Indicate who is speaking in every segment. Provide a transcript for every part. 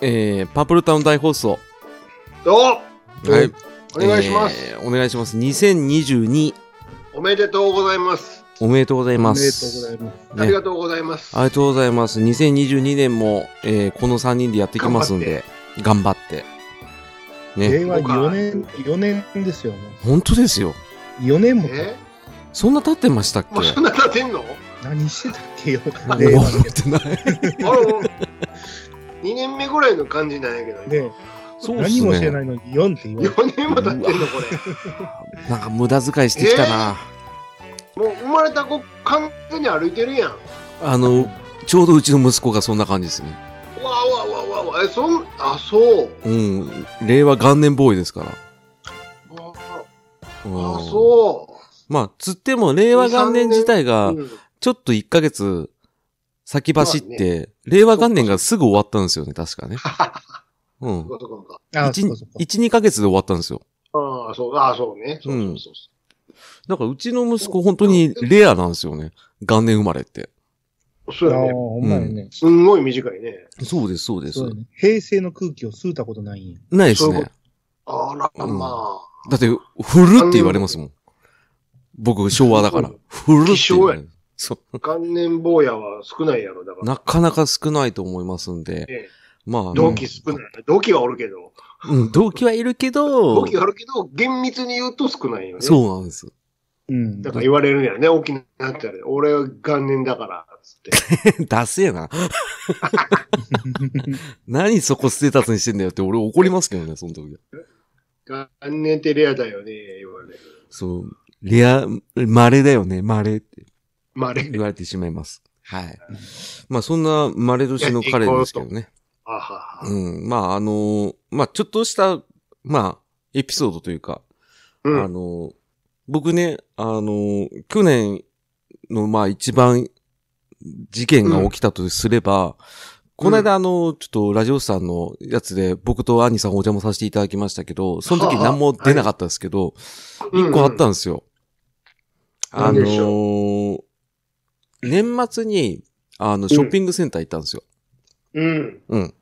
Speaker 1: えー、パープルタウン大放送。
Speaker 2: どう
Speaker 1: はい。
Speaker 2: お願いします、
Speaker 1: えーお願いします。2022、
Speaker 2: おめでとうございます。
Speaker 1: おめでとうござい
Speaker 3: おめ
Speaker 1: ま。
Speaker 3: ですとうございま
Speaker 2: あり
Speaker 1: ね
Speaker 2: がとうございます。
Speaker 1: ありがとうございます。2022年も、えーこの3人でやっていきますんで、頑張って。
Speaker 3: す。
Speaker 1: ね、
Speaker 3: 令和4年、4年ですよ、も
Speaker 1: 本当ですよ。
Speaker 3: う。4年も、
Speaker 2: え
Speaker 1: そんな経ってましたっけ
Speaker 2: もうそんな経てんの
Speaker 3: 何してたっけよ、
Speaker 1: 覚
Speaker 3: 令和
Speaker 1: えてない。
Speaker 2: あ の、2年目ぐらいの感じなんやけど、
Speaker 3: で、
Speaker 1: そうっ
Speaker 3: 何
Speaker 1: す
Speaker 3: もしてな
Speaker 1: ね。
Speaker 3: いのに4って言われて、
Speaker 2: 4年も経ってんの、こ
Speaker 1: なんか無駄遣いしてきたな。
Speaker 2: れ。 もう生まれた子、完全に歩いてるやん。
Speaker 1: あの、ちょうどうちの息子がそんな感じですね。
Speaker 2: わあわあわあわあわあ、え、そん、あ、そう。
Speaker 1: うん。令和元年ボーイですから。
Speaker 2: あ、
Speaker 1: うん
Speaker 2: あそ
Speaker 1: まあ、つっても令和元年自体
Speaker 2: う。
Speaker 1: が
Speaker 2: う、ん
Speaker 1: ちょっと1ヶ月先走って、令和元年がすぐ終わったんですよね、確かね。うん。
Speaker 2: そうかそうか
Speaker 3: あ、
Speaker 1: 1
Speaker 3: そうかそうか。
Speaker 1: 1、2ヶ月で終わったんですよ。
Speaker 2: ああ、そう、ああ、そうね。そうそうそうそ
Speaker 1: だからうちの息子本当にレアなんですよね。元年生まれって。
Speaker 2: う。そう
Speaker 3: あ
Speaker 2: や
Speaker 3: あ、
Speaker 2: ね。
Speaker 3: ほんまやね。
Speaker 2: すんごい短いね。
Speaker 1: そうです、そうで
Speaker 3: そうやね。平成の空気を吸うたことないんや。
Speaker 1: ないです
Speaker 2: そういう
Speaker 1: ね
Speaker 2: こ。あら、
Speaker 1: うん
Speaker 2: まあ。
Speaker 1: だって、古って言われますもん。僕、昭和だから。古って言われる。そ
Speaker 2: 元年坊やは少ないやろ、だか
Speaker 1: う。
Speaker 2: ら。
Speaker 1: なかなか少ないと思いますんで。
Speaker 2: ええ
Speaker 1: まあ。
Speaker 2: 同期少ない。同期はおるけど。
Speaker 1: うん、同期はいるけど
Speaker 2: 同、期はあるけど、厳密に言うと少ないよね。
Speaker 1: そうなんです。
Speaker 3: うん。
Speaker 2: だから言われるんやね、沖縄になったら。俺は元年だから、つって。
Speaker 1: ダセえな。何そこステータスにしてんだよって俺怒りますけどね、その時。
Speaker 2: 元年ってレアだよね、言われる。
Speaker 1: そう。レア、稀だよね、稀って
Speaker 2: まあ、レ
Speaker 1: 言われてしまいます。はい。まあそんな稀年の彼ですけどね。
Speaker 2: アはは。
Speaker 1: うん。まああのーまあちょっとした、まあ、エピソードというか、
Speaker 2: う
Speaker 1: あ
Speaker 2: ん。
Speaker 1: の、僕ね、あの、去年の、まあ一番事件が起きたとすれば、この間あの、ちょっとラジオさんのやつで僕と兄さんお邪魔させていただきましたけど、その時
Speaker 2: はあはあ
Speaker 1: 何も出なかったですけど、
Speaker 2: うん
Speaker 1: 一個あったんですよ。
Speaker 2: うん
Speaker 1: あの
Speaker 2: 何でし
Speaker 1: ー年末に、あの、ショッピングセンター行ったんですよ。
Speaker 2: うん。
Speaker 1: うん。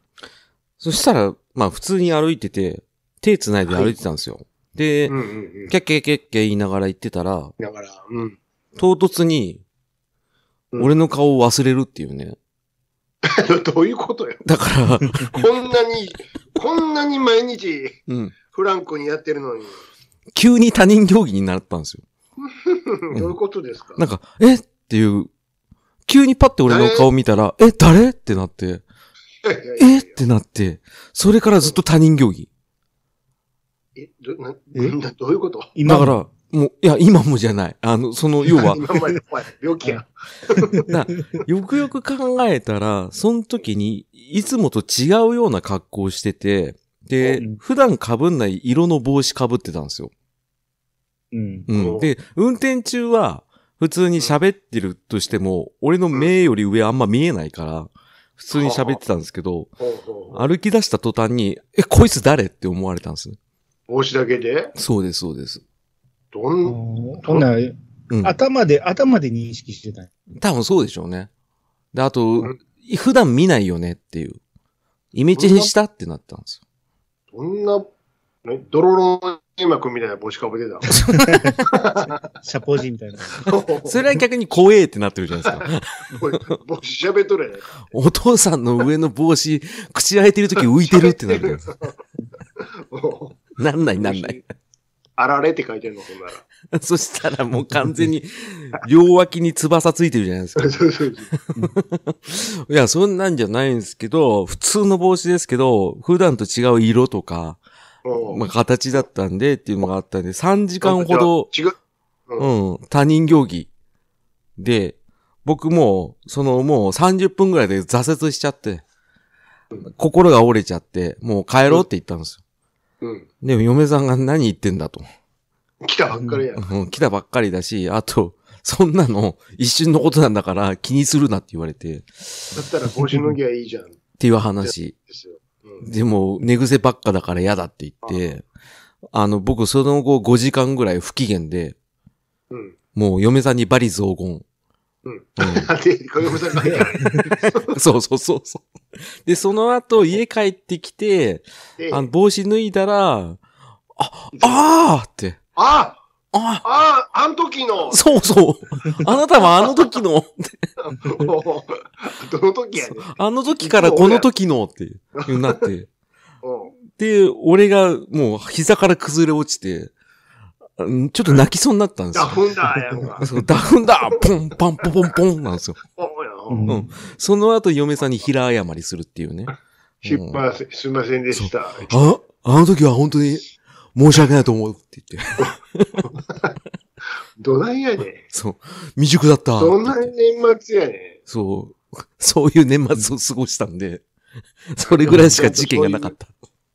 Speaker 1: そしたら、まあ普通に歩いてて、手繋いで歩いてたんですよ。で、
Speaker 2: うん。うん。
Speaker 1: キャッキャッキャッキャ言いながら言ってたら、
Speaker 2: だから、うん。
Speaker 1: 唐突に、
Speaker 2: うん
Speaker 1: 俺の顔を忘れるっていうね。
Speaker 2: どういうことよ。
Speaker 1: だから、
Speaker 2: こんなに、こんなに毎日、
Speaker 1: うん
Speaker 2: フランクにやってるのに。
Speaker 1: 急に他人行儀になったんですよ。ん
Speaker 2: どういうことですか
Speaker 1: なんか、えっていう、急にパッて俺の顔見たら、え、誰ってなって、
Speaker 2: いやいやいやい
Speaker 1: え
Speaker 2: や
Speaker 1: ってなって、それからずっと他人行儀。
Speaker 2: え、ど、な、
Speaker 3: え
Speaker 2: などういうこと
Speaker 1: だ
Speaker 3: 今
Speaker 1: か
Speaker 3: から、
Speaker 1: ら、もう、いや、今もじゃない。あの、その、要は、
Speaker 2: 今まで、おい病気や。
Speaker 1: よくよく考えたら、その時に、いつもと違うような格好をしてて、で
Speaker 3: うん、
Speaker 1: 普段被んない色の帽子被ってたんですよ。
Speaker 3: うん。
Speaker 1: う、
Speaker 2: うんん
Speaker 1: で、運転中は、普通に喋ってるとしても、俺の目より上あんま見えないから、普通に喋ってたんですけど、
Speaker 2: ほうほうほう
Speaker 1: 歩き出した途端に、え、こいつ誰って思われたんですね。
Speaker 2: 帽子だけで
Speaker 1: そうです、そうです。
Speaker 2: どん、
Speaker 3: ほんなら
Speaker 1: うん。
Speaker 3: 頭で、頭で認識してたんや
Speaker 1: 多分そうでしょうね。で、あと
Speaker 2: うん、
Speaker 1: 普段見ないよねっていう。イメチェンしたってなったんです
Speaker 2: どんな、ね、ドロロンエマくんみたいな帽子かぶってた
Speaker 3: シャポジみたいな。
Speaker 1: よ。それは逆に怖えってなってるじゃないですか。
Speaker 2: 帽子帽子喋っとるやないか。
Speaker 1: お父さんの上の帽子、口開いてる時浮いてるってなるじゃない ですか。
Speaker 2: お
Speaker 1: なんな
Speaker 2: う
Speaker 1: いなんない。。
Speaker 2: あられって書いてんの、ほんなら。
Speaker 1: そしたらもう完全に両脇に翼ついてるじゃないですか。
Speaker 2: そうそうそう。
Speaker 1: いや、そんなんじゃないんですけど、普通の帽子ですけど、普段と違う色とか、
Speaker 2: おう
Speaker 1: まあ、形だったんでっていうのがあったんで、3時間ほど、
Speaker 2: 違う。
Speaker 1: うん、他人行儀で、僕もう、そのもう30分ぐらいで挫折しちゃって、心が折れちゃって、もう帰ろうって言ったんですよ。
Speaker 2: うん。
Speaker 1: でも嫁さんが何言ってんだと。
Speaker 2: 来たばっかりや。
Speaker 1: うん、来たばっかりだし、あと、 そんなの一瞬のことなんだから気にするなって言われて、っ
Speaker 2: だったら帽子脱ぎゃいいじゃん。で
Speaker 1: ていう話。
Speaker 2: すよ。うん
Speaker 1: でも、寝癖ばっかだから嫌だって言って、あの、僕その後5時間ぐらい不機嫌で、
Speaker 2: うん。
Speaker 1: もう嫁さんにバリ雑言。
Speaker 2: で、小籔さんが入って
Speaker 1: うん そうそうそうそう。で、その後、家帰ってきて、
Speaker 2: で
Speaker 1: あの帽子脱いだら、あ、あーって、
Speaker 2: あ
Speaker 1: あ
Speaker 2: ああん時の
Speaker 1: ー、そうそう。あなたはあの時の、
Speaker 2: もうどの時やねん
Speaker 1: あの時からこの時のっていうなって。
Speaker 2: うん。
Speaker 1: で、俺がもう膝から崩れ落ちて、うんちょっと泣きそうになったんです
Speaker 2: ダ
Speaker 1: よ。
Speaker 2: フンだ、や んか。
Speaker 1: そうダフンだポンパンポポンポンなんですよ。
Speaker 2: そうやん
Speaker 3: うん
Speaker 1: うんその後嫁さんに平謝りするっていうね。
Speaker 2: すいません、すいませんでした。
Speaker 1: あ、あの時は本当に申し訳ないと思うって言って。
Speaker 2: どないやねん。
Speaker 1: そう。未熟だったって
Speaker 2: ど
Speaker 1: 言っ
Speaker 2: んな
Speaker 1: て。
Speaker 2: 年末やね
Speaker 1: そう。そういう年末を過ごしたんで、それぐらいしか事件がなかった。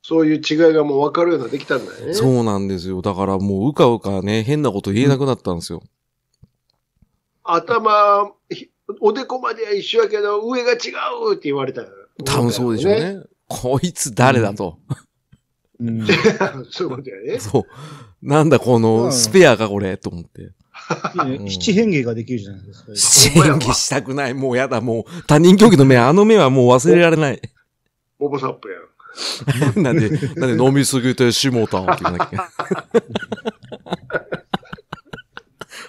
Speaker 2: そういう違いがもう分かるようになってきたんだね。う。
Speaker 1: そうなんですよ。だからもううかうかね、変なこと言えなくなったんですよ。
Speaker 2: 頭、ひおでこまでは一緒やけど、上が違うって言われたら。
Speaker 1: 多分そうでしょう。ね。こいつ誰だと。
Speaker 3: うん。
Speaker 2: そういうことやね。
Speaker 1: そう。なんだこ
Speaker 3: う
Speaker 1: の
Speaker 3: ん
Speaker 1: スペアがこれ、と思って。ん
Speaker 3: 七変化ができるじゃないですか。
Speaker 1: 支援儀したくない。もうやだ。もう他人競技の目、あの目はもう忘れられない。
Speaker 2: ボボサップや ん。
Speaker 1: なんで、なんで飲みすぎてしもうたんって言わなきゃ。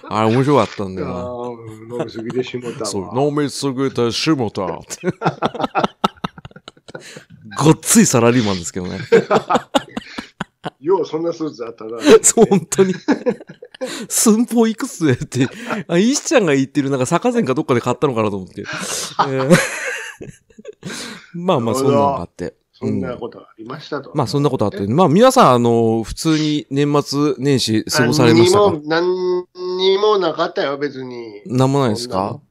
Speaker 1: あれ面白かったんだ
Speaker 2: あ
Speaker 1: よ
Speaker 2: あ、うん飲みすぎてしもた
Speaker 1: な。そう、
Speaker 2: わ。
Speaker 1: 飲みすぎてしもうたって。ごっついサラリーマンですけどね。
Speaker 2: よう、そんなスーツあったな。
Speaker 1: そう、本当に。寸法いくつでって。あ、石ちゃんが言ってる、なんか坂膳かどっかで買ったのかなと思って。えーまあまあ、そんなのがあって。
Speaker 2: そんなことありましたと。
Speaker 1: まあそんなことあって、まあ皆さん、あの、普通に年末年始過ごされましたか
Speaker 2: 何にも、何にもなかったよ、別に。
Speaker 1: なんもないです
Speaker 2: そんな
Speaker 1: か
Speaker 2: の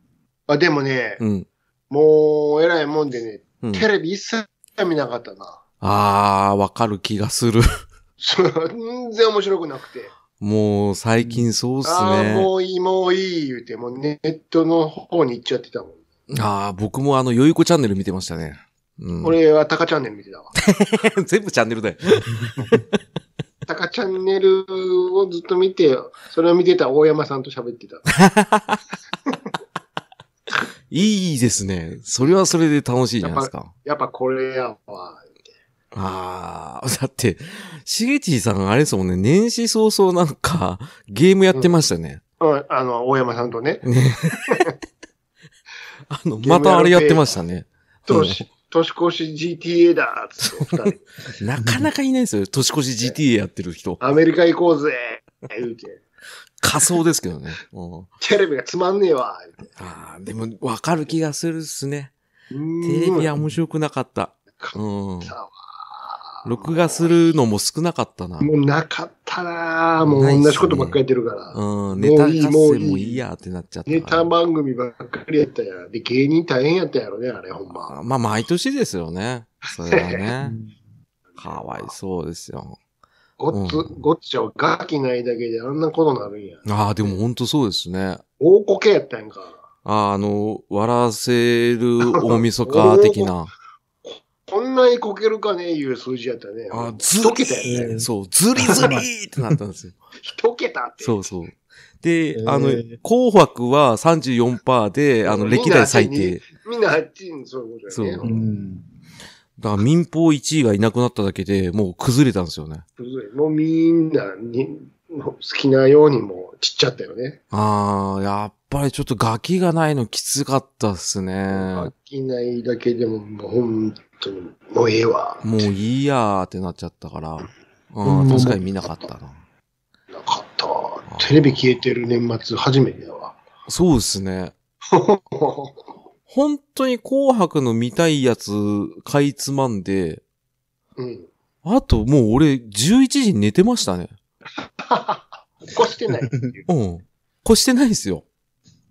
Speaker 2: あ、でもね、
Speaker 1: うん。
Speaker 2: もう、偉いもんでね、
Speaker 1: うん、
Speaker 2: テレビ一切見なかったな。
Speaker 1: あー、わかる気がする。
Speaker 2: そう全然面白くなくて。
Speaker 1: もう最近そうっす
Speaker 2: ああ、
Speaker 1: ね。
Speaker 2: もういい、もういい、言うて、もうネットの方に行っちゃってたもん。
Speaker 1: あー、僕もあの、よいこチャンネル見てましたね。うん、
Speaker 2: 俺はタカチャンネル見てたわ。
Speaker 1: 全部チャンネルだよ。
Speaker 2: タカチャンネルをずっと見て、それを見てた大山さんと喋ってた。
Speaker 1: いいですね。それはそれで楽しいじゃないですか。
Speaker 2: やっぱこれやわ。
Speaker 1: あー、だって、しげちーさんあれですもんね、年始早々なんか、ゲームやってましたね。
Speaker 2: うん、あの、大山さんとね、
Speaker 1: ねあの、またあれやってましたね。うん
Speaker 2: 年、年越し GTA だっつって二 人、
Speaker 1: なかなかいないですよ。年越し GTA やってる人。
Speaker 2: アメリカ行こうぜ言うて、
Speaker 1: 仮想ですけどね。うん、
Speaker 2: テレビがつまんねえわ言うて
Speaker 1: あーでも、わかる気がするっすね。
Speaker 2: テ
Speaker 1: テレビは
Speaker 2: も
Speaker 1: 面白くなかった。うん。
Speaker 2: さあ
Speaker 1: 録画するのも少なかったな。
Speaker 2: もうなかったなあもう
Speaker 1: ないっすね
Speaker 2: 同じことばっかりやってるから。
Speaker 1: うん。ネタ合戦もいいやってなっちゃったから。
Speaker 2: ネタ番組ばっかりやったやん。で、芸人大変やったやろね、あれ、ほんま。
Speaker 1: あまあ、毎年ですよね。それは ね。かわいそうですよ。
Speaker 2: ごっつ、
Speaker 1: う
Speaker 2: ごっちゃはガキないだけであんなことなるんや。
Speaker 1: ああ、でも本当そうですね。
Speaker 2: 大こけやったやんか。
Speaker 1: あーあの、笑わせ る大晦日的な。
Speaker 2: こんなにこけるかねいう数字やったね。
Speaker 1: あーず
Speaker 2: 一桁やった
Speaker 3: う
Speaker 2: よ
Speaker 3: ん。
Speaker 1: そう、ズリズリーってなったんですよ。
Speaker 2: 一桁って。
Speaker 1: そうそう。で、
Speaker 3: ー
Speaker 1: あの、紅白は34%で、あの、
Speaker 2: みんな
Speaker 1: 歴代最低。
Speaker 2: みんなあっちにそういうことや
Speaker 1: そ
Speaker 2: ね
Speaker 1: う
Speaker 3: う。ん。
Speaker 1: だから民放1位がいなくなっただけでもう崩れたんですよね。
Speaker 2: うんもうみんなに、もう好きなようにもうちっちゃったよね。
Speaker 1: あー、やっぱりちょっとガキがないのきつかったっすね。
Speaker 2: 飽きないだけでも、もう本当に、もうええわ。
Speaker 1: もういいやーってなっちゃったから。
Speaker 2: う
Speaker 1: うんん、確かに見なかったな。
Speaker 2: なかったわ。テレビ消えてる年末初めてだわ。
Speaker 1: そうですね。本当に紅白の見たいやつ買いつまんで、
Speaker 2: うん。
Speaker 1: あともう俺11時に寝てましたね。
Speaker 2: 起こしてないっ ていう。
Speaker 1: うん。越してないですよ。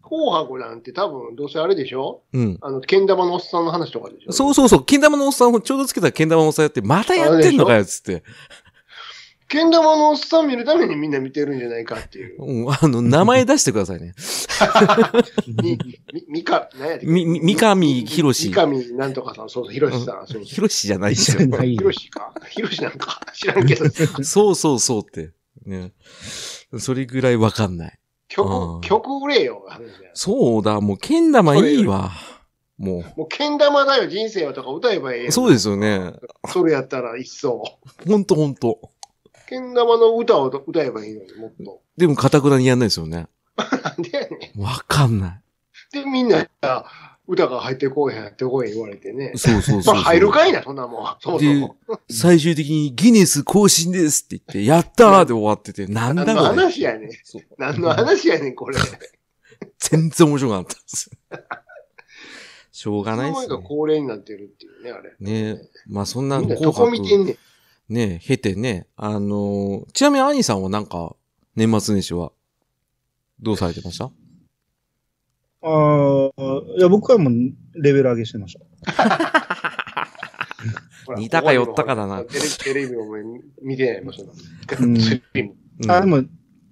Speaker 2: 紅白なんて多分、どうせあれでしょ
Speaker 1: うん。
Speaker 2: あの、けん玉のおっさんの話とかでしょ
Speaker 1: そうそうそう、けん玉のおっさんをちょうどつけたけん玉のおっさんやって、またやってんのかよ、つって。
Speaker 2: けん玉のおっさん見るためにみんな見てるんじゃないかっていう。
Speaker 1: うん、あの、名前出してくださいね。
Speaker 2: み、み、みか、何やったっけ
Speaker 1: みみ三上博史
Speaker 2: み三上なんとかさん、そうそう、ひろしさん、そう
Speaker 1: ひ
Speaker 2: そ
Speaker 1: ろしじゃないですよ
Speaker 3: ひ。
Speaker 2: う。
Speaker 3: ない
Speaker 2: ひろしかひろしなんか知らんけど。
Speaker 1: そうそうそうって。ね。それぐらいわかんない。うん
Speaker 2: 曲、曲売れよ、話だよ
Speaker 1: そうだ、もう、けん玉いいわ。も
Speaker 2: もう、けん玉だよ、人生よとか歌えばええや
Speaker 1: う。
Speaker 2: ん
Speaker 1: そうですよね。
Speaker 2: それやったら一層。
Speaker 1: ほんとほんと。
Speaker 2: けん玉の歌を歌えばいいのに、もっと。
Speaker 1: でも、かたくなにやんないですよね。
Speaker 2: なんでやね。
Speaker 1: わかんなん
Speaker 2: で、みんな、歌が入ってこいへん、入ってこいへん言われてね
Speaker 1: い。。そうそうそうそ
Speaker 2: ま
Speaker 1: う。
Speaker 2: あ、入るかいな、そんなもん。そもそも。
Speaker 1: 最終的にギネス更新ですって言って、やったーで終わってて、なんだ
Speaker 2: 何の
Speaker 1: これ。
Speaker 2: 話やねん。
Speaker 1: そう
Speaker 2: 何の話やねん、これ。
Speaker 1: 全然面白くなかったです。しょうがない
Speaker 2: そ
Speaker 1: で
Speaker 2: の前
Speaker 1: す
Speaker 2: が
Speaker 1: ね。
Speaker 2: 恒例になってるっていうね、あれ。
Speaker 1: ねまあそんな
Speaker 2: みんな
Speaker 1: 紅
Speaker 2: どこ見て
Speaker 1: 白
Speaker 2: んねん。
Speaker 1: ね、経てね、あのーちなみに兄さんはなんか、年末年始は、どうされてました
Speaker 3: ああ、いや、僕はもうレベル上げしてました。
Speaker 2: ほら
Speaker 1: 似たか寄ったかだな
Speaker 2: テレビテレビも見てないもん、そんな
Speaker 3: う
Speaker 2: の。
Speaker 3: ん
Speaker 2: 釣りも。
Speaker 1: うん
Speaker 3: あ、でも、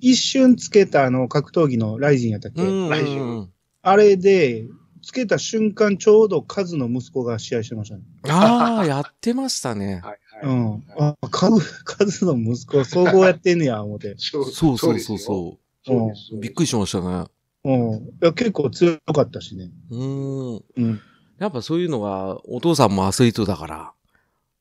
Speaker 3: 一瞬つけたあの、格闘技のライジンやったっけ、
Speaker 1: うん。
Speaker 2: 来週
Speaker 1: うん
Speaker 3: あれで、つけた瞬間、ちょうどカズの息子が試合してましたね。
Speaker 1: ああ、やってましたね。
Speaker 2: はいうはい。
Speaker 3: ん。あ、カズ、 カズの息子、総合やってんねや、思って。
Speaker 2: そう
Speaker 1: そうそう
Speaker 2: です
Speaker 1: そ
Speaker 2: よ
Speaker 1: うそ
Speaker 2: そうです
Speaker 1: う。びっくりしましたね。
Speaker 3: うん。いや、結構強かったしね。
Speaker 1: うーん。
Speaker 3: うん。
Speaker 1: やっぱそういうのが、お父さんもアスリートだから、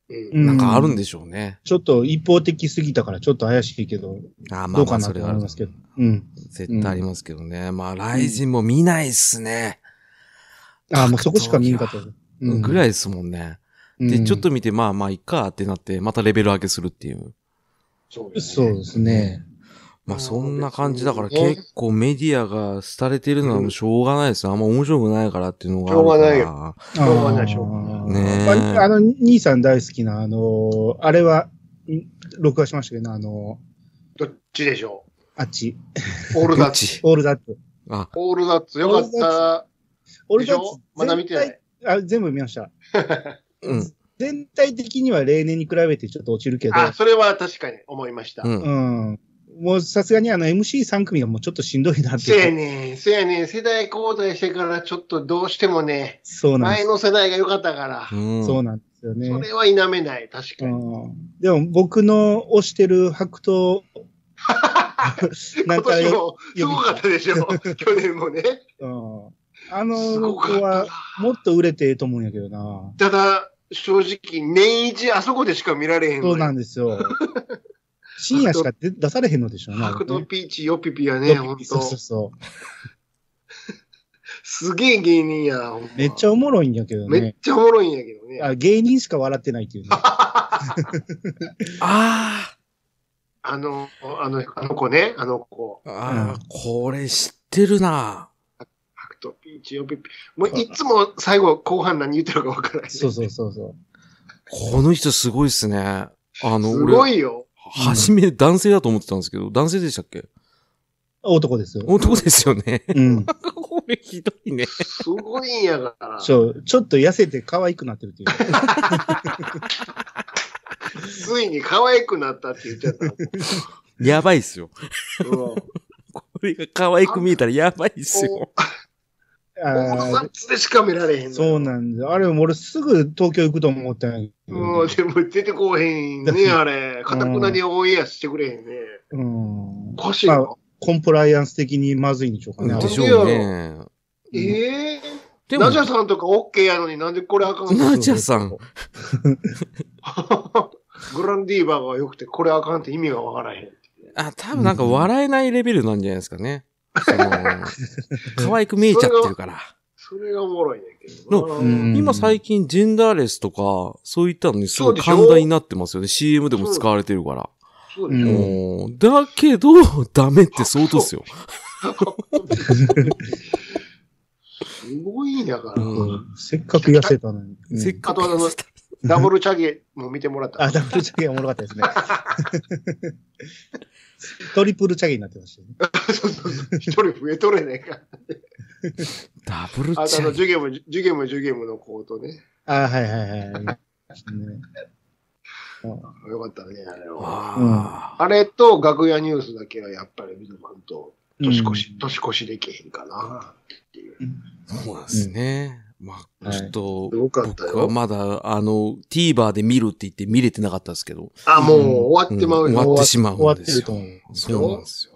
Speaker 2: うん
Speaker 3: うん
Speaker 1: なんかあるんでしょうね。
Speaker 3: ちょっと一方的すぎたから、ちょっと怪しいけど、
Speaker 1: あーま
Speaker 3: ど
Speaker 1: あ
Speaker 3: う
Speaker 1: ま
Speaker 3: か
Speaker 1: あ、
Speaker 3: な
Speaker 1: そ
Speaker 3: と
Speaker 1: れは
Speaker 3: 思いますけど。うん。
Speaker 1: 絶対ありますけどね。まあ、ライジンも見ないっすね。
Speaker 3: ああ、もうそこしか見んかった。うん
Speaker 1: ぐらいですもんね。
Speaker 3: うん
Speaker 1: で、ちょっと見て、まあまあ、いっかってなって、またレベル上げするっていう。
Speaker 2: そうです
Speaker 3: そう
Speaker 2: ね。
Speaker 3: ですね。
Speaker 1: まあ、
Speaker 2: あー
Speaker 1: そんな感じだから、
Speaker 2: 別にね
Speaker 1: 結構メディアが廃れてるのはもうしょうがないですよ。あんま面白くないからっていうのがあるから。
Speaker 2: しょう
Speaker 3: あ
Speaker 2: ょうがないしょうが
Speaker 3: ー
Speaker 1: ないねえ
Speaker 3: ああの、兄さん大好きな、あのーあれは、ん録画しましたけどね、あの
Speaker 2: どっちでしょう
Speaker 3: ーあっち、
Speaker 2: オール
Speaker 1: ど
Speaker 2: ダッ
Speaker 1: っ
Speaker 2: ツ。
Speaker 1: ち
Speaker 3: オールダッツ。
Speaker 1: あ、
Speaker 2: オールダッツよかった。
Speaker 3: オー
Speaker 2: で
Speaker 3: ル
Speaker 2: し
Speaker 3: ダッ
Speaker 2: ょ
Speaker 3: ツ。
Speaker 2: まだ見てない。
Speaker 3: あ、全部見ました。
Speaker 1: うん。
Speaker 3: 全体的には例年に比べてちょっと落ちるけど、
Speaker 2: あ、それは確かに思いました
Speaker 1: う。ん。
Speaker 3: うん。もうさすがにあの MC3 組がもうちょっとしんどいなって
Speaker 2: せや
Speaker 3: いう。
Speaker 2: ねん、せやねん、世代交代してからちょっとどうしてもね、
Speaker 3: そうなんで
Speaker 2: 前
Speaker 3: す。
Speaker 2: の世代が良かったから、
Speaker 1: うん。
Speaker 3: そうなんですよね。
Speaker 2: それは否めない、確か
Speaker 3: う
Speaker 2: に。
Speaker 3: ん、でも僕の推してる 白桃、
Speaker 2: 今
Speaker 3: なんか
Speaker 2: 年も
Speaker 3: よ、
Speaker 2: すごかったでしょ、去年もね。
Speaker 3: うん、あ
Speaker 2: す
Speaker 3: の
Speaker 2: ご
Speaker 3: 子
Speaker 2: かっ
Speaker 3: はもっと売れてええと思うんやけどな。
Speaker 2: た。ただ、正直、年一あそこでしか見られへんの
Speaker 3: そう
Speaker 2: よ。
Speaker 3: なんで すよ。深夜しか出出されへんのでしょうね。あれね
Speaker 2: 白桃ピーチ、ヨピピやね、ほん
Speaker 3: そう
Speaker 2: と。
Speaker 3: そうそ
Speaker 2: すげえ芸人や、ほんま
Speaker 3: う。めっちゃおもろいんやけど
Speaker 2: めっ
Speaker 3: ね。
Speaker 2: ちゃおもろいんやけどね。
Speaker 3: あ芸人しか笑ってないっていう ね。
Speaker 1: あ
Speaker 2: あの、あの、あの子ね、あの子。
Speaker 1: あ、ああ、これ知ってるな。
Speaker 2: ハクトピーチ、ヨピピ。もういつも最後、後半何言ってるか分からない。
Speaker 3: そうそうそうそう。
Speaker 1: この人すごいっすね。あの、
Speaker 2: すご
Speaker 1: 俺、
Speaker 2: いよ。
Speaker 1: 初め男性だと思ってたんですけど、男性でしたっけ
Speaker 3: 男ですよ。
Speaker 1: 男ですよね。
Speaker 3: うん。
Speaker 1: これひどいね。
Speaker 2: すごいんやから。
Speaker 3: そう。ちょっと痩せて可愛くなってるっていう。
Speaker 2: ついに可愛くなったって言っちゃった。
Speaker 1: やばいっすよ。
Speaker 2: うん
Speaker 1: これが可愛く見えたらやばいっすよ。
Speaker 2: オールダ
Speaker 3: あ
Speaker 2: ッツでしか見られへん
Speaker 3: ー
Speaker 2: の。
Speaker 3: そうなんです。あれ、俺すぐ東京行くと思ったんやけ
Speaker 2: もう
Speaker 3: ど。
Speaker 2: でも出てこうへんね、あれ。かたくなにオンエアしてくれへんね。
Speaker 3: うん
Speaker 2: お。かしいな
Speaker 3: まあ。コンプライアンス的にまずいんでしょうかね。あ
Speaker 1: で
Speaker 3: れ
Speaker 1: しょうね。
Speaker 2: ええ
Speaker 1: で
Speaker 2: ナジャさんとかオッケーやのになんでこれあかんの
Speaker 1: ナジャさん。
Speaker 2: グランディーバーが良くてこれあかんって意味がわからへん。
Speaker 1: あ、多分なんか笑えないレベルなんじゃないですかね。その、可愛く見えちゃってるから。
Speaker 2: それがおもろいねんけどな。
Speaker 3: うん
Speaker 1: 今最近ジェンダーレスとか、そういったのにすご
Speaker 2: そう
Speaker 1: い
Speaker 2: でしょ
Speaker 1: 寛大になってますよね。CM でも使われてるから。
Speaker 2: そうでしょ
Speaker 3: う
Speaker 2: うん
Speaker 1: おーだけど、 ダメって相当っすよ。
Speaker 2: すごいんやから。
Speaker 1: うん
Speaker 3: せっかく痩せたのに。うん
Speaker 1: せっかく。
Speaker 2: あとあのダブルチャゲも見てもらった。
Speaker 3: あ、ダブルチャゲおもろかったですね。 トリプルチャゲになってましたね。
Speaker 2: そうそうそう。一人増えとれねえか。
Speaker 1: ダブル
Speaker 2: あと
Speaker 1: チ
Speaker 2: あの、
Speaker 1: ャ
Speaker 2: ジュゲム、ジュゲム、ジュゲムのコートね。
Speaker 3: あはいはいはいはい。ね
Speaker 2: よかったね、あれは。
Speaker 1: あ
Speaker 2: あれと楽屋ニュースだけはやっぱり見とかんと、年越し、
Speaker 3: うん
Speaker 2: 年越しできへんかな。
Speaker 1: ーそうなんですね。まあ、
Speaker 3: はい
Speaker 1: ちょっと
Speaker 2: す、ごかった
Speaker 1: 僕は
Speaker 2: よ。
Speaker 1: まだ、あの、TVer で見るって言って見れてなかったですけど、
Speaker 2: あ、もう終わ
Speaker 1: う
Speaker 2: っ
Speaker 1: ん
Speaker 2: てまう
Speaker 1: 終
Speaker 2: よ。
Speaker 1: わってしまう
Speaker 3: 終わ
Speaker 1: ん
Speaker 3: っ
Speaker 1: で
Speaker 3: て
Speaker 1: す
Speaker 3: る
Speaker 1: よ
Speaker 3: と。思う。
Speaker 1: そうなんですよ。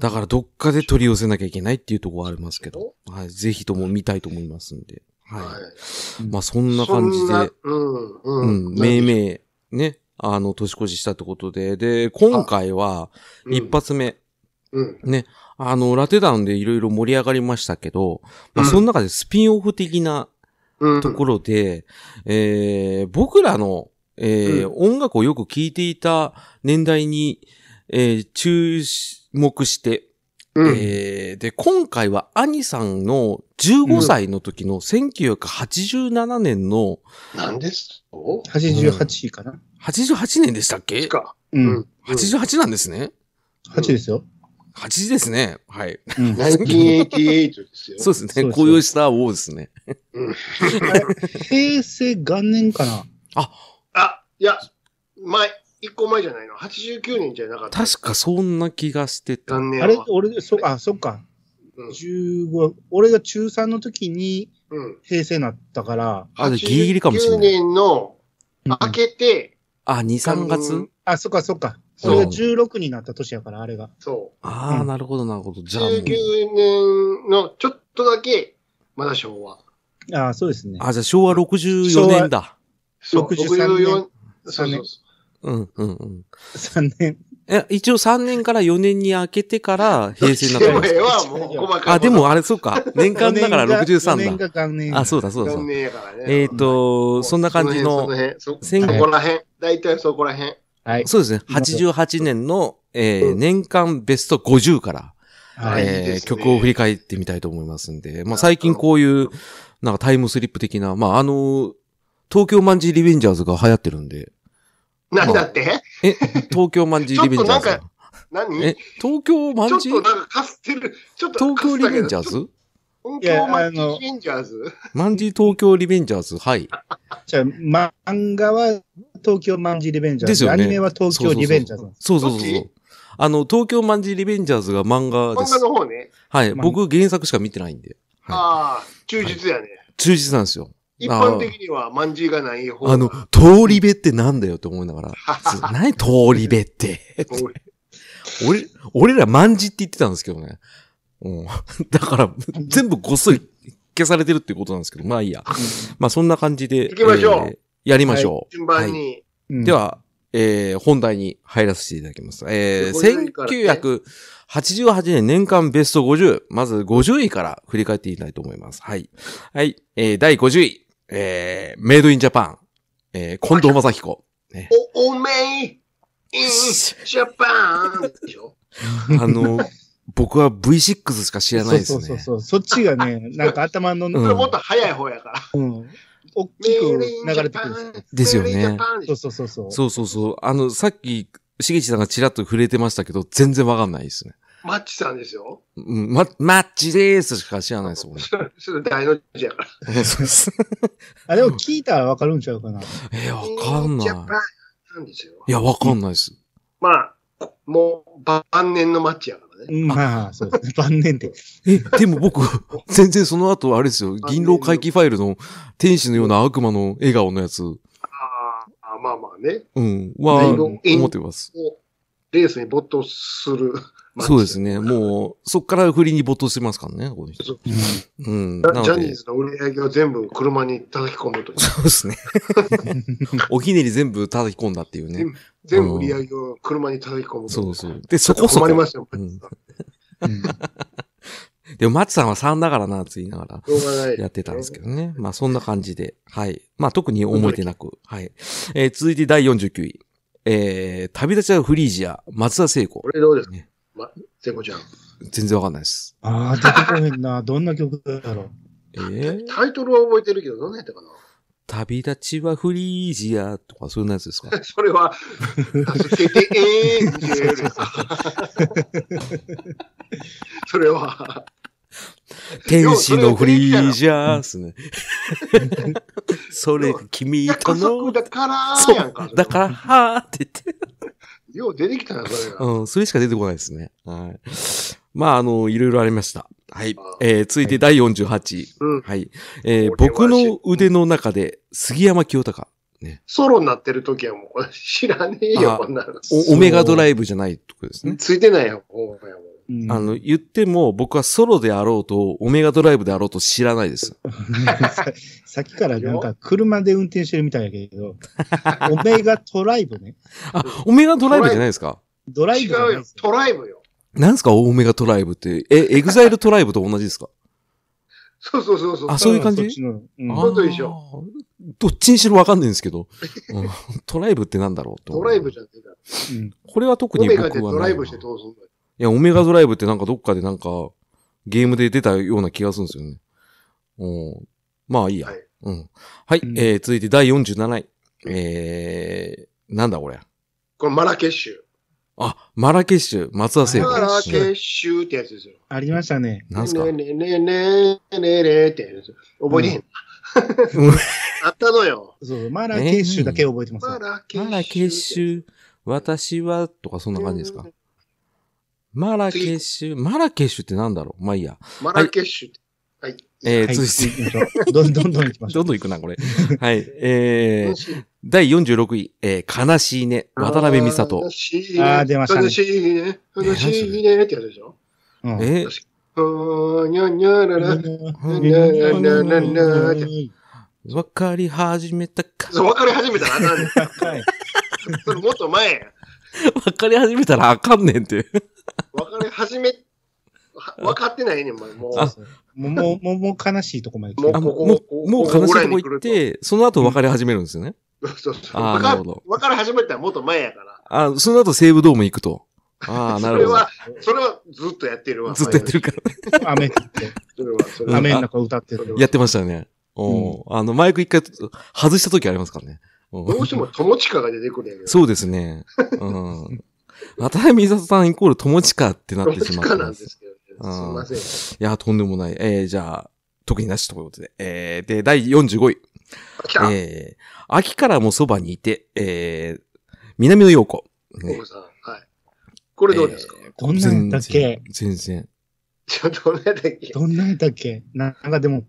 Speaker 1: だからどっかで取り寄せなきゃいけないっていうところはありますけ
Speaker 2: でし
Speaker 1: ど、はい、ぜひとも見たいと思いますんで。はい。
Speaker 2: はい。
Speaker 1: まあそんな感じ
Speaker 2: そんな
Speaker 1: で、
Speaker 2: うん、
Speaker 1: う
Speaker 2: うん
Speaker 1: ん、。めいめい、ね、あの、年越ししたってことで、で、今回は、
Speaker 2: うん
Speaker 1: 一。発目、
Speaker 2: うん。
Speaker 1: あの、ラテダンでいろいろ盛り上がりましたけど、まあ
Speaker 2: うん
Speaker 1: その中でスピンオフ的な
Speaker 2: うん。
Speaker 1: ところで、えー僕らの、えー音楽をよく聴いていた年代に、えー注目して、
Speaker 2: うん。
Speaker 1: えーで、今回はアニさんの15歳の時の1987年の、
Speaker 2: なんですと
Speaker 3: 88位かな。
Speaker 1: 88年でしたっけ
Speaker 2: か。
Speaker 3: う。。
Speaker 2: うん
Speaker 1: ?88 なんですね。
Speaker 3: 8ですよ。
Speaker 1: 8ですね。はい。
Speaker 3: うん。
Speaker 2: 1988ですよ。
Speaker 1: そうですね。
Speaker 3: そうです
Speaker 1: 紅葉した王ですね。
Speaker 3: 平成元年かな。
Speaker 2: あ、いや、前、一個前じゃないの。89年じゃなかった。
Speaker 1: 確かそんな気がしてた。
Speaker 2: 残念
Speaker 3: あれ、俺、そ、あ、そっか。
Speaker 2: うん
Speaker 3: 15、俺が中3の時に
Speaker 2: うん。
Speaker 3: 平成なったから、
Speaker 1: あ、でギリギリかもしれな
Speaker 2: 89
Speaker 1: い。
Speaker 2: 年の、
Speaker 3: うん
Speaker 2: 明けて、
Speaker 1: あ、2、3月
Speaker 3: あ、そっかそっか。
Speaker 2: そう
Speaker 3: 俺が16になった年やから、あれが。
Speaker 2: そう。
Speaker 1: ああ、
Speaker 3: うん
Speaker 1: なるほど、なるほど。じゃあもう
Speaker 2: 19年のちょっとだけ、まだ昭和。
Speaker 3: あそうですね。
Speaker 1: あ、じゃあ昭和64年だ。
Speaker 2: そう
Speaker 3: 63年
Speaker 2: 64そうそうそ
Speaker 1: うん、うん、うん。
Speaker 3: 3年。
Speaker 1: え、一応3年から4年に明けてから平成に
Speaker 2: う。
Speaker 1: なったんで
Speaker 2: でも
Speaker 1: す
Speaker 2: ええわ、もう細かいこと。
Speaker 1: あ、でもあれ、そうか。年間だから
Speaker 3: 4年
Speaker 1: 63だ。
Speaker 3: が元年。
Speaker 1: あ、そうだ、そうだ、そう
Speaker 2: 残
Speaker 1: だ。
Speaker 2: 念やからね。
Speaker 1: えっ、と、そんな感じ
Speaker 2: そ
Speaker 1: の、
Speaker 2: 辺その辺
Speaker 1: 宣
Speaker 2: そ
Speaker 1: 言
Speaker 2: そこら辺。大体そこら辺。
Speaker 3: はい。
Speaker 1: そうですね、88年の、えー
Speaker 2: うん
Speaker 1: 年間ベスト50から、
Speaker 3: はい
Speaker 1: えー
Speaker 2: いいですね
Speaker 1: 曲を振り返ってみたいと思いますんで、まあ最近こういう、なんかタイムスリップ的な、まああの、東京マンジーリベンジャーズが流行ってるん で、
Speaker 2: なんだって
Speaker 1: 東京マンジーリベンジャーズ
Speaker 2: ちょっとなん
Speaker 1: が。
Speaker 2: 何
Speaker 1: え、東京マ
Speaker 2: ちょ
Speaker 1: ン
Speaker 2: っ
Speaker 1: ジ
Speaker 2: と
Speaker 1: ー
Speaker 2: なんかかすってる。ちょっと
Speaker 1: 東京リベンジャー
Speaker 2: かすっ
Speaker 1: ズ
Speaker 2: た
Speaker 3: い
Speaker 2: けど東
Speaker 3: や
Speaker 2: 京マッチ
Speaker 3: あの
Speaker 2: リベンジャーズ
Speaker 1: マンジー東京リベンジャーズはい。
Speaker 3: じゃあ、漫画は東京マンジーリベンジャー
Speaker 1: です
Speaker 3: ズ。
Speaker 1: よ
Speaker 3: ア
Speaker 1: ね
Speaker 3: ニメは東京リベンジャーズ。
Speaker 1: そうそうそう
Speaker 2: ど
Speaker 1: そ
Speaker 2: っ
Speaker 1: う
Speaker 2: ち。
Speaker 1: あの、東京マンジーリベンジャーズが漫画で
Speaker 2: 漫画
Speaker 1: す。
Speaker 2: の方ね。
Speaker 1: はい。
Speaker 3: 漫画
Speaker 1: 僕原作しか見てないんで。は
Speaker 2: ああ、忠実やね。
Speaker 1: い、忠実なんですよ。
Speaker 2: 一般的にはまんじがない方が。
Speaker 1: あの、通り部ってなんだよって思いなが ら。つ何通り部って。
Speaker 2: おい
Speaker 1: 俺、俺らマンジって言ってたんですけどね。うん、 だから、全部ごっそり消されてるっていうことなんですけど、まあいいや。まあそんな感じで。
Speaker 2: 行きましょう
Speaker 1: えーやりましょう。
Speaker 2: 順番
Speaker 1: はい
Speaker 2: に。
Speaker 3: うん
Speaker 1: で、は、えー本題に入らせていただきます。え
Speaker 2: 50位から
Speaker 1: ー、1988年年間ベスト50。まず50位から振り返っていきたいと思います。はい。はい。えー第50位。えーメイドインジャパン。えー近藤正 彦。
Speaker 2: お、おめい、イン、ジャパンでしょ
Speaker 1: あの、僕は V6 しか知らないですね。
Speaker 3: そうそうそうそう。そっちがね、なんか頭の、
Speaker 2: こ
Speaker 1: ん
Speaker 2: れもっと早い方やから。
Speaker 3: うん。大
Speaker 2: メ
Speaker 3: きく
Speaker 2: イドインジ
Speaker 3: 流れ
Speaker 2: ャ
Speaker 3: てく
Speaker 2: パ
Speaker 3: るん
Speaker 2: ン
Speaker 3: です
Speaker 1: ですよね
Speaker 2: メイドインジャパンでし
Speaker 3: よ。
Speaker 2: ょ
Speaker 3: そうそうそう。そう
Speaker 1: そうそうそう。あの、さっき、しげちさんがちらっと触れてましたけど、全然わかんないですね。
Speaker 2: マッチさんですよ。
Speaker 1: うん、ま、マッチでーすしか知らないですもんね。
Speaker 2: それ大の字やから。
Speaker 1: そうです。
Speaker 3: あ、でも聞いたらわかるんちゃうかな。
Speaker 1: え、わかん
Speaker 2: イン
Speaker 1: な
Speaker 2: ジ
Speaker 1: い
Speaker 2: ャ。パンなんですよ。
Speaker 1: いや、わかんないです。
Speaker 2: まあ、もう晩年のマッチやからね。
Speaker 3: うんまあ、そうですね。晩年って。
Speaker 1: え、でも 僕、全然その後、あれですよ、銀狼回帰ファイルの天使のような悪魔の笑顔のやつ、
Speaker 2: ああ、まあまあね。
Speaker 1: うん、
Speaker 2: だ
Speaker 1: は、
Speaker 2: いぶえん
Speaker 1: 思ってます。
Speaker 2: こうレースに没頭する。
Speaker 1: そうですね。もう、そっから振りに没頭してますからね、この人。うん。
Speaker 2: ジ
Speaker 1: な
Speaker 2: ャジャ
Speaker 1: の
Speaker 2: ニ
Speaker 1: で
Speaker 2: ー、ズの売り上げを全部車に叩き込むという。
Speaker 1: そうですね。 おひねり全部叩き込んだっていうね。
Speaker 2: 全部売り上げを車に叩き込むとい
Speaker 1: そうそう。で、そこそ
Speaker 2: 困
Speaker 1: こ
Speaker 2: り。ますよ。
Speaker 1: う
Speaker 2: し
Speaker 1: ん
Speaker 3: うん
Speaker 1: でも、マッチさんは3だからな、つ言いながら
Speaker 2: ょうがない。
Speaker 1: やってたんですけどね。まあ、そんな感じで。はい。まあ、特に思い出なく。はい。えー続いて第49位。えー、旅立ちはフリージア、松田聖子
Speaker 2: こ。れどうですか
Speaker 1: ね
Speaker 2: ま、聖子ちゃん。
Speaker 1: 全然わかんないです。
Speaker 3: ああ、出てこへんな。どんな曲 だろ
Speaker 1: えー、
Speaker 2: タイトルは覚えてるけど、どんなやったかな
Speaker 1: 旅立ちはフリージアとか、 そういうやつですか
Speaker 2: それは、助けて、ええー、って言え るやつそれは、
Speaker 1: 天使のフリージアですね。それ、君と
Speaker 2: 約束
Speaker 1: の、
Speaker 2: だから
Speaker 1: そ
Speaker 2: やんか。
Speaker 1: う、だから、はーって言って。
Speaker 2: よう出てきたな、それが。
Speaker 1: うん、それしか出てこないですね。はい。まあ、あの、いろいろありました。はい
Speaker 2: あ。
Speaker 1: えー、続いて第48位。
Speaker 2: うん。
Speaker 1: はい。えー
Speaker 2: これ
Speaker 1: 僕
Speaker 2: は
Speaker 1: の腕の中で、杉山清隆。
Speaker 2: ソロになってる時はもう、これ知らねえよ、
Speaker 1: あ
Speaker 2: こんなの。
Speaker 1: おオメガドライブじゃないとこですね。
Speaker 2: ついてないよ、ほんまやもん。
Speaker 3: うん
Speaker 1: あの、言っても僕はソロであろうと、オメガドライブであろうと知らないです。
Speaker 3: ささっきからなんか車で運転してるみたいやけど、 オメガトライブね。
Speaker 1: あ、オメガドライブじゃないですか
Speaker 3: ドライ
Speaker 2: 違
Speaker 3: ブじゃな
Speaker 2: う
Speaker 3: い
Speaker 2: よ
Speaker 3: で。すよ
Speaker 2: トライブよ。
Speaker 1: なんですかオメガトライブって。え、エグザイルトライブと同じですか
Speaker 2: そうそうそうそう。
Speaker 1: あそういう感じ
Speaker 3: っちのうん
Speaker 1: あー
Speaker 2: 本当でしょ
Speaker 1: どっちにしろわかんないんですけど。うんトライブってなんだろうと。
Speaker 2: ドライブじゃねえから。
Speaker 3: うん
Speaker 1: これは特
Speaker 2: オ
Speaker 1: に
Speaker 2: メ
Speaker 1: 僕は
Speaker 2: ガ
Speaker 1: ない
Speaker 2: でドライブしてどうすんのよ
Speaker 1: いや、オメガドライブってなんかどっかでなんか、ゲームで出たような気がするんですよね。うん。まあいいや。
Speaker 2: はい
Speaker 1: うん。はい、
Speaker 3: うん
Speaker 1: えー、続いて第47位。えー、なんだこれ。
Speaker 2: これマラケッシュ。
Speaker 1: あ、マラケッシュ、松田聖子。
Speaker 2: マラケ
Speaker 1: ュ。
Speaker 2: ッシュってやつですよ。
Speaker 3: ありましたね。
Speaker 1: なんすか
Speaker 2: ねねねねねねねってやつですよ。覚えてへん。
Speaker 1: うん
Speaker 2: あったのよ。
Speaker 3: そう、マラケッシュだけ覚えてます
Speaker 2: マ
Speaker 3: わ。
Speaker 2: ラケッシュ。
Speaker 1: マラケッシュ、私は、とかそんな感じですか。マラケッシュ、マラケッシュってなんだろうまあいいや。
Speaker 2: マラケッシュって。はい。
Speaker 1: えー、
Speaker 3: はい
Speaker 1: 続いて、
Speaker 3: 行きましょうどんどんどん行きましょ
Speaker 1: ど。
Speaker 3: うん
Speaker 1: どん行くな、これ。はい。え
Speaker 2: 楽
Speaker 1: ー、
Speaker 2: しい
Speaker 1: 第46位、えー、悲しいね、渡辺美里。
Speaker 2: 悲しい
Speaker 3: あー出ましたね
Speaker 2: 悲しいね。悲しいねってやつでしょ。
Speaker 3: うん
Speaker 1: え
Speaker 2: あーにゃんにゃらら。
Speaker 1: わかり始めたか。
Speaker 2: そう、分かり始めたらあかんねん。
Speaker 3: はい
Speaker 2: それもっと前や。
Speaker 1: わかり始めたらあかんねんって。
Speaker 2: 分かり始め、は分かってないねん、もう。もう
Speaker 1: あ
Speaker 3: もう、もう、もうもう悲しいとこまで来て
Speaker 1: あ
Speaker 3: る。
Speaker 1: も
Speaker 2: ここ
Speaker 1: う、も
Speaker 2: こ
Speaker 1: う、
Speaker 2: こ
Speaker 1: もう悲しいとこ行
Speaker 2: ここぐ
Speaker 1: っ
Speaker 2: らいに来
Speaker 1: て、その後分かり始めるんですよね。
Speaker 2: そうそう。
Speaker 1: あー
Speaker 2: 分
Speaker 1: な
Speaker 2: か
Speaker 1: るほど
Speaker 2: 分かり始めたらもっと前やから。
Speaker 1: あ、その後西武ドーム行くと。ああ、な
Speaker 2: そ
Speaker 1: る
Speaker 2: れ
Speaker 1: ほ
Speaker 2: は、それはずっとやってるわ。
Speaker 1: ど。ずっとやってるから。
Speaker 3: 雨降って、
Speaker 2: それは、それは。
Speaker 3: 雨の中歌ってる。
Speaker 1: やってましたね。おーあの、マイク一回外した時ありますからね。うん
Speaker 2: どうしても友近が出てくるやんけど。
Speaker 1: そうですね。うん。渡辺美里さんイコール友近ってなって
Speaker 2: 友
Speaker 1: しまった
Speaker 2: 近
Speaker 1: ん
Speaker 2: なん
Speaker 1: で
Speaker 2: ですすけどね。すい
Speaker 1: あー
Speaker 2: ません。
Speaker 1: いや、とんでもない。えー、じゃあ、特になしということで。えー、で、第45位。
Speaker 2: あ来た、
Speaker 1: えー、秋からもそばにいて、えー、南野陽子。
Speaker 2: 大久保さん。はい。これどうですか、
Speaker 1: えー
Speaker 3: こんなんだっけ
Speaker 1: 全然全然。
Speaker 2: ちょっとね、だっけ
Speaker 3: どんなんだっけなんかでも、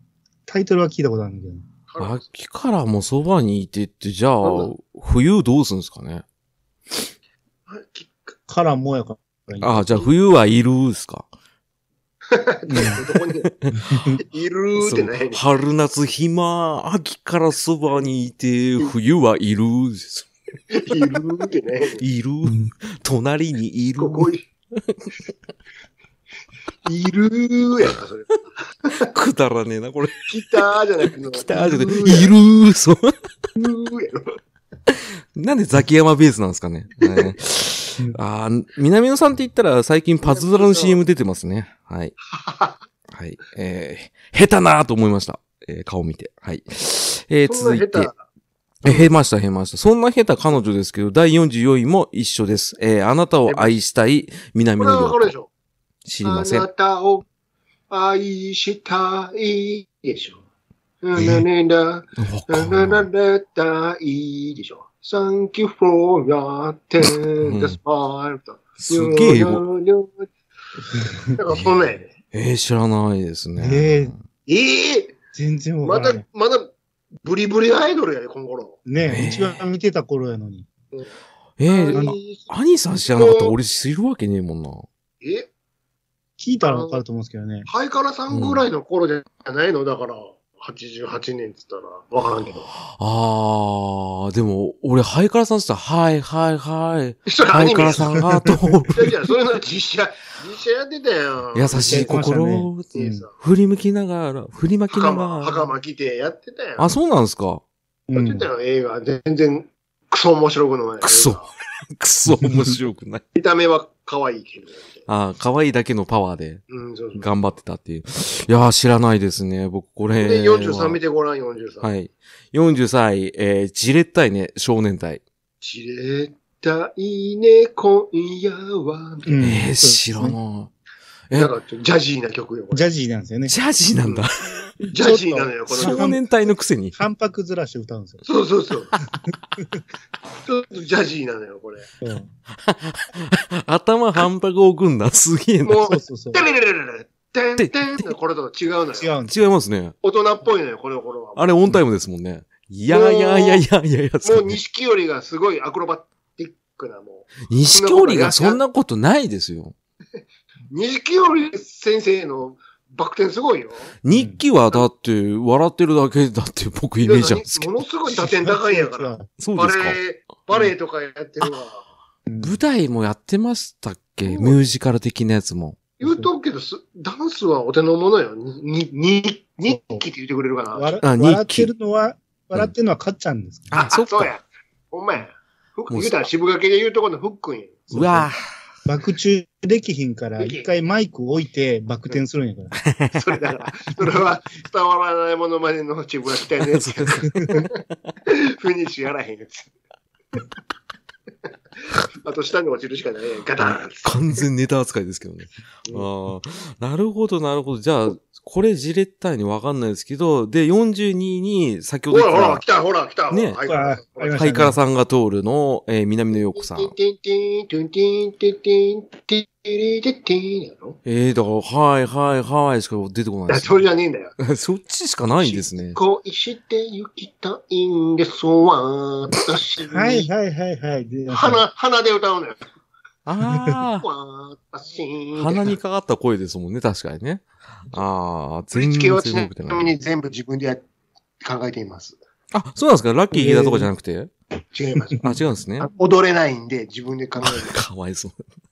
Speaker 3: タイトルは聞いたことあるんだけど。
Speaker 1: 秋からもそばにいてって、じゃあ
Speaker 2: なん、
Speaker 1: 冬どうするんですかね
Speaker 2: き
Speaker 3: からもやから。
Speaker 1: あーじゃあ冬はいるーすか
Speaker 2: どこにいるーってないねん
Speaker 1: そう春夏暇、秋からそばにいて、冬はいるーです。
Speaker 2: いるーってないねん
Speaker 1: いるー
Speaker 3: うん
Speaker 1: 隣にいるー
Speaker 2: ここい、いるーやんか、それ。
Speaker 1: くだらねえな、これ。
Speaker 2: 来たーじゃなくて。
Speaker 1: 来たーじゃなくて
Speaker 2: い
Speaker 1: い
Speaker 2: る
Speaker 1: るーそう。
Speaker 2: ーやろ。
Speaker 1: なんでザキヤマベースなんですかね。えーあー南野さんって言ったら最近パズドラの CM 出てますね。はい。はい。えー、下手なーと思いました。えー顔見て。はい。えー、
Speaker 2: そ
Speaker 1: 続
Speaker 2: んない下
Speaker 1: て。えー、減りました、減りました。そんな下手彼女ですけど、第44位も一緒です。えー、あなたを愛したい
Speaker 2: 手。
Speaker 1: 南
Speaker 2: これは
Speaker 1: 野
Speaker 2: わかるでし
Speaker 1: 陽子。
Speaker 2: ょ。
Speaker 1: 知り
Speaker 2: あ
Speaker 1: ませ。
Speaker 2: なんたを愛したいでしょ。ななななななななたいでしょ。Thank you for your tender smile.
Speaker 1: すげえ英語。
Speaker 2: 語。なんかそんなんやね。
Speaker 1: えー、知らないですね。
Speaker 3: え
Speaker 2: ええ
Speaker 3: 全然わ
Speaker 2: ま
Speaker 3: から
Speaker 2: だ
Speaker 3: ない。、
Speaker 2: まだ、ブリブリアイドルやで、この頃。
Speaker 3: ね
Speaker 1: えー
Speaker 3: え、一番見てた頃やのに。
Speaker 1: えー、
Speaker 2: 何
Speaker 1: 兄さん知らなかったら俺知るわけねえもんな。
Speaker 2: え
Speaker 3: 聞いたらわかると思うんですけどね。
Speaker 2: ハイカラさんぐらいの頃じゃないのだから、88年って言ったら、わからんけど。
Speaker 1: あー、でも、俺、ハイカラさんって言ったら、はい、はい、はい。
Speaker 2: それ
Speaker 1: ハ
Speaker 2: ア
Speaker 1: イ
Speaker 2: ニ
Speaker 1: カ
Speaker 2: メ
Speaker 1: ラ
Speaker 2: や
Speaker 1: さんが通 る。
Speaker 2: いやいや、それの実写、実写やってたよ。
Speaker 1: 優しい心を
Speaker 2: いいさ
Speaker 1: 振り向きながら、振りまきな
Speaker 2: 袴、
Speaker 1: がら。
Speaker 2: 袴着てやってたよ。
Speaker 1: あ、そうなんですか。
Speaker 3: う
Speaker 2: やっ
Speaker 3: ん
Speaker 2: てたよ、映画。全然、クソ面白くない。
Speaker 1: クソ
Speaker 2: 映画。
Speaker 1: くそ、面白くない。
Speaker 2: 見た目は可愛いけど。
Speaker 1: あー可愛いだけのパワーで
Speaker 2: うん、そうそう。
Speaker 1: 頑張ってたっていう。いやー、知らないですね。僕、これは。
Speaker 2: で、43見てごらん、43。。
Speaker 1: はいい。43歳、えー、じれったいね、少年隊。
Speaker 2: じれったいね、今夜は。
Speaker 3: うん
Speaker 1: えー、知
Speaker 3: そう
Speaker 1: ら
Speaker 3: ですね
Speaker 1: ない。え
Speaker 2: なんか、ジャジーな曲よ、これ
Speaker 3: ジャジーなんですよね。
Speaker 1: ジャジーなんだ。
Speaker 2: ジャジーなのよ、こ
Speaker 3: ちょ
Speaker 2: の
Speaker 3: っと
Speaker 1: 少年隊のくせに。
Speaker 3: 反拍ずらして歌うんですよ。
Speaker 2: そうそうそう。ちょっとジャジーなのよ、これ。
Speaker 3: うん
Speaker 1: 頭半拍を置くんだ。すげえな。
Speaker 2: も
Speaker 3: そう
Speaker 2: う、
Speaker 3: そうそう
Speaker 2: テ。レレレレレ、テンテンのこれと違うの
Speaker 3: 違
Speaker 2: よ。
Speaker 3: うんです
Speaker 1: 違いますね。
Speaker 2: 大人っぽいのよ、この頃は。
Speaker 1: あれオンタイムですもんね。いやいやいやいやいやいや、
Speaker 2: も
Speaker 1: そう
Speaker 2: 錦織がすごいアクロバティックな、も
Speaker 1: 錦織がそんなことないですよ。
Speaker 2: 錦織先生のバク転すごいよ。
Speaker 1: 日記はだって、笑ってるだけだって僕イメージなんですけど。
Speaker 2: ものすごい打点高いんや から。
Speaker 1: そう
Speaker 2: バ
Speaker 1: ですか。
Speaker 2: レエ、バレエとかやってるわ。
Speaker 1: 舞台もやってましたっけミュージカル的なやつも。
Speaker 2: 言うとくけど、すダンスはお手のものよ。に、に、に、日記って言ってくれるかな。
Speaker 3: 笑
Speaker 1: あ日記
Speaker 3: 笑ってるのは、笑ってるのはかっちゃんですか、
Speaker 1: あ、そっ
Speaker 2: そう
Speaker 1: か。
Speaker 2: や。ほんまや。ふっ
Speaker 1: もう
Speaker 2: 言うたら渋掛けで言うとこのふっくん や。
Speaker 1: うわ
Speaker 3: バク宙できひんから、一回マイク置いてバク転するんやから。
Speaker 2: それだから、それは伝わらないものまでの渋掛けた いやつや。フィニッシュやらへんやつ。 あと下に落ちるしかないやん。ガタンって
Speaker 1: 完全ネタ扱いですけどね。
Speaker 2: う
Speaker 1: ああ、なるほど、なるほど。じゃあ、これじれったいにわかんないですけど、で、42に先ほ
Speaker 2: ほ
Speaker 1: ど言
Speaker 2: ら
Speaker 1: っ
Speaker 2: ほら、
Speaker 1: た
Speaker 2: 来た、ほら、来た。
Speaker 1: ね
Speaker 2: はい
Speaker 3: わあありました
Speaker 1: ハイカラさんが通るの、えー南野陽子さん。
Speaker 2: テンテンテンテンテンテンテンテレテテンやろ
Speaker 1: ええー、だから、はいはいはいしか出てこない
Speaker 2: あ
Speaker 1: です
Speaker 2: それじゃねえんだよ。
Speaker 1: よ。 そっちしかないんですね。
Speaker 2: 恋して行きたいんですわ、私。
Speaker 3: はいはいはいはい。で
Speaker 2: 鼻、鼻で歌うのよ。
Speaker 1: ああ。
Speaker 2: 私。
Speaker 1: 鼻にかかった声ですもんね、確かにね。ああ、
Speaker 2: 振
Speaker 1: 全
Speaker 2: り
Speaker 1: 然
Speaker 2: 付けはちな
Speaker 1: 覚えて
Speaker 2: み
Speaker 1: ない。
Speaker 2: に全部自分でや考えています。
Speaker 1: あ、そうなんですかラッキー池田とかじゃなくて、
Speaker 2: 違います。
Speaker 1: あ、違うんですね
Speaker 2: あ。踊れないんで自分で考えて
Speaker 1: かわいそう。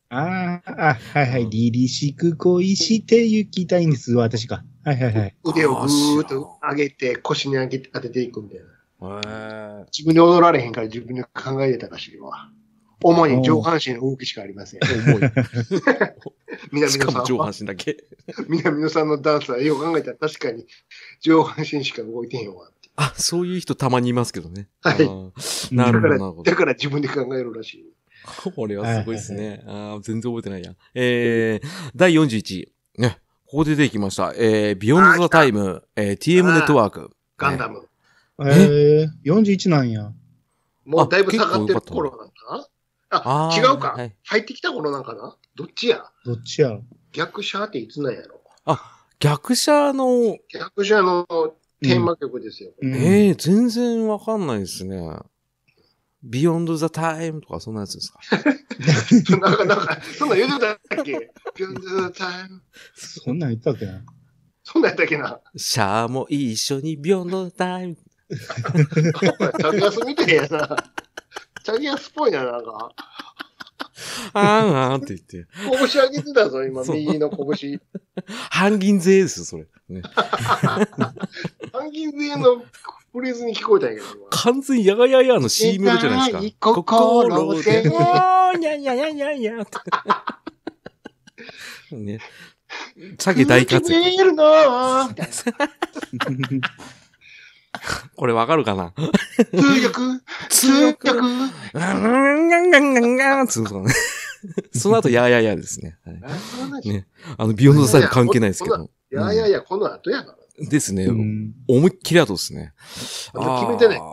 Speaker 3: あーあ、はいはい。りりしく恋して行きたいんです。私か。はいはいはい。
Speaker 2: 腕をぐーっと上げて腰に上げて当てていくみたいな。
Speaker 1: へえ。
Speaker 2: 自分で踊られへんから自分で考えてたらしいわ。主に上半身の動きしかありません。
Speaker 1: 重い。
Speaker 2: 南
Speaker 1: しか
Speaker 2: 野さ
Speaker 1: も
Speaker 2: ん
Speaker 1: 上
Speaker 2: は
Speaker 1: 半、身だけ。
Speaker 2: 南野さんのダンスは よく考えたら確かに上半身しか動いてへんわって。
Speaker 1: あ、そういう人たまにいますけどね。
Speaker 2: はい
Speaker 1: あーなる
Speaker 2: だ
Speaker 1: ほど、な
Speaker 2: から、
Speaker 1: るほど
Speaker 2: だ。から自分で考えるらしい。
Speaker 1: これはすごいですね。あー全然覚えてないや。えー、第41。ね。ここで出てきました。えー、ビヨンドザタイム、えー、TM ネットワーク。
Speaker 2: ガンダム。
Speaker 3: えー、41なんや。
Speaker 2: もうだいぶ下がってる
Speaker 1: 結構良
Speaker 2: 頃
Speaker 1: か
Speaker 2: なんかな
Speaker 1: あ
Speaker 2: あ、
Speaker 1: ー
Speaker 2: 違うか、
Speaker 1: はい
Speaker 2: 入ってきた頃なんかなどっちや
Speaker 3: どっちやろ
Speaker 2: 逆車っていつなんやろ
Speaker 1: 逆者の、
Speaker 2: 逆車のテーマ 曲ですよ。
Speaker 3: うん
Speaker 1: えー、全然わかんないですね。ビヨンドザタイムとかそんなやつです か
Speaker 2: なんか、なんか、そんなん言うてたっけ ビュンドゥータイム。
Speaker 3: そんなん言ったっけな。
Speaker 2: そんなんやったっけな
Speaker 1: シャーも一緒にビヨンドザタイム。
Speaker 2: チャギアスみたいやな。チャギアスっぽいな、なんか。
Speaker 1: あーあーって言って。
Speaker 2: 拳上げてたぞ、今、
Speaker 1: そう
Speaker 2: 右の拳。
Speaker 1: 半銀税ですよ、それ。ね、
Speaker 2: 半銀勢のフレーズに聞こえたんやけど、今
Speaker 1: 完全にヤガヤヤの C メロじゃないですか。
Speaker 2: 痛い心で
Speaker 1: おー、にゃにゃにゃにゃにゃ って。ね。チャゲ大活躍。
Speaker 2: 見えるなぁみたいな
Speaker 1: これわかるかな
Speaker 2: 通訳通訳
Speaker 1: うん、ガンガンガンガンつうのね。その後、やややですね。はいねあの、ビヨンドサイド関係ないですけど。
Speaker 2: いやいやいや、この後やから。
Speaker 1: ですね
Speaker 3: う。ん
Speaker 1: 思いっきり後ですね。
Speaker 2: あ決めてない
Speaker 1: あ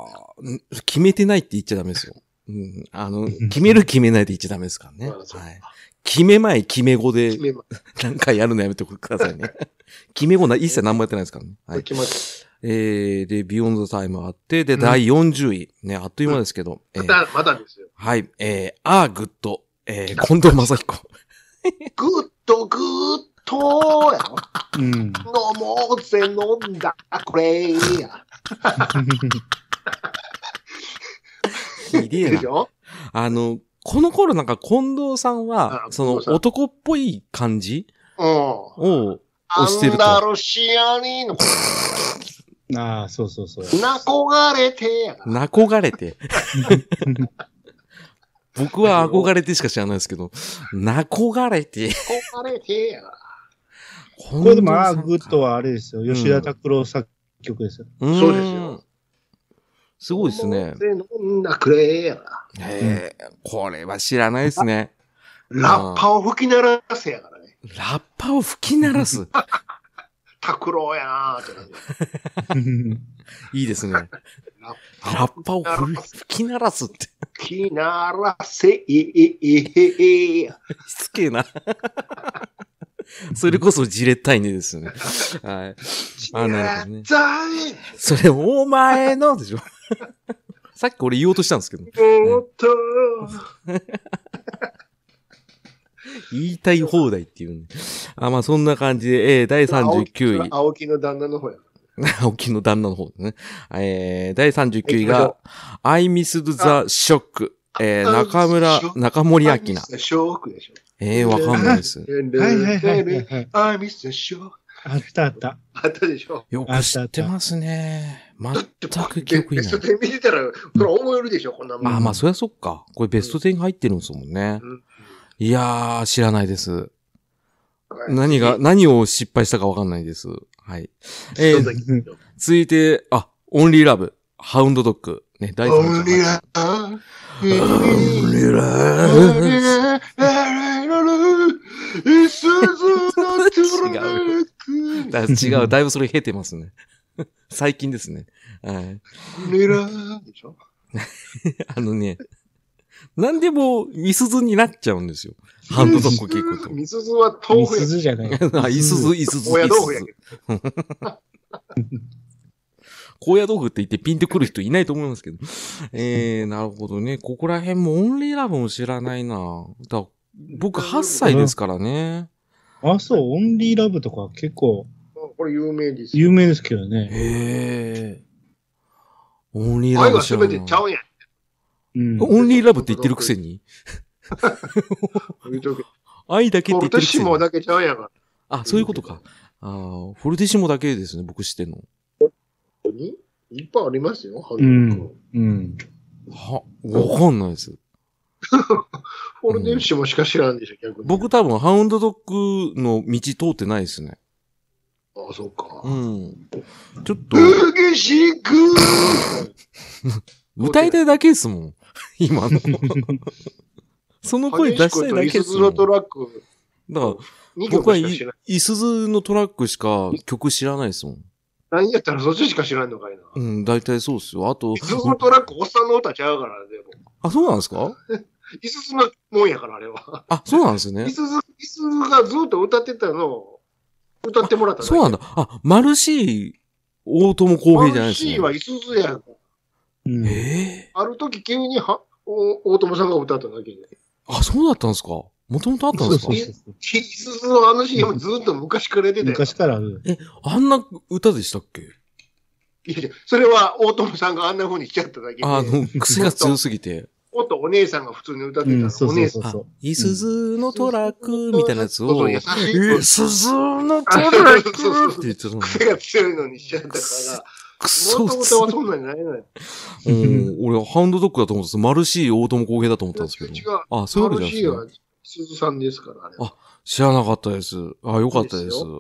Speaker 1: ー。ん決めてないって言っちゃダメですよ。うん。あの、決める決めないって言っちゃダメですからね。
Speaker 2: まあそう
Speaker 1: はい。決め前、決め後で
Speaker 2: 決、めま
Speaker 1: なんかやるのやめてください ね。決め後な、一切何もやってないですからね。はい。
Speaker 2: 決まっ
Speaker 1: えー、で、ビヨンドタイムあって、で、
Speaker 3: ん
Speaker 1: 第40位。ね、あっという間ですけど。えー
Speaker 2: また、またですよ。
Speaker 1: はい。えー、アーグッド。えー、近藤正彦。
Speaker 2: グッとグッとやろ
Speaker 3: うん。
Speaker 2: 飲もうぜ飲んだこれや。
Speaker 1: ひでえ
Speaker 2: で
Speaker 1: な
Speaker 2: し。ょ
Speaker 1: あの、この頃なんか近藤さんは、
Speaker 2: あ
Speaker 1: その
Speaker 2: 近藤さん
Speaker 1: 男っぽい感じ
Speaker 2: うん。
Speaker 1: を、
Speaker 2: ア
Speaker 1: 押してる
Speaker 2: ン
Speaker 1: と
Speaker 2: ダルシア にの
Speaker 3: ああ、そうそうそう。
Speaker 2: 憧れてやから。
Speaker 1: 憧れて。僕は憧れてしか知らないですけど、憧れて。
Speaker 2: 憧れてやから。
Speaker 1: こ
Speaker 3: これでも、あーグッド。はあれですよ。吉田拓郎作曲ですよ。
Speaker 2: そうですよ。
Speaker 1: すごいですね。
Speaker 2: 飲んだくれやから。
Speaker 1: へえ、これは知らないですね。
Speaker 2: ラッパを吹き鳴らせやからね。
Speaker 1: ラッパを吹き鳴らす。
Speaker 2: 拓郎やなーって感じ。
Speaker 1: いいですね。
Speaker 2: ラ
Speaker 1: ラッパを吹き鳴らすって。
Speaker 2: 吹き鳴らせいいいや。
Speaker 1: しつけえな。それこそじれったいねですよね。はい。あなるほどね
Speaker 2: ざ
Speaker 1: それ、お前のでしょ。さっき俺言おうとしたんですけど。
Speaker 2: えもっと。
Speaker 1: 言いたい放題っていうね。あ、まあそんな感じで、えー、第39位。
Speaker 2: 青木の旦那の方や。
Speaker 1: 青木の旦那の方ですね。えー、第39位が、I missed the shock. えー、
Speaker 2: あ
Speaker 1: 中村
Speaker 2: ショ、
Speaker 1: 中森明菜。
Speaker 2: ミスショックでしょ。
Speaker 1: えー、わかんないです。
Speaker 3: は
Speaker 2: はい
Speaker 3: はいはいはいはい。
Speaker 2: あ、ミスショック。
Speaker 3: あったあった。
Speaker 2: あったでしょ。
Speaker 1: よく知ってますね。
Speaker 2: だって
Speaker 1: 全く記憶に
Speaker 2: ベ
Speaker 1: な
Speaker 2: ス
Speaker 1: い
Speaker 2: ト。10見てたら、それ思えるでしょ、こんなもん。
Speaker 1: あ、まあ、そりゃそっか。これベスト10入ってるんですもんね。
Speaker 2: うん
Speaker 1: いやー、知らないです。何が、何を失敗したかわかんないです。はい。えー、続いて、あ、オンリーラブ、ハウンドドッグ。ね、第
Speaker 2: オンリ
Speaker 1: 38
Speaker 2: ーラー。
Speaker 1: オンリーラ
Speaker 2: オ
Speaker 1: ブ。
Speaker 2: ンリーラー。いっそのトゥルク
Speaker 1: だ違う、だいぶそれ経てますね。 最近ですね。はい。
Speaker 2: オンリーラーでしょ。
Speaker 1: あの ね、何でも、みすずになっちゃうんですよ。ハウンドドッグ聞くと。
Speaker 2: みすずは豆
Speaker 3: み
Speaker 2: 腐や
Speaker 3: す
Speaker 2: け
Speaker 3: ずじゃない。
Speaker 1: あ、いすず、いす
Speaker 2: ど。
Speaker 1: ず、
Speaker 2: 親
Speaker 1: い
Speaker 2: 豆腐
Speaker 1: す
Speaker 2: や
Speaker 1: ず
Speaker 2: け。ど。
Speaker 1: 高野豆腐って言ってピンとくる人いないと思いますけど。えー、なるほどね。ここら辺もオンリーラブも知らないな。だ僕8歳ですからね。
Speaker 3: あ、そう、オンリーラブとか結構
Speaker 2: これ有名ですよ。
Speaker 3: 有名ですけどね。
Speaker 1: へえ。オンリーラ
Speaker 2: 愛
Speaker 1: ブ
Speaker 2: は
Speaker 1: 知ら
Speaker 2: 全てちゃ
Speaker 1: ない。
Speaker 2: うんや。
Speaker 3: うん。
Speaker 1: オンリーラブって言ってるくせに
Speaker 2: 言うとく
Speaker 1: 愛だけっ
Speaker 2: も
Speaker 1: て
Speaker 2: う
Speaker 1: 言ってるく
Speaker 2: 私
Speaker 1: せ
Speaker 2: も
Speaker 1: に。
Speaker 2: だけちゃうんやから。
Speaker 1: あ、そういうことか。あーフォルティシモだけですね、僕知ってんの。
Speaker 2: にいっぱいありますよ、ハ
Speaker 3: うんうん。
Speaker 1: は、わかんないです。
Speaker 2: フォルデンシもしか知らんでしょ、逆に。
Speaker 1: 僕多分ハウンドドッグの道通ってないですね。
Speaker 2: あ、そうか。
Speaker 1: うん。ちょっと。
Speaker 2: 美しく
Speaker 1: 歌いたいだけですも ん。今の。その声出したいだけで
Speaker 2: で
Speaker 1: すす
Speaker 2: の
Speaker 1: もん。
Speaker 2: ト
Speaker 1: だか
Speaker 2: ラック
Speaker 1: ら、
Speaker 2: 2
Speaker 1: 僕
Speaker 2: 曲
Speaker 1: は
Speaker 2: し
Speaker 1: い
Speaker 2: か知らない。
Speaker 1: いすずのトラックしか曲知らないですもん。
Speaker 2: 何やったらそっちしか知らんのかいな。
Speaker 1: うん、大体そうっすよ。あ と
Speaker 2: い、すずのトラック、おっさんの歌ちゃうから、でも。
Speaker 1: あ、そうなんですか
Speaker 2: いすずのもんやから、あれは。
Speaker 1: あ、そうなんですね
Speaker 2: い。すず、いすずがずっと歌ってたのを、歌ってもらった
Speaker 1: そうなん
Speaker 2: だ
Speaker 1: だ。あ、マルシー、大友公平じゃないです
Speaker 2: ね。
Speaker 1: ね
Speaker 2: C。はいすずや。
Speaker 3: うん
Speaker 1: ええ
Speaker 2: ある時急には、お大友さんが歌っただけで。
Speaker 1: あ、そうだったんですかもともとあったん
Speaker 3: そ
Speaker 1: で
Speaker 3: う
Speaker 1: す
Speaker 3: そ
Speaker 1: か
Speaker 3: うそう。
Speaker 2: いすずのあの CM ずっと昔から出てたよ
Speaker 3: 昔からある。
Speaker 1: あんな歌でしたっけ
Speaker 2: いやいや、それは大友さんがあんな風にしちゃっただけで。
Speaker 1: あの、癖が強すぎて。
Speaker 2: おっとお姉さんが普通に歌って
Speaker 3: う
Speaker 2: たの、
Speaker 3: ん、そう
Speaker 2: お
Speaker 3: そ
Speaker 2: 姉
Speaker 3: う
Speaker 2: さ
Speaker 3: そ
Speaker 2: ん。
Speaker 3: う
Speaker 1: あ
Speaker 3: そう。、
Speaker 1: いすずのトラックみたいなやつを、
Speaker 2: 優しい
Speaker 1: え、鈴のトラックって言ってたの。
Speaker 2: 癖が強いのにしちゃったか
Speaker 1: くそ
Speaker 2: ら、
Speaker 1: くそ、
Speaker 2: 元々はそんなんじゃないのよ。
Speaker 1: うん、俺、ハウンドドッグだと思ってた。マルシー、大友公平だと思ったんですけ
Speaker 2: 違
Speaker 1: ど。
Speaker 2: う。
Speaker 1: あ、そういうわけじゃな
Speaker 2: RC
Speaker 1: い
Speaker 2: は
Speaker 1: ですね。
Speaker 2: 鈴さんですから、あれは。
Speaker 1: 知らなかったです。あ、よかった
Speaker 2: いい
Speaker 1: で。
Speaker 2: ですす
Speaker 1: はい。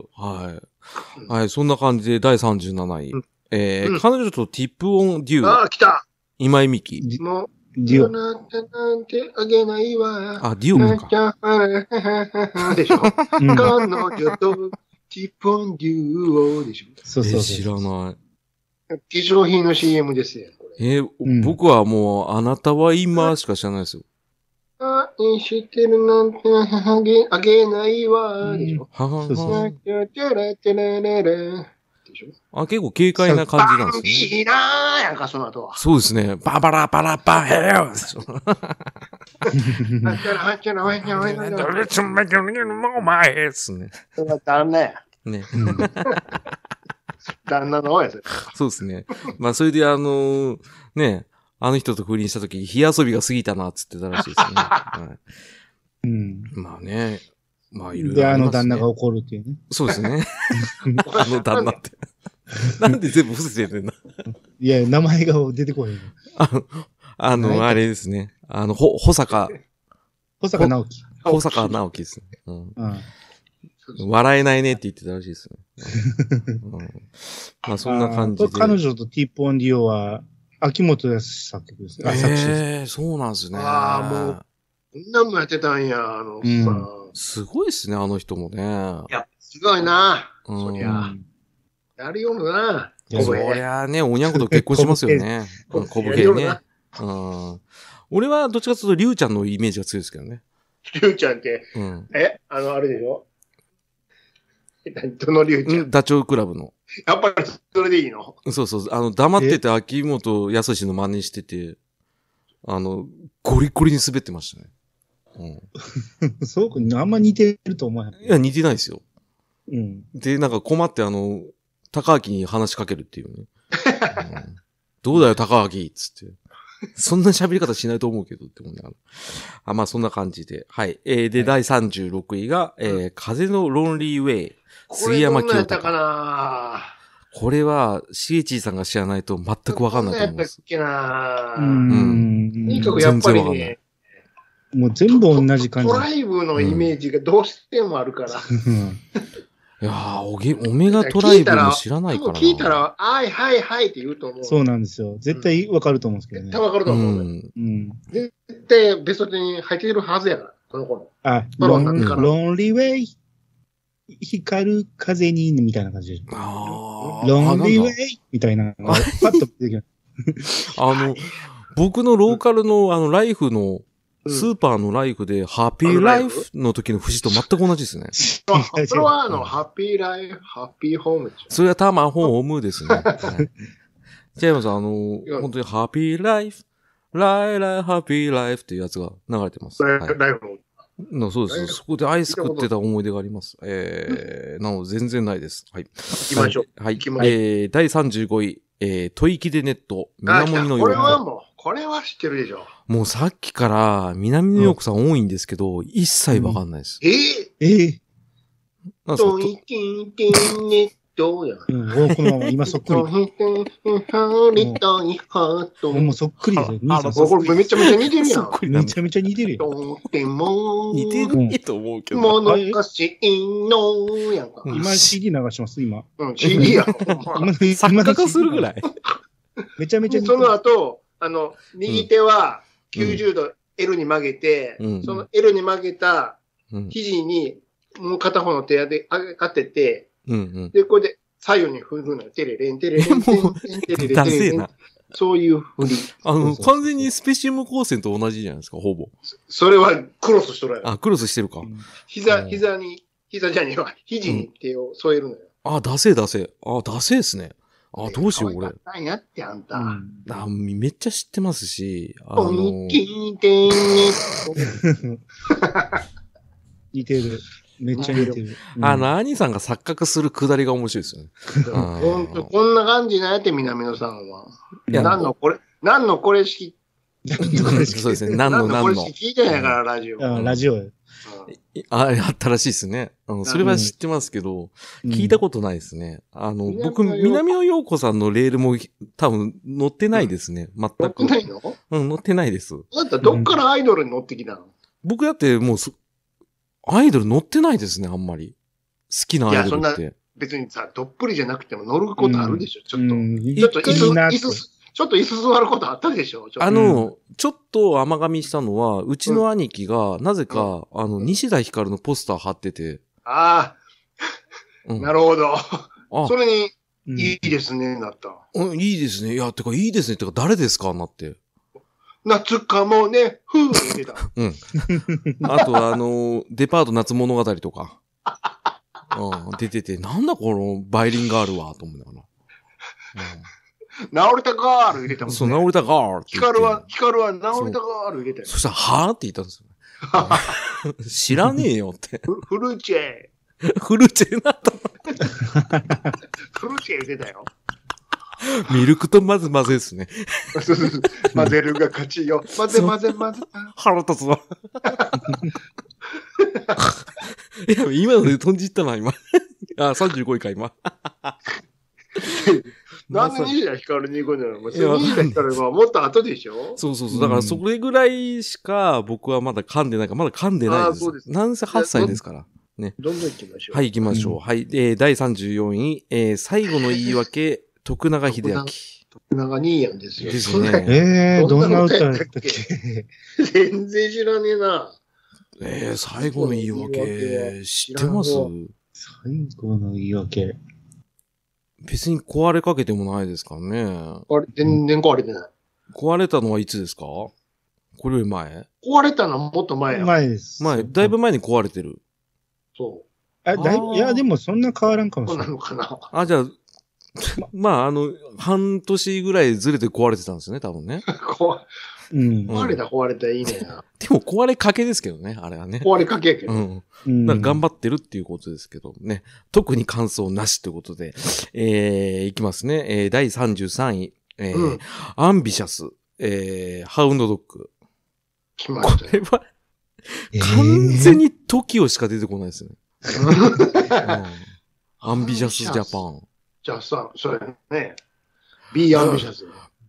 Speaker 2: うん
Speaker 1: はい、そんな感じで第37位
Speaker 2: うん。
Speaker 1: え
Speaker 2: う
Speaker 1: ー、
Speaker 2: ん
Speaker 1: 彼女とティップオンデュー、
Speaker 2: ああ、来た
Speaker 1: 今井美樹。
Speaker 2: もう、
Speaker 3: デュオ。
Speaker 2: なんてなんてあげないわ。
Speaker 1: あ、デュオもか。
Speaker 2: か。でしょ。
Speaker 3: うん
Speaker 2: 彼女とティップオンデュオでしょ。
Speaker 3: そう
Speaker 1: え
Speaker 3: そ
Speaker 1: ー、
Speaker 3: う
Speaker 1: 知
Speaker 3: そう。
Speaker 1: らない。
Speaker 2: 化粧品の CM ですよ。これ
Speaker 1: えー
Speaker 3: うん
Speaker 1: 僕はもう、あなたは今しか知らないですよ。
Speaker 2: 愛してるなんてあげあげないわ。でしょ。
Speaker 1: はは
Speaker 3: そうそう
Speaker 1: は。
Speaker 2: テレテレレレでしょ。
Speaker 1: あ、結構軽快な感じなんですね。
Speaker 2: いいなーやんか、その後は。
Speaker 1: そうですね。ババラバラバヘヨ
Speaker 2: あっちゃらあっちゃらあっちゃらあっちゃらあっちゃ
Speaker 1: ですね。
Speaker 2: ら旦那や。
Speaker 1: ね。
Speaker 3: うん
Speaker 2: 旦那の方やそれ
Speaker 1: そうですね。まあ、それで、あのーね、あの人と不倫したとき、火遊びが過ぎたな、つってたらしいですね。はい、
Speaker 3: うん。
Speaker 1: まあね、まあ、いろいろ
Speaker 3: で、あ
Speaker 1: り
Speaker 3: の
Speaker 1: ます
Speaker 3: 旦
Speaker 1: ね
Speaker 3: 那が怒るっていうね。
Speaker 1: そうですね。あの旦那って。なんで全部伏せてんの
Speaker 3: いや、名前が出てこへん。
Speaker 1: あの、あ
Speaker 3: ない
Speaker 1: の、
Speaker 3: か
Speaker 1: あれですね。あの、ほ、保坂、
Speaker 3: 小坂直樹。
Speaker 1: 保坂直樹ですね。うん。
Speaker 3: うん。
Speaker 1: 笑えないねって言ってたらしいですね。うんうんまあ、そんな感じ
Speaker 3: あ
Speaker 1: で
Speaker 3: ー。彼女とティーポンディオは、秋元康作曲ですね。あ、作詞です。
Speaker 1: えーそうなんですね。
Speaker 2: あーもうこんなんもやってたんや、あの、
Speaker 3: うん
Speaker 2: さ
Speaker 1: すごいですね、あの人もね。
Speaker 2: や、すごいな。
Speaker 1: うん
Speaker 2: そり
Speaker 3: う
Speaker 2: ゃ、
Speaker 3: ん
Speaker 2: やるような。
Speaker 3: いや
Speaker 1: そ
Speaker 2: 小
Speaker 1: り
Speaker 2: 笛
Speaker 1: ゃあね、おにゃんこと結婚しますよ ね。うん小武
Speaker 2: やる
Speaker 1: 家
Speaker 2: よう
Speaker 1: ね
Speaker 2: な。。
Speaker 1: うん。俺はどっちかというと、りゅうちゃんのイメージが強いですけどね。
Speaker 2: りゅうちゃんって、
Speaker 1: うん。
Speaker 2: え、あの、あれでしょ どのりゅうちゃん、
Speaker 1: うんダチョウ倶楽部の。
Speaker 2: やっぱりそれでいいの
Speaker 1: そうそう。あの、黙ってて、秋元康の真似してて、あの、ゴリゴリに滑ってましたね。うん。い
Speaker 3: そうくん、あんま似てると思わへん。
Speaker 1: や、似てないですよ。
Speaker 3: うん。
Speaker 1: で、なんか困って、あの、高明に話しかけるっていうね。うんどうだよ、高明っつって。そんな喋り方しないと思うけどって思いながら。あ、まあそんな感じで。はい。えーで、第36位が、えー風のロンリーウェイ。杉山
Speaker 2: これどん
Speaker 1: 清
Speaker 2: なやったか
Speaker 1: 隆。
Speaker 2: な
Speaker 1: これは、シエチーさんが知らないと全くわかんないと思い
Speaker 2: どんな
Speaker 1: ま
Speaker 2: やった
Speaker 1: す
Speaker 2: っ。けな
Speaker 3: う、ん。
Speaker 2: とにかくやっぱ
Speaker 1: 全然わか
Speaker 2: り
Speaker 1: んない
Speaker 2: ね、
Speaker 3: もう全部同じ感じ
Speaker 2: ト。ライブのイメージがどうしてもあるから。
Speaker 1: いやー、おげ、オメガトライブも知らない
Speaker 2: 多
Speaker 1: から
Speaker 2: 分
Speaker 1: な。
Speaker 2: 聞いたら、はいはいはいって言うと思う。
Speaker 3: そうなんですよ。絶対わかると思うんですけど
Speaker 2: 絶
Speaker 3: ね
Speaker 2: 対。わかると
Speaker 1: う
Speaker 2: 思う。
Speaker 1: ん。
Speaker 3: うん。
Speaker 2: 絶対ベスト10に入っているはずやから、この頃。
Speaker 3: あ、
Speaker 2: まあ
Speaker 3: ロン
Speaker 2: わかるから
Speaker 3: ロンリーウェイ、光る風に、みたいな感じで。
Speaker 1: あー
Speaker 3: ロンリー
Speaker 1: あなん
Speaker 3: ウェ
Speaker 1: だ
Speaker 3: イみたいなのがパッと出てきま
Speaker 1: あの、僕のローカルの、あの、ライフの、
Speaker 2: うん
Speaker 1: スーパーのライフで、ハッピーライフの時の節と全く同じですね。
Speaker 3: す。 違う違う
Speaker 2: それはあの、ハッピーライフ、ハッピーホームでしょ。
Speaker 1: それはタマホンオム ですね。はいジェイムさん、あの
Speaker 2: や、
Speaker 1: 本当にハッピーライフ、ライライハッピーライフっていうやつが流れてます。はい、
Speaker 2: ライフの。
Speaker 1: のそうです。そこでアイス食ってた思い出があります。えー、なので全然ないです。はい。
Speaker 2: 行きましょう。
Speaker 1: はい。
Speaker 2: 行きましょう
Speaker 1: えー、第35位、えー、吐息でネット、
Speaker 2: あ
Speaker 1: 南の
Speaker 2: こ
Speaker 1: よう
Speaker 2: れは
Speaker 1: な。
Speaker 2: もう、これは知ってるでしょ。
Speaker 1: もうさっきから、南のようこさん多いんですけど、一切わかんないです。
Speaker 2: えぇ
Speaker 3: ええ
Speaker 1: なんですか
Speaker 2: トイティティネットや。
Speaker 3: うんもうこのまま今そっく
Speaker 2: ト
Speaker 3: り。
Speaker 2: イティハリトイハート。
Speaker 3: もうそっくりですよ。兄さんそっ
Speaker 2: これめちゃめちゃ似てるや
Speaker 1: そっ
Speaker 2: ん。
Speaker 1: くりな
Speaker 3: め
Speaker 1: んだ
Speaker 3: ちゃめちゃ似てるよ。
Speaker 2: とても、
Speaker 1: 似て
Speaker 3: うん
Speaker 1: ると思うけど。
Speaker 2: ものかしいのやんか。
Speaker 3: 今 CD 流します、今。
Speaker 2: うん、CD やん。
Speaker 3: 今の
Speaker 1: 作家化するぐら
Speaker 3: い。
Speaker 1: い。
Speaker 3: めちゃめちゃ
Speaker 2: で
Speaker 3: 似て
Speaker 2: そ
Speaker 3: る。
Speaker 2: の後、あの、右手は
Speaker 1: うん
Speaker 2: 90度 L に曲げて、
Speaker 1: うん
Speaker 2: その L に曲げた
Speaker 1: うん。
Speaker 2: 肘に、もう片方の手で当てて、
Speaker 1: うん
Speaker 2: で、これで左右に振るのよ。テレレン、テレレン、テレレン、テ
Speaker 1: う
Speaker 2: レレ
Speaker 1: ん。
Speaker 2: ン、
Speaker 1: ダ
Speaker 2: テレ
Speaker 1: セ
Speaker 2: レ
Speaker 1: え
Speaker 2: ン
Speaker 1: な。。
Speaker 2: そういう振り。
Speaker 1: あの、
Speaker 3: そうそうそう
Speaker 1: 完全にスペシウム光線と同じじゃないですか、ほぼ。
Speaker 2: それはクロスしとるやん。
Speaker 1: あ、クロスしてるか。う
Speaker 2: 膝、
Speaker 1: ん
Speaker 2: 膝に、膝じゃねえわ。肘に手を添えるのよ。
Speaker 1: あ、ダセえダセえ。あ、ダセえっすね。あ、どうしよう、
Speaker 2: 可
Speaker 1: 俺
Speaker 2: 愛。かったんやって、あん
Speaker 3: う
Speaker 2: た。
Speaker 3: ん
Speaker 1: あ、めっちゃ知ってますし、あ
Speaker 2: お
Speaker 1: の
Speaker 2: に、きてね。
Speaker 3: 似てる。めっちゃ似てる。うん
Speaker 1: あの、兄さんが錯覚するくだりが面白いですよね。あー
Speaker 2: ほんと、こんな感じなんやって、南野さんは。
Speaker 1: いや
Speaker 2: 何のこれ、何のこれ式、
Speaker 1: そうですね。何の
Speaker 2: こ
Speaker 1: 何
Speaker 2: れ
Speaker 1: の。
Speaker 2: 式聞いてないから、ラジオ。うん
Speaker 3: あラジオよ。
Speaker 1: あ、あったらしいですね。あの、それは知ってますけど、聞いたことないですね。あの、僕、南
Speaker 2: 南
Speaker 1: 野陽子さんのレールも多分乗ってないですね。全
Speaker 2: 乗って
Speaker 1: く。
Speaker 2: ないの
Speaker 1: うん、乗ってないです。
Speaker 2: あんた、どっからアイドルに乗ってきたの
Speaker 1: 僕だってもうそ、アイドル乗ってないですね、あんまり。好きなアイドルって。
Speaker 2: 別にさ、どっぷりじゃなくても乗ることあるでしょ、ち
Speaker 3: と
Speaker 2: ょっと。ちょ
Speaker 3: ち
Speaker 2: っと椅子、椅
Speaker 3: と。
Speaker 2: 子、ちょっと椅子座ることあったでしょちょっと
Speaker 1: あの、ちょっと甘噛みしたのは、うちの兄貴が、なぜか、あの、西田ひかるのポスター貼ってて。
Speaker 2: あ
Speaker 1: う
Speaker 2: あ、
Speaker 1: ん、
Speaker 2: なるほど。
Speaker 1: あ
Speaker 2: それに、
Speaker 3: うん
Speaker 2: いいですね、なった。
Speaker 1: うん、いいですね。いや、てか、いいですね。てか、誰ですかな って。
Speaker 2: 夏かもね、ふう言っ てた。
Speaker 1: あとは、あの、デパート夏物語とか。うん、出てて、なんだこのバイリンガールは、と思うんだから。
Speaker 2: 治りたガール入れた
Speaker 1: うん、
Speaker 2: もんね。
Speaker 1: そう、ナオリタガールって言って
Speaker 2: 光は、光は治りたガール入れたよ。
Speaker 1: そしたら、はぁって言ったんですよ。 知らねえよって。
Speaker 2: フフルチェ、
Speaker 1: フルチェなと。
Speaker 2: フルチェ言ってたよ。
Speaker 1: ミルクとまず混ぜですね。
Speaker 2: そうそうそう混ぜるが勝ちよ。混ぜ
Speaker 1: そう
Speaker 2: 混ぜ混ぜ。
Speaker 1: 腹立つわ。いや、今ので飛んじったな、今。あ、35位か、 今。
Speaker 2: なんで西田ひかるに行くのよ。もう
Speaker 1: いや
Speaker 2: 西田ひかるはもっと後でしょ
Speaker 1: そうそうそう。だから、それぐらいしか僕はまだ噛んでないから、まだ噛んでないで
Speaker 2: あー
Speaker 1: す。
Speaker 2: そうです
Speaker 1: なんせ8歳ですから。
Speaker 2: どんどん行きましょう。
Speaker 1: はい、行きましょう。はい。えー、第34位、えー、最後の言い訳、徳永秀明。
Speaker 2: 長兄やんですよ。
Speaker 1: ですね。
Speaker 3: えー、
Speaker 2: ど
Speaker 3: ど
Speaker 2: ん
Speaker 3: ん
Speaker 2: な
Speaker 3: な
Speaker 2: 歌
Speaker 3: 歌
Speaker 2: やっ
Speaker 3: やったた
Speaker 2: っけ
Speaker 3: っけ
Speaker 2: 全然知らねえな。
Speaker 1: えー、最後の言い訳、知ってます
Speaker 2: 知らん
Speaker 3: 最後の言い訳。
Speaker 1: 別に壊れかけてもないですからね。
Speaker 2: あれ、全然壊れてない。
Speaker 1: 壊れたのはいつですかこれより前
Speaker 2: 壊れたのはもっと前や。
Speaker 3: 前です。
Speaker 1: 前、だいぶ前に壊れてる。
Speaker 2: そ
Speaker 3: あ、だいぶ、いや、でもそんな変わらんか
Speaker 2: う。
Speaker 3: も
Speaker 2: そ
Speaker 3: し
Speaker 2: うな
Speaker 3: れない。
Speaker 2: のかな。
Speaker 1: あ、じゃあ、 まあ、あの、半年ぐらいずれて壊れてたんですよね、多分ね。
Speaker 2: 壊
Speaker 3: うん。
Speaker 2: 壊れた壊れたいいねんな。
Speaker 1: でも壊れかけですけどね、あれはね。
Speaker 2: 壊れかけやけ
Speaker 1: う
Speaker 2: ど。
Speaker 1: ん。
Speaker 3: うん
Speaker 1: まあ頑張ってるっていうことですけどね。特に感想なしということで、えー、いきますね。えー、第33位、えー
Speaker 2: うん
Speaker 1: アンビシャス、えー、ハウンドドッ グ。
Speaker 2: 来ま
Speaker 1: こ
Speaker 2: したよ。
Speaker 1: れは
Speaker 3: えー
Speaker 1: 完全に TOKIO しか出てこないですね。うん、アンビシャスジャパン。
Speaker 2: じゃあさ、それね。Be ambitious.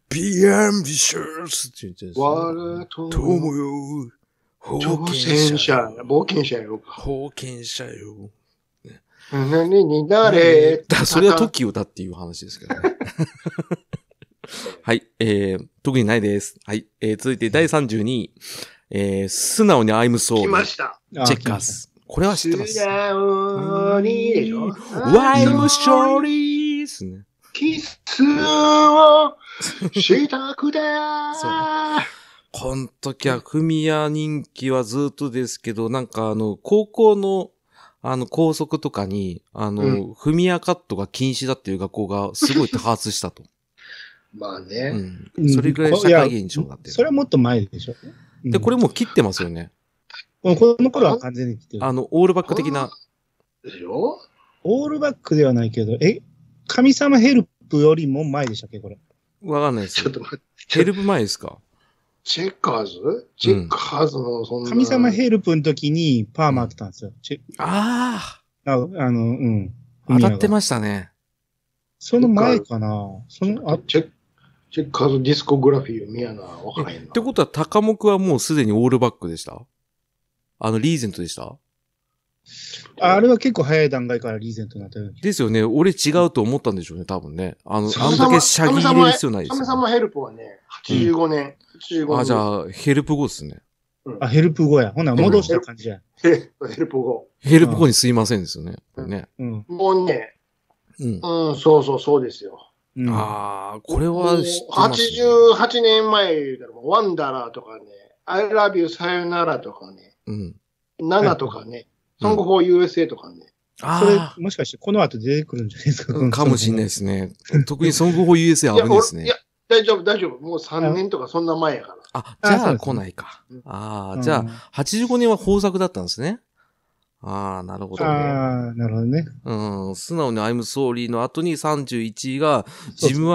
Speaker 1: Be ambitious! って言ってるんです
Speaker 2: 我と
Speaker 1: 友よ、
Speaker 2: 挑
Speaker 1: 冒
Speaker 2: 戦
Speaker 1: 険
Speaker 2: 者
Speaker 1: 者、
Speaker 2: 冒険者やろうか。
Speaker 1: 冒険者よ。
Speaker 2: 何になれ
Speaker 1: だそれは TOKIO だっていう話ですけど ね。はい、えー、特にないです。はい、えー、続いて第32位、えー、素直に I'm
Speaker 2: 来
Speaker 1: so
Speaker 2: ました。
Speaker 3: あ
Speaker 1: チェッカーズ。これは知ってます。
Speaker 2: 素直にでしょ。
Speaker 1: Why I'm sorry ですね。
Speaker 2: キス をしたくて。
Speaker 1: この時は、フミヤ人気はずっとですけど、なんかあの、高校の、あの、校則とかに、あの、フミヤカットが禁止だっていう学校がすごい多発したと。
Speaker 2: まあ
Speaker 1: う
Speaker 2: ね。
Speaker 1: ん
Speaker 3: うん
Speaker 1: それぐらい社会現象になってる。
Speaker 3: いやそれはもっと前でしょ。
Speaker 1: で、これ
Speaker 3: も、
Speaker 1: もう切ってますよね。
Speaker 3: この頃は完全に来てる
Speaker 1: あ。の、オールバック的な。
Speaker 2: でしょ
Speaker 3: オールバックではないけど、え、神様ヘルプよりも前でしたっけ、これ。
Speaker 1: わかんないです
Speaker 2: ちょ
Speaker 1: よ
Speaker 2: っ。と待って。
Speaker 1: ヘルプ前ですか
Speaker 2: チェッカーズチェッカーズのそんな。
Speaker 3: 神様ヘルプの時にパーマあってたんですよ。チェ
Speaker 1: あ
Speaker 3: ああの、うん。
Speaker 1: あ当たって
Speaker 3: す。
Speaker 1: ましたね。
Speaker 3: その前かな。その、あ、
Speaker 2: チェッチェッカーズディスコグラフィーを見やな。わからへんな。
Speaker 1: ってことは、高木はもうすでにオールバックでしたあの、リーゼントでした
Speaker 3: あれは結構早い段階からリーゼントになったような気が
Speaker 1: ですよね。俺違うと思ったんでしょうね、多分ね。あの、
Speaker 2: 神様
Speaker 1: あんだけシャギ入れる必要ないです
Speaker 2: 神
Speaker 1: よ、ね。
Speaker 2: 様ヘルプはね、85年。85年。
Speaker 1: あ、じゃあ、ヘルプ後ですね。
Speaker 3: あ、ヘルプ後や。ほな、戻した感じや。
Speaker 2: ヘルプ後。
Speaker 1: ヘルプ後にすいませんですよね。
Speaker 2: うん
Speaker 1: ね。
Speaker 3: うん。
Speaker 2: もうね、
Speaker 1: うん。
Speaker 2: うん、そうそうそうですよ。
Speaker 3: うん、
Speaker 1: ああ、これは知ってます、ね。
Speaker 2: 88年前言うたら、ワンダラーとかね、I love you さよならとかね、
Speaker 1: うん。
Speaker 2: ナナとかね、ソングフォー USA とかね。
Speaker 3: それ
Speaker 1: あ、
Speaker 3: もしかしてこの後出てくるんじゃないですか。
Speaker 1: あ、かもしれないですね。特にソング法 USA
Speaker 2: いや
Speaker 1: 危ないです
Speaker 2: 俺い
Speaker 1: ね
Speaker 2: や。、大丈夫、大丈夫。もう3年とかそんな前やから。
Speaker 1: あ、じゃあ
Speaker 3: そうですね
Speaker 1: 来ないか
Speaker 2: うん。
Speaker 1: ああ、
Speaker 3: うん
Speaker 1: じゃあ、85年は豊作だったんですね。ああ、なるほどね。
Speaker 3: ああ、なるほどね。
Speaker 1: うん、素直に I'm sorry の後に31位が、ジム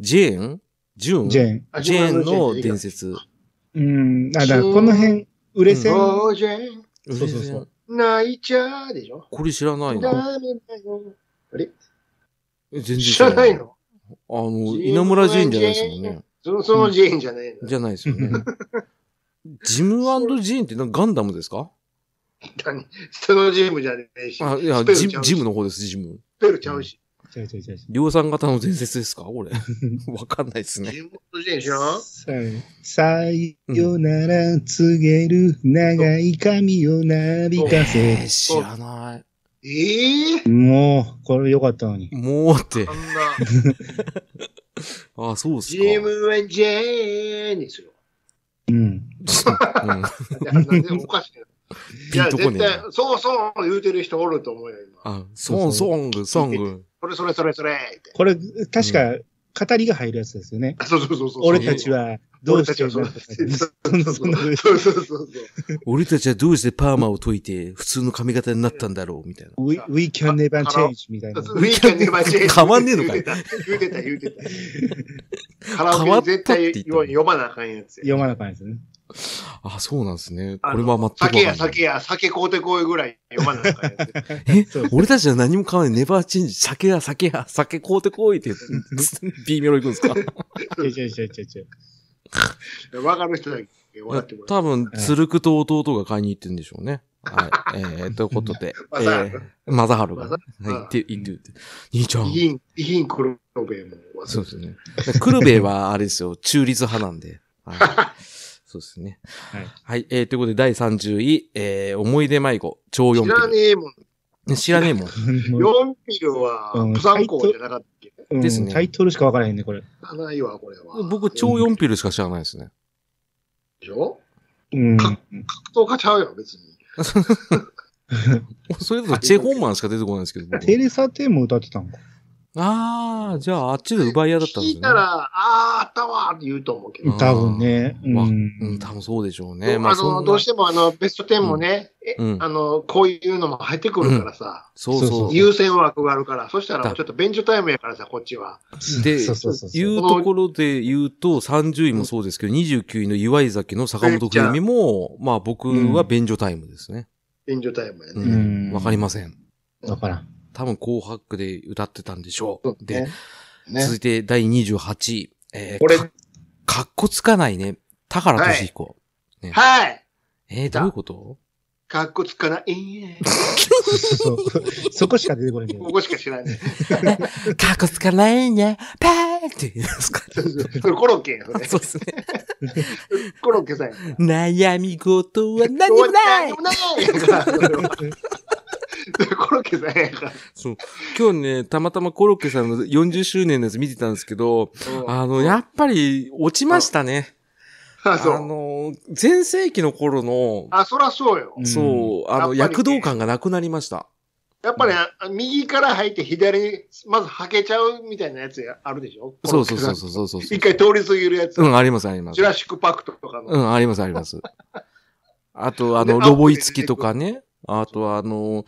Speaker 1: ジェーンジューン
Speaker 3: ジェーン。
Speaker 2: あ
Speaker 1: ジェーンの
Speaker 2: ジェーン
Speaker 1: 伝説。
Speaker 3: うん。あ、だからこの辺、売れ線、
Speaker 2: ロージェン、
Speaker 3: そうそうそう
Speaker 2: 泣いちゃーでしょ。
Speaker 1: これ知らない
Speaker 2: ダ
Speaker 1: の
Speaker 2: メだよ。
Speaker 1: 全然
Speaker 2: 知らないの
Speaker 1: あの、稲村ジェーンじゃないですもんね。
Speaker 2: そのそのジェーンじゃないの。
Speaker 1: じゃないですよね。ジムジェーンってなんかガンダムですか
Speaker 2: 何そのジムじゃねえし。
Speaker 1: あ、いや、
Speaker 2: スペル
Speaker 1: ジ
Speaker 2: ちゃ
Speaker 1: ム
Speaker 2: う
Speaker 1: ジムの方です、ジム。
Speaker 2: ペルちゃうし。
Speaker 3: 違う違う違う違う。
Speaker 1: 量産型の伝説ですか俺。わかんないですね。
Speaker 2: ジムのジェーン知らん
Speaker 3: さよなら告げる長い髪をなびか
Speaker 1: え
Speaker 3: せ
Speaker 1: ー、。知らない。
Speaker 2: ええ
Speaker 3: もう、これ良かったのに。
Speaker 1: もうって
Speaker 2: あ。んな。
Speaker 1: あ、そうっす
Speaker 2: ジ
Speaker 1: か。
Speaker 2: ムはジェーンにする。
Speaker 3: うん。
Speaker 1: うん
Speaker 2: いやなんでおかしいな。い
Speaker 1: ピン
Speaker 2: や、
Speaker 1: とこ
Speaker 2: 絶
Speaker 1: ねえ
Speaker 2: 対
Speaker 1: な。、
Speaker 2: そうそう言うてる人おると思うよ、今。
Speaker 1: あ、ソン、ソング、ソング。
Speaker 2: それそれそれそれって。
Speaker 3: これ、確か、語りが入るやつですよね。
Speaker 2: あそうそうそうそう。
Speaker 3: 俺たちは、どうし
Speaker 2: 俺たち
Speaker 3: て
Speaker 2: は
Speaker 3: なんとかそんな
Speaker 2: そうそうそうそう。
Speaker 1: 俺たちはどうしてパーマを解いて普通の髪型になったんだろうみたいな。
Speaker 3: We, we can never change みたいな。
Speaker 2: ウィーケンでマジ
Speaker 1: 変わんねえのか
Speaker 2: 言
Speaker 1: いう
Speaker 2: てた、言うてた、言うてた。カラオケで絶対読まなあかんやつや。
Speaker 3: 読まなかったですね。
Speaker 1: あ、そうなんですね。こ
Speaker 2: あ
Speaker 1: れは全くわかん
Speaker 2: 酒
Speaker 1: な
Speaker 2: や
Speaker 1: い。
Speaker 2: 酒や、酒買うてこいぐらい読まなあかんやつや。
Speaker 1: え
Speaker 3: そう
Speaker 1: 俺たちは何も買わない。ネバーチェンジ。酒や酒や、酒買うてこいって、B メロ行くんですか
Speaker 3: 違う違う違う 違う。
Speaker 2: わかる人だけ笑ってもらう。
Speaker 1: 多分、つるくと弟が買いに行ってるんでしょうね。はい。えー、ということで、え
Speaker 2: まさ
Speaker 1: ー、マザハルが、
Speaker 2: ま
Speaker 1: は
Speaker 2: さ
Speaker 1: い、行って、行って、行って。兄ちゃん
Speaker 2: 遺。品、遺品黒部も。
Speaker 1: そうですね。クルベは、あれですよ、中立派なんで。はい。そうですね。
Speaker 3: はい。
Speaker 1: はい。えー、ということで、第30位、えー、思い出迷子、超4
Speaker 2: 知ら
Speaker 1: ピ
Speaker 2: ねえもん。
Speaker 1: ル。知らねえもん。
Speaker 2: 4ピルは、プサン校じゃなかったっけ
Speaker 3: うん
Speaker 1: ですね
Speaker 3: タイトルしかわからへんね、これ。
Speaker 2: ないわ、これは。
Speaker 1: 僕、超4ピルしか知らないですね。
Speaker 2: でしょ
Speaker 3: うん。
Speaker 2: 格闘家ちゃうよ、別に。
Speaker 1: それだと、チェ・ホンマンしか出てこないんですけど、僕
Speaker 3: テレサテンも歌ってたんか。
Speaker 1: ああ、じゃああっちで奪い合いだったんです
Speaker 2: 聞い
Speaker 1: ね。
Speaker 2: たら、あーあったわーって言うと思うけど。
Speaker 3: 多分ね。う。
Speaker 1: まあうんん、多分そうでしょう
Speaker 2: で
Speaker 1: ね。
Speaker 2: も
Speaker 1: ま
Speaker 2: あ
Speaker 1: あ、そん
Speaker 2: の、
Speaker 1: な
Speaker 2: どうしてもあの、ベスト10もね、え
Speaker 1: うん
Speaker 2: あの、こういうのも入ってくるからさ、
Speaker 1: そうそう。
Speaker 2: 優先枠があるから、そしたら
Speaker 1: だ
Speaker 2: ちょっと便所タイムやからさ、こっちは。
Speaker 1: で
Speaker 3: そうそうそうそう。
Speaker 1: いうところで言うと、30位もそうですけど、29位の岩井崎の坂本冬美も、まあ僕は便所タイムですね。
Speaker 2: 便所タイムや
Speaker 1: う
Speaker 2: ね。
Speaker 1: ん。
Speaker 3: うん
Speaker 1: わかりません。
Speaker 3: わからん。
Speaker 1: 多分紅白で歌ってたんでしょう。で、
Speaker 2: ね
Speaker 1: 続いて第28位。えー
Speaker 2: これ、
Speaker 1: かかっこつかないね。田原俊彦。
Speaker 2: はい
Speaker 1: えーどういうこと
Speaker 2: かっこつかない。
Speaker 3: そう そう。そこしか出てこないけど
Speaker 2: こ。こしか知らない。
Speaker 1: かっこつかないね。パーって言うんです か
Speaker 2: それコロッケや、それ
Speaker 1: そうですね。
Speaker 2: コロッケさんや。
Speaker 1: 悩み事は何
Speaker 2: ど
Speaker 1: も
Speaker 2: うな
Speaker 1: なんい
Speaker 2: でもないやからそれはコロッケさんやから。
Speaker 1: そう。今日ね、たまたまコロッケさんの40周年のやつ見てたんですけど、あの、やっぱり落ちましたね。
Speaker 2: あ、
Speaker 1: あ
Speaker 2: そう。
Speaker 1: の、前世紀の頃の、
Speaker 2: あ、そらそうよ。
Speaker 1: そう、あの、
Speaker 2: やっぱりね
Speaker 1: 躍動感がなくなりました。
Speaker 2: やっぱり、あ右から入って左に、まずはけちゃうみたいなやつやあるでしょ
Speaker 1: そうそうそう
Speaker 2: う。
Speaker 1: そうそうそうそう
Speaker 2: 一。回通り過ぎるやつ。
Speaker 1: うん、ありますあります
Speaker 2: ジュ。ラシックパックとか
Speaker 1: う
Speaker 2: の。
Speaker 1: ん、ありますあり ます。あと、あの、
Speaker 2: で
Speaker 1: ロボイ付きとかね。あと、あの、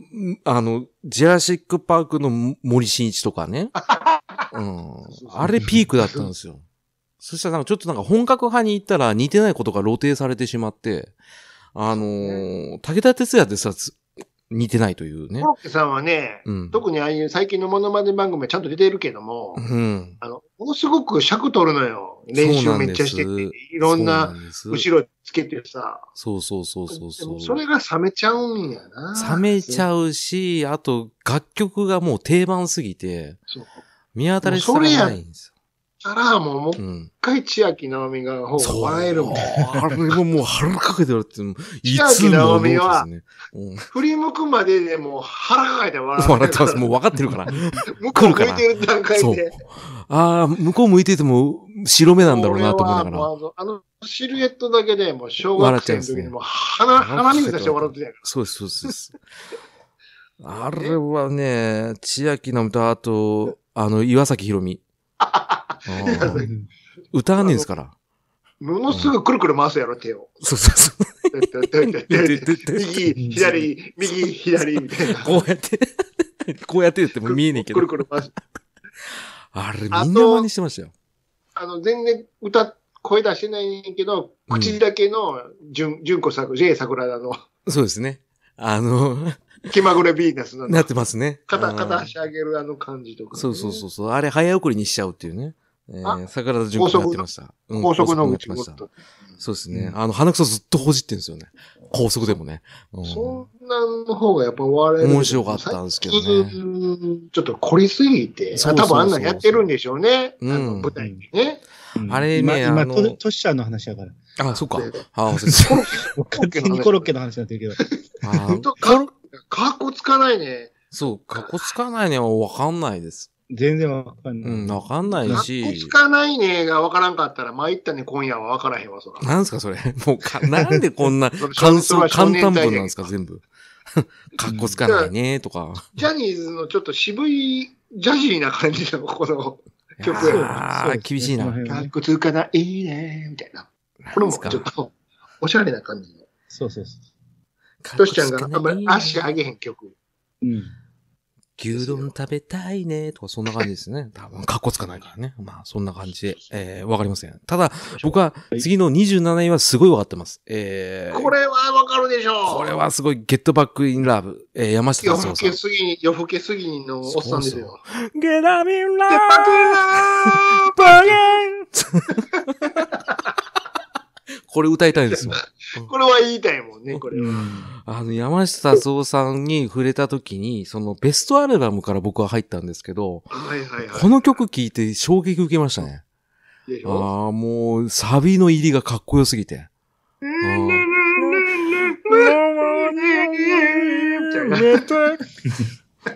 Speaker 1: んあの、ジュラシックパークの森進一とか ね。うん。あれピークだったんですよ。そしたらなんかちょっとなんか本格派に行ったら似てないことが露呈されてしまって、あのー武田鉄矢でさ、つ似てないというね
Speaker 2: コ。ロッケさんはね、
Speaker 1: うん。
Speaker 2: 特にああいう最近のモノマネ番組はちゃんと出てるけども、
Speaker 1: うん。
Speaker 2: あの、ものすごく尺取るのよ。練習めっちゃして
Speaker 1: そうなんで
Speaker 2: て、
Speaker 1: す
Speaker 2: いろん
Speaker 1: そうな
Speaker 2: な
Speaker 1: んです
Speaker 2: 後ろつけてさ。
Speaker 1: そうそうそうそう
Speaker 2: で
Speaker 1: そ
Speaker 2: も
Speaker 1: う。
Speaker 2: それが冷めちゃうんやな。
Speaker 1: 冷めち
Speaker 2: う。
Speaker 1: ゃうし、あと楽曲がもう定番すぎて、
Speaker 2: そう。
Speaker 1: 見当たりされないんです
Speaker 2: あら、もう、もう
Speaker 1: よ。う
Speaker 2: 一
Speaker 1: ん。
Speaker 2: 回千秋直美が、ほ、
Speaker 1: そうう。
Speaker 2: 笑えるもん。
Speaker 1: あれがもう腹かけてるって、い
Speaker 2: 千
Speaker 1: つ
Speaker 2: 秋
Speaker 1: も
Speaker 2: 直
Speaker 1: ので
Speaker 2: 美は
Speaker 1: すね。うん
Speaker 2: 振り向くまででもう腹がいて笑
Speaker 1: 笑ってます。
Speaker 2: も
Speaker 1: もう分かってるから。
Speaker 2: う、向こう向いてる段階
Speaker 1: そう
Speaker 2: で。。
Speaker 1: ああ、向こう向いてても白目なんだろうなと思いなが
Speaker 2: 俺は
Speaker 1: ら。
Speaker 2: もうあのあのシルエットだけでもう小学生の時にもう鼻、
Speaker 1: 笑っちゃいますね
Speaker 2: 鼻水出して笑ってたやか
Speaker 1: そうです、そうですそうです。あれはね、千秋直美と、あと、あの、岩崎宏 美。あ
Speaker 2: 岩崎
Speaker 1: ー歌わねえですから。
Speaker 2: ら。ものすぐくるくる回すやろ、手を。
Speaker 1: そうそうそう。
Speaker 2: 右、左、右、左、みたいな。
Speaker 1: こうやって、 こうやって言っても見えねえけど
Speaker 2: くる。くる回す。
Speaker 1: あれ、みん
Speaker 2: あ
Speaker 1: な
Speaker 2: と
Speaker 1: 真似してましたよ。
Speaker 2: あの、全然歌、声出してないねんけど、口だけの、純、純子さく、J 桜田の、
Speaker 1: そうですね。あ の、
Speaker 2: 気まぐれヴィーナスの、
Speaker 1: なってますね。
Speaker 2: 片、
Speaker 1: うん
Speaker 2: 片足上げるあの感じとか。
Speaker 1: そうそうそうそう。あれ、早送りにしちゃうっていうね。えー、
Speaker 2: あ
Speaker 1: 桜田淳子になってました。うん
Speaker 2: 高速の
Speaker 1: になっ
Speaker 2: 口
Speaker 1: てま
Speaker 2: ご
Speaker 1: した。
Speaker 2: と。
Speaker 1: そうですね
Speaker 3: う。ん
Speaker 1: あの、鼻くそずっとほじってんですよね。高速でもね。うん
Speaker 2: そんなんの方がやっぱ笑える。
Speaker 1: 面白かったんですけどね。
Speaker 2: ね。ちょっと凝りすぎて、
Speaker 1: そうそうそう
Speaker 2: 多分あんなんやってるんでしょうね。あ
Speaker 1: うん
Speaker 2: の舞台にね。
Speaker 3: うん
Speaker 1: あれね
Speaker 3: 今、
Speaker 1: あ
Speaker 3: 今
Speaker 1: の
Speaker 3: トトシちゃんの話やから。
Speaker 1: あ、そっか
Speaker 2: で。
Speaker 1: あ、 忘れて
Speaker 3: もう完全にコロッケの話になってるけど。
Speaker 1: た。あ
Speaker 2: 本
Speaker 1: ー
Speaker 2: 当か、かっこつかないね。
Speaker 1: そう、かっこつかないにはわかんないです。
Speaker 3: 全然わかん
Speaker 1: う
Speaker 3: ない。
Speaker 1: ん、わかんな
Speaker 2: か
Speaker 1: い
Speaker 2: っこつ
Speaker 1: し。
Speaker 2: かないねがわからんかったら、参ったね、今夜はわからへんわ、そ ら。
Speaker 1: なんすか、それ。もうか、なんでこんな
Speaker 2: それ
Speaker 1: 感想、
Speaker 2: 少
Speaker 1: 簡
Speaker 2: 年
Speaker 1: 単文
Speaker 2: 隊
Speaker 1: なんですか、全部。 かっこつかないね、とか。
Speaker 2: ジャニーズのちょっと渋い、ジャジーな感じの、この、
Speaker 1: い
Speaker 2: 曲や
Speaker 1: やー厳しいな。なん
Speaker 2: かっこつかないね、みたいな。これも
Speaker 1: す
Speaker 2: ち
Speaker 1: か
Speaker 2: ょっと、おしゃれな感じ の。
Speaker 3: そうそうそ
Speaker 1: かっこ
Speaker 2: ト
Speaker 1: つ
Speaker 2: シちゃんが
Speaker 1: か
Speaker 2: あん
Speaker 1: な
Speaker 2: ま
Speaker 1: い
Speaker 2: り
Speaker 1: ね
Speaker 2: 足上げへん曲。
Speaker 3: う。うん。
Speaker 1: 牛丼食べたいね、とか、そんな感じですね。多分、かっこつかないからね。まあ、そんな感じで、えー、わかりません。ただ、僕は、次の27位はすごいわかってます。えー、
Speaker 2: これはわかるでしょう。
Speaker 1: これはすごい、ゲットバックインラブ、えー、山下
Speaker 2: 夜
Speaker 1: 達
Speaker 2: 更
Speaker 1: 郎さん
Speaker 2: け。すぎに、夜更けすぎにのおっさんですよ。
Speaker 1: ゲラミンラ
Speaker 2: でパクリラ
Speaker 1: ブバゲンこれ歌いたいですもん。
Speaker 2: ーこれは言いたいもんね、これは。
Speaker 1: あの、山下達郎さんに触れた時に、そのベストアルバムから僕は入ったんですけど、
Speaker 2: はいはいはい。
Speaker 1: この曲聴いて衝撃受けましたね。
Speaker 2: でしょ
Speaker 1: ああ、もう、サビの入りがかっこよすぎて。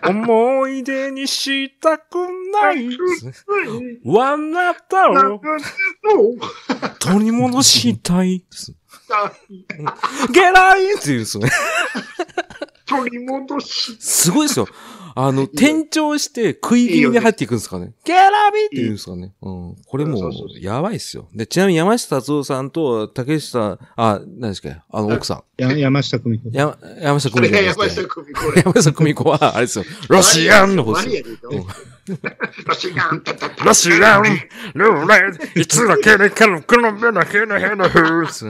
Speaker 1: 思い出にしたくない。わなたを取り戻したい。ゲライって言うんですね。
Speaker 2: 取り戻し。
Speaker 1: すごいですよ。あの、転調して食い気味に入っていくんですかね。ギャラビーって言うんですかね。うん。これも
Speaker 2: そううそうそ、う
Speaker 1: やばいっすよ。で、ちなみに山下達郎さんと竹下、あ、何ですかあの、奥さ
Speaker 3: や山下久美子
Speaker 1: ん。。や、山下
Speaker 2: こ
Speaker 1: 久美
Speaker 2: れ
Speaker 1: 子
Speaker 2: が
Speaker 1: じゃない
Speaker 2: 山
Speaker 1: です
Speaker 2: 下
Speaker 1: か。
Speaker 2: 久美子。
Speaker 1: 山下久美子は、あれですよ。ロシアンの方ですよ。うん
Speaker 2: ロシアン、タタタ
Speaker 1: ロシアン、ルーレイ、いつだけにかの、この目のへのへのふーす。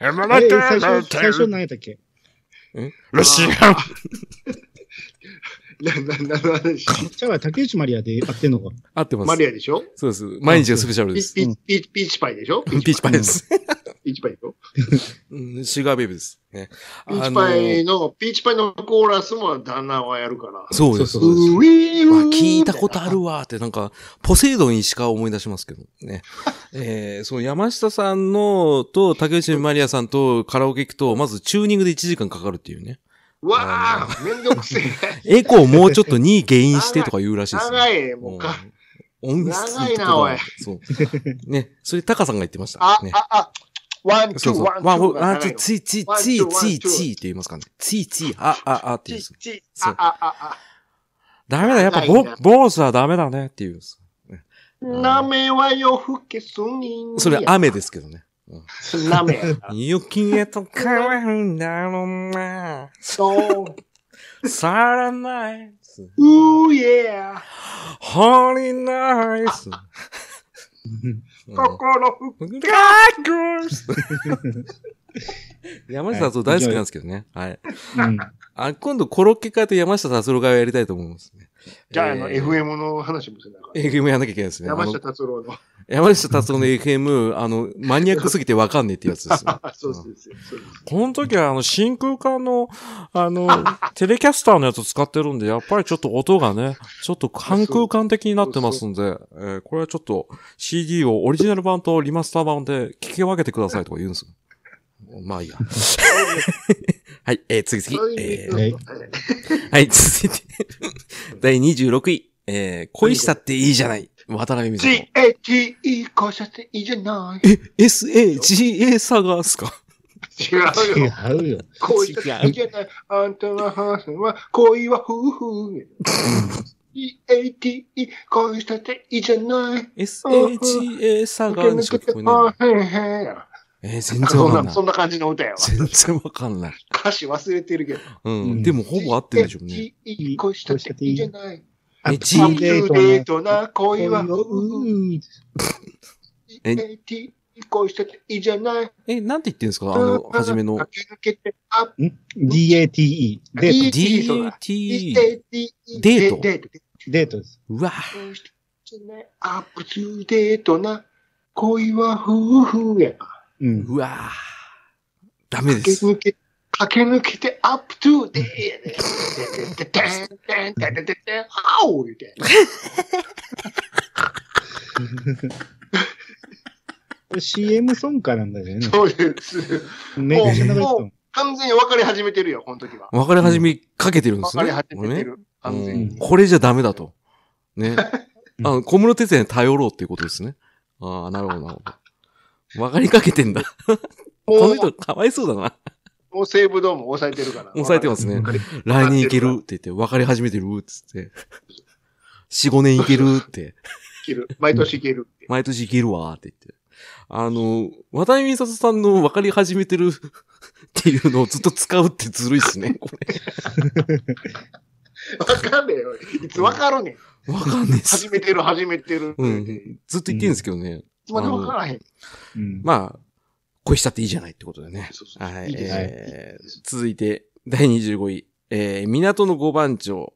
Speaker 1: エマ
Speaker 3: あ
Speaker 1: ラ
Speaker 3: れ
Speaker 1: テ
Speaker 3: 最
Speaker 1: ラ
Speaker 3: 初、最初
Speaker 1: テ
Speaker 3: 何やったっけ
Speaker 1: ロシアン。
Speaker 2: な、な、な、な、
Speaker 3: じゃあ、竹内まりやで合ってんのか。
Speaker 1: 合ってま
Speaker 2: マ
Speaker 1: す
Speaker 2: リ。アでしょ
Speaker 1: そうです。毎日がスペシャルで
Speaker 2: ピー
Speaker 1: す。
Speaker 2: ピーピーピーチパイでしょ
Speaker 1: ピーチパイです。
Speaker 2: ピーチパイでしょ
Speaker 1: うんシュガーベイビーです。ね。
Speaker 2: ピーチパイ
Speaker 1: あ
Speaker 2: の、ピーチパイのコーラスも旦那はやるから。
Speaker 1: のそうです。
Speaker 3: そ
Speaker 1: そうう
Speaker 3: そう
Speaker 1: です。
Speaker 2: ィ
Speaker 1: あ聞いたことあるわーって、なんか、ポセイドン石川を思い出しますけどね。 えー、その山下さんの、と、竹内まりやさんとカラオケ行くと、まずチューニングで1時間かかるっていうね。
Speaker 2: わあ、めんどくせえ。
Speaker 1: エコーもうちょっと2減因してとか言うらしいです、ね。
Speaker 2: 長い、もうか。
Speaker 1: うん音質
Speaker 2: 長いなおい
Speaker 1: そう。ね。それ、タカさんが言ってました。
Speaker 2: あ
Speaker 1: ね、。
Speaker 2: あ、あ、ワン、ツ
Speaker 1: そ
Speaker 2: ー、
Speaker 1: うそう。
Speaker 2: ワン、ツ
Speaker 1: ワン、
Speaker 2: ーが
Speaker 1: ワン、
Speaker 2: 長
Speaker 1: ツー、
Speaker 2: いの。
Speaker 1: ツイ、ツイ、
Speaker 2: ワン
Speaker 1: ツ
Speaker 2: ツー
Speaker 1: イ、
Speaker 2: ワ
Speaker 1: ツ
Speaker 2: ン
Speaker 1: イ、
Speaker 2: ツー
Speaker 1: ツイって言いますかね。ツイ、ツイ、あ、あ、あって
Speaker 2: チ
Speaker 1: 言うんで
Speaker 2: ッ
Speaker 1: す。
Speaker 2: チッ
Speaker 1: そう
Speaker 2: あ、あ、あ、
Speaker 1: ダメだ、やっぱ
Speaker 2: ない
Speaker 1: ボ
Speaker 2: な、
Speaker 1: 坊主はダメだねっていうんです。
Speaker 2: あ。なめはよふけすにんや。
Speaker 1: それ、雨ですけどね。
Speaker 2: なめや。
Speaker 1: 雪へと変わるんだろうな。
Speaker 2: そう。
Speaker 1: 去らない。
Speaker 2: うーえや。
Speaker 1: ホリナイス。
Speaker 2: 心ふ
Speaker 1: ガーゴ山下達郎大好きなんですけどね。はい。
Speaker 3: うん。
Speaker 1: あ、今度コロッケ会と山下達郎会をやりたいと思いますね。
Speaker 2: じゃあ、あの、
Speaker 1: えー
Speaker 2: FM の話もせなあかん
Speaker 1: FM やんなきゃいけないですね。
Speaker 2: 山
Speaker 1: あ
Speaker 2: 下
Speaker 1: の
Speaker 2: 達郎の。
Speaker 1: 山下達郎の FM、あの、マニアックすぎてわかんねえってやつですね。
Speaker 2: あ、そうそうそうそうです。
Speaker 1: この時は、あの、真空管の、あの、テレキャスターのやつ使ってるんで、やっぱりちょっと音がね、ちょっと半空間的になってますんで、えーこれはちょっと CD をオリジナル版とリマスター版で聞き分けてくださいとか言うんですよ。 まあいいや。 はい、えー、次次。
Speaker 2: そう
Speaker 1: え
Speaker 2: いう
Speaker 1: ー
Speaker 2: 意味で
Speaker 1: はい、続いて、 第26位、えー、恋したっていいじゃない。渡辺美里
Speaker 2: GATE 交渉っていいじゃない。
Speaker 1: SAGA 探すか。
Speaker 2: 違うよ。
Speaker 3: 違うよ。
Speaker 2: 恋だけじゃない。あんたはハーフは恋は夫婦。EATE 恋したっていいじゃない。
Speaker 1: SAGA
Speaker 2: 受
Speaker 1: 探
Speaker 2: け
Speaker 1: にしか
Speaker 2: 抜け
Speaker 1: 聞
Speaker 2: て
Speaker 1: こえ
Speaker 2: あ
Speaker 1: ない。
Speaker 2: へんへんや。
Speaker 1: えー、全然
Speaker 2: そ
Speaker 1: わか
Speaker 2: ん
Speaker 1: んな
Speaker 2: な、
Speaker 1: い
Speaker 2: そ。んな感じの歌やわ。
Speaker 1: 全然わかんない。
Speaker 2: 歌詞忘れてるけど。
Speaker 1: うん。
Speaker 3: うん
Speaker 1: でも、ほぼ合ってるでしょうね。
Speaker 2: GATE 恋したっていいじゃない。
Speaker 1: え
Speaker 3: アッ
Speaker 1: チー
Speaker 3: プ
Speaker 2: デ
Speaker 3: デー
Speaker 2: ー
Speaker 3: ト
Speaker 2: トな恋は
Speaker 3: な。
Speaker 2: 夫婦。
Speaker 3: うん。
Speaker 1: え
Speaker 2: EATE 恋したっていいじゃない。
Speaker 1: え、なんて言ってんですかあの、初めの。
Speaker 2: 駆け抜けてアップ
Speaker 3: DATE。デー
Speaker 2: DAT そうだ
Speaker 1: DAT。
Speaker 2: デー
Speaker 1: デート
Speaker 2: デート。
Speaker 3: ト。デートです。
Speaker 1: うわ
Speaker 2: アップツーデートな恋は夫婦や。
Speaker 3: うん。
Speaker 1: うわダメで
Speaker 2: 駆け
Speaker 1: す。
Speaker 2: 抜け、駆け抜けてアップツーデート。てんてんてんてんてんてん、あお言うて。
Speaker 3: これ CM ソングかなんだよね。
Speaker 2: そうです。
Speaker 3: めっちゃ流れてたもん
Speaker 2: 完全に分かり始めてるよ、この時は。
Speaker 1: 分かり始めかけてるんで
Speaker 2: 分
Speaker 1: す
Speaker 2: か
Speaker 1: ね。
Speaker 2: り始めてる。
Speaker 1: これ
Speaker 2: 完
Speaker 1: ね
Speaker 2: 全に。
Speaker 1: うんこれじゃダメだと。 ね。
Speaker 3: うん
Speaker 1: あの、小室哲也に頼ろうっていうことですね。ああ、なるほど、なるほど。分かりかけてんだ。こ
Speaker 2: も
Speaker 1: の
Speaker 2: う、
Speaker 1: 人、かわいそうだな。
Speaker 2: もう西武ドーム抑えてるから。
Speaker 1: 抑えてますね
Speaker 2: 分かり
Speaker 1: 来年いけるって言って、分かり始めてるって言って。4、5年いけるって。
Speaker 2: きる。毎年いけるって。
Speaker 1: 毎年いけるわーって言って。あの、渡辺美里さんの分かり始めてる っていうのをずっと使うってずるいっす ね、これ。
Speaker 2: 分かんねえよ。いつ分かるねん。
Speaker 1: わかんないっす
Speaker 2: 始。めてる、始めてる。
Speaker 1: う
Speaker 2: い
Speaker 1: ん。ずっと言ってるんですけどね。
Speaker 2: つまでも分からへん。
Speaker 3: うん。
Speaker 1: まあ、恋したっていいじゃないってことでね。
Speaker 2: そうそうそう
Speaker 1: はい
Speaker 2: い。ですね
Speaker 1: えー続いて、第25位。えー、港の五番町。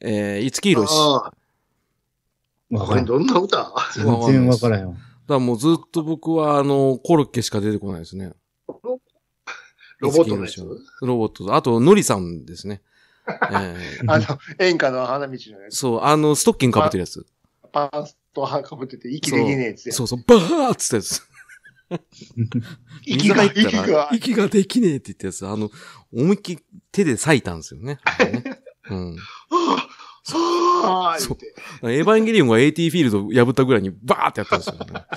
Speaker 1: えー、五木ひろし。だか
Speaker 2: ああ
Speaker 3: わ
Speaker 2: こ
Speaker 3: から
Speaker 2: れ
Speaker 3: ん。
Speaker 2: どんな歌
Speaker 3: 全然わからんよ。
Speaker 1: らもうずっと僕は、あの、コロッケしか出てこないですね。
Speaker 2: ロボット
Speaker 1: 五木ひ
Speaker 2: のやつ
Speaker 1: ろしのロボットと。あと、のりさんですね。えー
Speaker 2: あの、演歌の花道のやつ。
Speaker 1: そう、あの、ストッキング被ってるやつ。
Speaker 2: パンスと歯かぶってて息できねえやつや。
Speaker 1: そうそう、バーっつったやつ。
Speaker 2: 息が、
Speaker 1: 水入
Speaker 2: 息
Speaker 1: ったら
Speaker 2: が、
Speaker 1: 息ができねえって言ったやつ。あの、思いっきり手で裂いたんですよね。あれねうん。
Speaker 2: はーい
Speaker 1: そう
Speaker 2: って。
Speaker 1: エヴァンゲリオンが AT フィールド破ったぐらいにバーってやったんで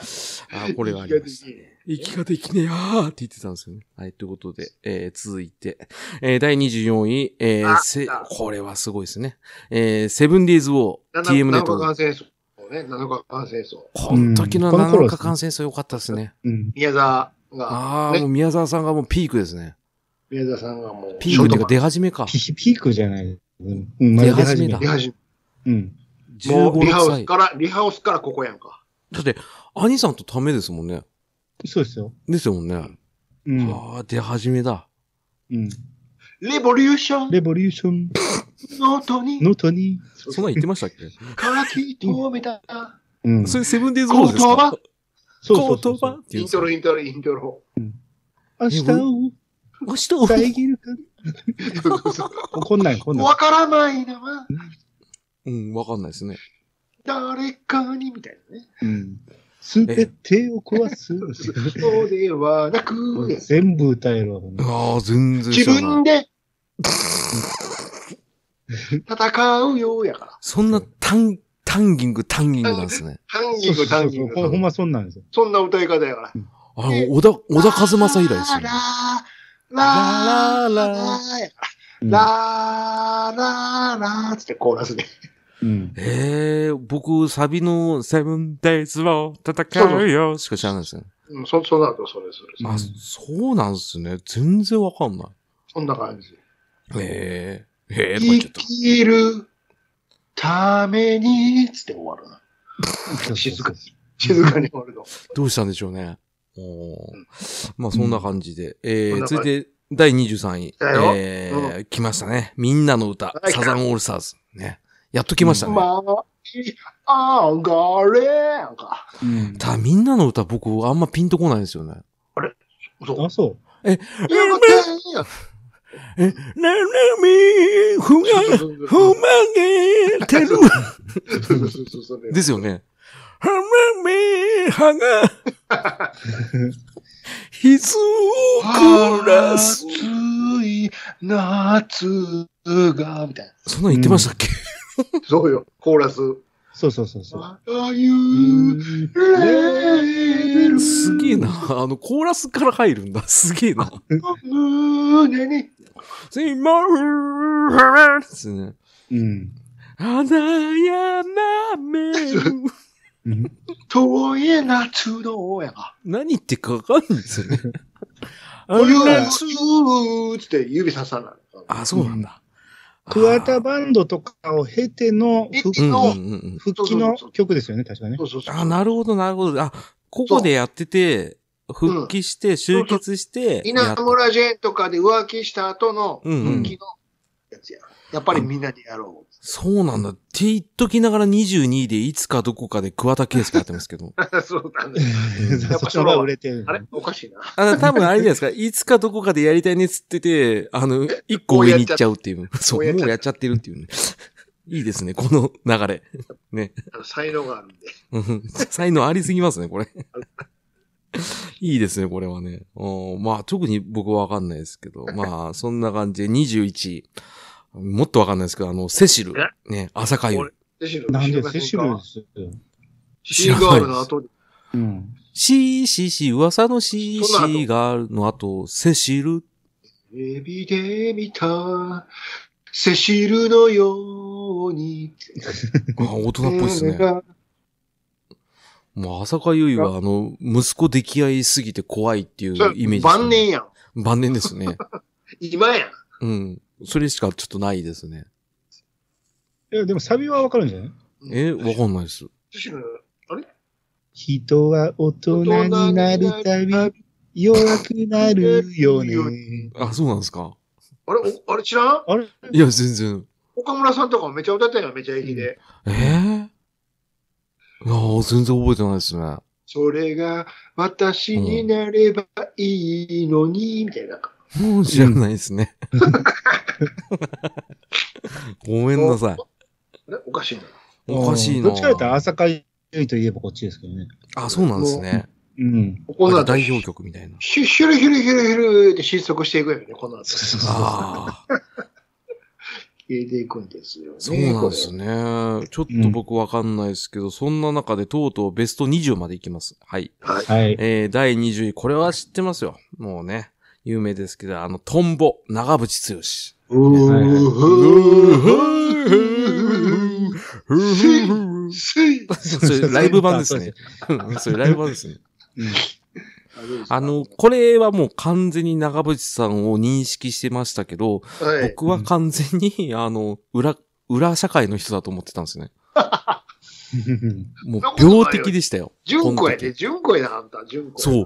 Speaker 1: すよね。あーこれがありました。息ができねえあーって言ってたんですよね。はい、ということで、えー、続いて、えー、第24位、えー、
Speaker 2: あ
Speaker 1: せ
Speaker 2: あ、
Speaker 1: これはすごいですね。えー、セブンディーズ・ウォー、
Speaker 2: 7
Speaker 1: TM ネ
Speaker 2: 日
Speaker 1: ット。
Speaker 2: 間戦争。ね、7日間戦争。
Speaker 1: この時の
Speaker 3: うんこの頃
Speaker 1: 7
Speaker 3: です
Speaker 1: 日間戦争良かったですね。
Speaker 3: うん。
Speaker 2: 宮沢が、
Speaker 1: ああ、もう宮沢さんがもうピークですね。
Speaker 2: 宮沢さんがもう、
Speaker 1: ピークっていうか
Speaker 2: ショート
Speaker 1: 出始めか。
Speaker 3: ピピークじゃない。うんうん、まだ出始め
Speaker 1: 出始め
Speaker 3: た
Speaker 1: だ
Speaker 2: マンリ。ハ始
Speaker 3: うん。
Speaker 2: めも
Speaker 1: 15、
Speaker 2: うリハ
Speaker 1: 6
Speaker 2: ウス
Speaker 1: 歳。
Speaker 2: から、リハウスからここやんか。
Speaker 1: だって、兄さんとためですもんね。
Speaker 3: そうですよ。
Speaker 1: ですよもんね。
Speaker 3: うん。
Speaker 1: ああ、出始めだ。
Speaker 3: うん。
Speaker 2: レボリューション
Speaker 3: レボリューション
Speaker 2: の音に、
Speaker 3: のトに、
Speaker 1: そんなん言ってましたっけ
Speaker 2: からき止めた。
Speaker 3: うん。
Speaker 1: そ
Speaker 3: そう
Speaker 1: れセブンディーズ・ウォー
Speaker 2: 言
Speaker 1: ズですか
Speaker 2: 葉
Speaker 3: そうそうそ
Speaker 1: 言葉
Speaker 3: う。
Speaker 1: っていう
Speaker 2: イ
Speaker 1: んで
Speaker 2: ン
Speaker 1: す
Speaker 2: ト
Speaker 1: か
Speaker 2: ロ、イントロ、イントロ。
Speaker 3: 明日
Speaker 1: 明日
Speaker 3: を
Speaker 1: を
Speaker 3: 遮るか。
Speaker 2: そうそう そう
Speaker 3: こんなん、こんなん
Speaker 2: わ。からないのは、
Speaker 1: うん、わかんないですね。
Speaker 2: 誰かに、みたいなね。
Speaker 3: すべてを壊す。
Speaker 2: そうではなく、
Speaker 3: 全部歌えるわ。ほんま
Speaker 1: ああ、全然
Speaker 2: 自
Speaker 1: 知らない
Speaker 2: 分で、 戦うようやから。
Speaker 1: そんなタン、タンギング、タンギングなんですね。
Speaker 2: ハンギ
Speaker 3: そう
Speaker 2: ング、
Speaker 3: そうそ
Speaker 2: タン
Speaker 3: う
Speaker 2: ギ
Speaker 3: そ
Speaker 2: ン
Speaker 3: う。
Speaker 2: グ。
Speaker 3: ほんほんまそんなんですよ。
Speaker 2: そんな歌い方やから。
Speaker 1: あの、小田、小田和正以来ですよね
Speaker 2: ラ。ララララ
Speaker 3: うん
Speaker 2: ラララつってコーラスで。
Speaker 3: うん。
Speaker 1: ええ僕、サビのセブンデイズを戦うよしか知らないですね。
Speaker 2: うん、そ、その後それそれ。
Speaker 1: あ、そうなんですね。全然わかんない。
Speaker 2: そんな感じ。
Speaker 1: ええええとか言っちゃ
Speaker 2: 生
Speaker 1: った。
Speaker 2: きるために、つって終わるな。静かに。静かに終わるの。
Speaker 1: どうしたんでしょうね。おー
Speaker 2: うん
Speaker 1: まあ、そんな感じで。え
Speaker 2: こん
Speaker 1: ー、
Speaker 2: な
Speaker 1: 続
Speaker 2: 感
Speaker 1: い
Speaker 2: じ
Speaker 1: て、第23位。
Speaker 2: だよ
Speaker 1: えー来ましたね。みんなの歌、
Speaker 2: い
Speaker 1: サザンオールスターズ。ね。やっと来ましたね。
Speaker 2: まあ、あがれんか。
Speaker 3: うん
Speaker 1: ただ、みんなの歌、僕、あんまピンとこないんですよね。
Speaker 2: そう。
Speaker 3: あ、そ
Speaker 2: やがて
Speaker 1: ななみ、ふ が、
Speaker 2: そうそう
Speaker 1: ふまげてる。
Speaker 2: そうそうそうそう
Speaker 1: ですよね。はまみ、はが、 ひずを暮らす。
Speaker 2: 暑い夏が、みたいな。
Speaker 1: そんなん言ってましたっけ、
Speaker 2: そうよ、コーラス。
Speaker 3: う。そうそうそうそう。
Speaker 2: ああいうレール
Speaker 1: すげえな。あの、コーラスから入るんだ。すげえな。
Speaker 2: 胸に。
Speaker 1: すいません。ですね。
Speaker 3: うん。
Speaker 1: 花やなめる。
Speaker 3: うん
Speaker 2: 遠い夏の親が。
Speaker 1: 何言ってかわかんないです よね。あ
Speaker 2: お湯を、
Speaker 1: ら
Speaker 2: ゆうつって指ささない。
Speaker 1: あ、そうなんだ。
Speaker 3: クワタバンドとかを経ての復
Speaker 1: う
Speaker 3: 帰
Speaker 1: んうん
Speaker 3: の、
Speaker 1: うんうん。
Speaker 3: 復帰の曲ですよね、確かね
Speaker 2: そ。うそうそう。
Speaker 1: あ、なるほど、なるほど。あ、ここでやってて、
Speaker 2: う
Speaker 1: 復帰して、集結して、や
Speaker 2: 稲
Speaker 1: っ
Speaker 2: 村ジェーンとかで浮気した後の
Speaker 1: うん
Speaker 3: うん
Speaker 2: 復帰のやつや。やっぱりみんなでやろう。
Speaker 1: そうなんだ。って言っときながら22でいつかどこかで桑田圭介やってますけ ど。
Speaker 2: そうだね。
Speaker 3: そっちの方が売れてる。
Speaker 2: あれおかしいな。
Speaker 1: あの、多分あれじゃないですか。 いつかどこかでやりたいねっつってて、あの、一個上に行っちゃうっていう。そう、もうやっちゃってるっていうね。いいですね、この流れ。
Speaker 2: あの才能があるんで。
Speaker 1: うん才能ありすぎますね、これ。 いいですね、これはね。うんまあ、特に僕はわかんないですけど。まあ、そんな感じで21位。もっとわかんないですけど、あの、セシル。ね、朝かゆい。
Speaker 2: セシル
Speaker 3: なん
Speaker 2: 知り
Speaker 3: で、
Speaker 2: ませ
Speaker 3: セ
Speaker 2: か
Speaker 3: シルですよ。
Speaker 2: シーガールの後に。
Speaker 3: うん。
Speaker 1: シーシーシー、噂のシーシ
Speaker 2: その後
Speaker 1: ーがあるの後、セシ ル。
Speaker 2: エビで見た、セシルのように。
Speaker 1: あ大人っぽいですね。もう、朝香ゆいは、あの、息子溺愛すぎて怖いっていう
Speaker 2: それ
Speaker 1: イメージ、ですね
Speaker 2: 晩年やん。
Speaker 1: 晩年です ね。
Speaker 2: 今やん。
Speaker 1: うん。それしかちょっとないですね。
Speaker 3: いや、でもサビはわかるんじゃない
Speaker 1: え、わかんないです。
Speaker 2: セシル、
Speaker 3: 人は大人になるたび、弱くなるよね。
Speaker 1: あ、そうなんですか
Speaker 2: あれ、おあれ知らん
Speaker 3: あれ
Speaker 1: いや、全然。
Speaker 2: 岡村さんとかもめちゃ歌ったやん、めちゃ駅で。
Speaker 1: えー、いやー全然覚えてないですね。
Speaker 2: それが私になればいいのに、みたいな。
Speaker 1: もう知らないです ね。ごめんなさい。
Speaker 2: あれおかしいな。
Speaker 1: おかしいな。
Speaker 3: どっちかというと、朝香ゆいといえばこっちですけどね。
Speaker 1: あ、そうなんですね。
Speaker 3: うん。
Speaker 2: この
Speaker 1: あ
Speaker 2: 後、
Speaker 1: 代表曲みたいな。
Speaker 2: ヒュヒュルヒュルヒュルヒュルで失速していくやんね、この後。
Speaker 3: そうそうそう。
Speaker 1: ああ。
Speaker 2: 入れていくんですよね。
Speaker 1: そうなんですね。ちょっと僕わかんないですけど、そんな中でとうとうベスト20までいきます。はい。
Speaker 2: これ。はい。
Speaker 3: はい。
Speaker 1: えー、第20位、これは知ってますよ。もうね、有名ですけど、あの、トンボ、長渕剛。
Speaker 2: うー
Speaker 3: はい
Speaker 2: ふーせい
Speaker 1: それライブ版ですね。うんそれライブ版ですね。あの、、これはもう完全に長渕さんを認識してましたけど、
Speaker 2: はい、
Speaker 1: 僕は完全に、あの、裏、裏社会の人だと思ってたんですね。もう病的でしたよ。
Speaker 2: 純子や
Speaker 1: この
Speaker 2: で、
Speaker 1: 時
Speaker 2: 純子やな、あんた、純子や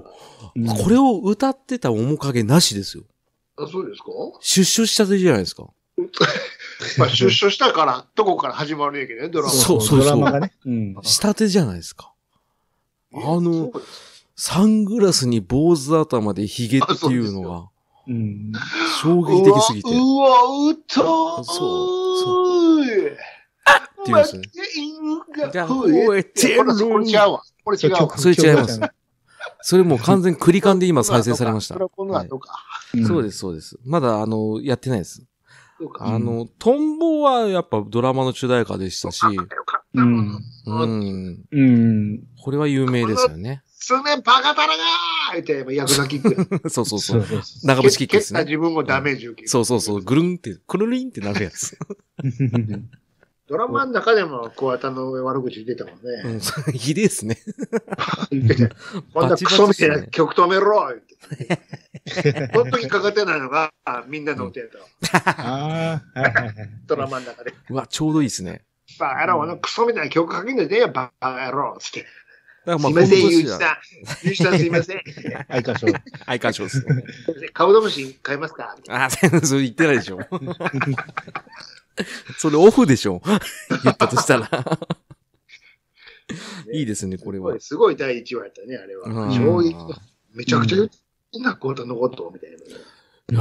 Speaker 2: な。
Speaker 1: これを歌ってた面影なしですよ。
Speaker 2: あ、そうですか
Speaker 1: 出所したてじゃないですか。
Speaker 2: まあ、出所したから、どこから始まるんやけどね、ドラマ。
Speaker 1: そうそうそう
Speaker 3: ドラマがね。うん。
Speaker 1: したてじゃないですか。
Speaker 2: え
Speaker 1: あの
Speaker 2: そうです
Speaker 1: サングラスに坊主頭でヒゲっていうのが
Speaker 3: うん。
Speaker 1: 衝撃的すぎて。
Speaker 2: うわ、うわうとう。。
Speaker 1: そうて言うんですね。
Speaker 2: が増えてる。これこれ違うわ。これ違うわ。
Speaker 1: それ違います。それもう完全クリカンで今再生されました
Speaker 2: そ。はこの後か。
Speaker 1: そう
Speaker 3: で
Speaker 1: です、そうです。まだ、あの、やってないです。
Speaker 2: そうか。
Speaker 1: あの、トンボはやっぱドラマの主題歌でしたし、
Speaker 2: よかった。
Speaker 3: す。うん。
Speaker 1: うん。
Speaker 3: うん。
Speaker 1: これは有名ですよ ね。
Speaker 2: 数年バカタラがーって、ヤクザキックや。
Speaker 1: そうそうそう。
Speaker 3: そう
Speaker 1: 長渕キックです
Speaker 2: 蹴った
Speaker 1: ね。
Speaker 2: 自分もダメージ受ける。
Speaker 1: そうそうそう。ぐるんって、くるりんってなるやつ。
Speaker 2: ドラマの中でも桑田の悪口出てたもん
Speaker 1: う
Speaker 2: ね。
Speaker 1: ん。 それひでえですね。
Speaker 2: こんな
Speaker 1: バチ
Speaker 2: ク
Speaker 1: バチ
Speaker 2: ソみたい
Speaker 1: っす
Speaker 2: な
Speaker 1: ね
Speaker 2: 曲止めろって。この時かかってないの が、あみんなの歌やったわ
Speaker 3: ああ、はいはいはい。
Speaker 2: ドラマの中で。
Speaker 1: うわ、ちょうどいいですね。
Speaker 2: バカ野郎、あのクソみたいな曲かけんでねえよ、バカ野郎。つって。
Speaker 1: だから
Speaker 2: すいません、ゆうじさん
Speaker 1: 相。
Speaker 2: ゆうじさんすいませ ん。
Speaker 3: 相川翔。
Speaker 1: 関賞ですね。
Speaker 2: 顔ドムシ買いますか
Speaker 1: あ、それ言ってないでしょ。 それオフでしょ。言ったとしたら。いいですね、これは。
Speaker 2: すごい第一話やったね、あれ
Speaker 1: う
Speaker 2: は。
Speaker 1: ん
Speaker 2: 衝撃の。めちゃくちゃ言ってんな、コータのこと、みたいな。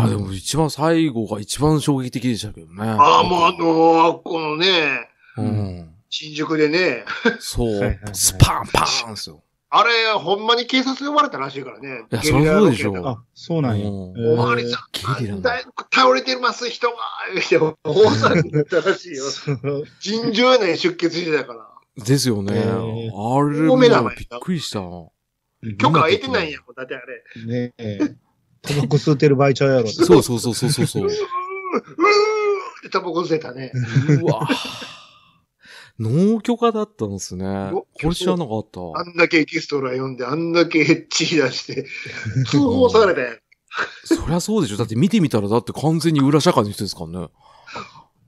Speaker 1: いや、でも一番最後が一番衝撃的でしたけどね。
Speaker 2: ああ、もうあのー、このね、
Speaker 1: うん。
Speaker 2: 新宿でね、
Speaker 1: そ
Speaker 3: はい
Speaker 1: う
Speaker 3: はいは。い
Speaker 1: スパンパーンですよ。
Speaker 2: あれ、ほんまに警察呼ばれたらしいからね。
Speaker 1: いや
Speaker 2: ゲリラロケ
Speaker 1: そりゃそうでしょ
Speaker 3: あ、そうなん
Speaker 1: う
Speaker 3: や。
Speaker 1: ん
Speaker 2: おまわりさ
Speaker 1: ゲリラ
Speaker 2: ん、
Speaker 1: の
Speaker 2: だいぶ倒れてます、人が。言うて、大騒ぎだったらしい
Speaker 3: えー
Speaker 2: よ。
Speaker 3: そう
Speaker 2: 尋常内出血して たから。
Speaker 1: ですよね。
Speaker 3: え
Speaker 1: あれ
Speaker 3: ー
Speaker 1: もうびっくりした。
Speaker 2: 許可は得てないんやもん、だってあれ。
Speaker 3: ねえ。タバコ吸うてる場合ちゃうやろ。
Speaker 1: そうそうそうそうそうそう
Speaker 2: う。ーうーってタバコ吸ってたね。
Speaker 1: うわ農許可だったんですね。これ知らなかった。
Speaker 2: あんだけエキストラ呼んで、あんだけヘッチ出して、通報されたやん。
Speaker 1: そりゃそうでしょ。だって見てみたら、だって完全に裏社会の人ですからね。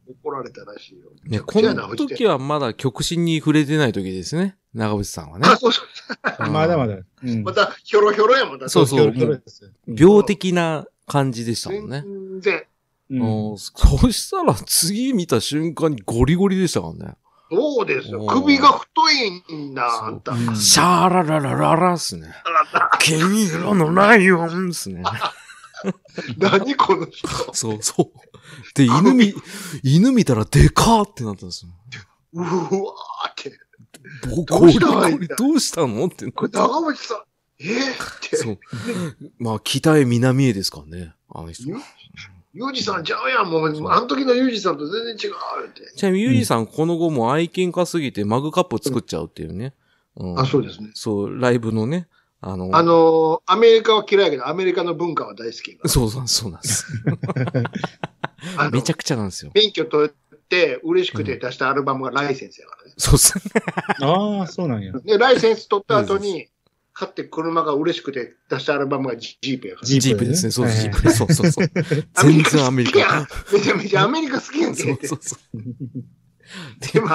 Speaker 2: 怒られたらしいよ。
Speaker 1: ね、この時はまだ極真に触れてない時ですね。長渕さんはね。
Speaker 2: あ、そうそう。
Speaker 3: まだまだ。うん
Speaker 2: また、ひょろひょろやもんだって
Speaker 1: そうそう
Speaker 3: ひょろひょろですよ
Speaker 1: 病的な感じでしたもんね。
Speaker 2: 全然。
Speaker 3: うん
Speaker 1: うん、そしたら次見た瞬間にゴリゴリでしたからね。
Speaker 2: そうですよ。
Speaker 1: おー
Speaker 2: 首が太いんだ、
Speaker 1: そう
Speaker 2: あんた。
Speaker 3: うん
Speaker 1: シャーラララララっすね。君色のライオンっすね。
Speaker 2: 何この人。
Speaker 1: そうそう。で、犬見、犬見たらでかーってなったんですよ。
Speaker 2: うわーって。
Speaker 1: ボ
Speaker 2: ど
Speaker 1: コ
Speaker 2: う
Speaker 1: リ
Speaker 2: したらいい
Speaker 1: ゴ
Speaker 2: ん
Speaker 1: リ
Speaker 2: だ
Speaker 1: どうしたのってな
Speaker 2: これ、長渕さん、えー、って。
Speaker 1: そう。まあ、北へ南へですからね。あの人。
Speaker 2: ゆゆうじさんちゃうやん、もう、
Speaker 1: そう
Speaker 2: あの時のゆうじさんと全然違うって。
Speaker 1: ちなみに、ゆうじさん、この後も愛犬家すぎてマグカップを作っちゃうっていうね。うん。
Speaker 2: あ、そうですね。
Speaker 1: そう、ライブのね、あの、
Speaker 2: あのー、アメリカは嫌いやけど、アメリカの文化は大好き。
Speaker 1: そうそう、そうなんです。
Speaker 2: あの
Speaker 1: めちゃくちゃなんですよ。
Speaker 2: 免許取って、嬉しくて出したアルバムがライセンスやからね。
Speaker 1: そうっすね。
Speaker 3: ああ、そうなんや。
Speaker 2: で、ライセンス取った後に、買って車が嬉しくて出したアルバムがジープやから。
Speaker 1: ジープですね。そう、
Speaker 3: はいはい
Speaker 1: ジープ。そうそうそう。全然アメリカ。
Speaker 2: 好きやんめちゃめちゃアメリカ好きやん
Speaker 1: そ
Speaker 2: けっ
Speaker 1: う
Speaker 2: て
Speaker 1: そ。うそ
Speaker 2: でも、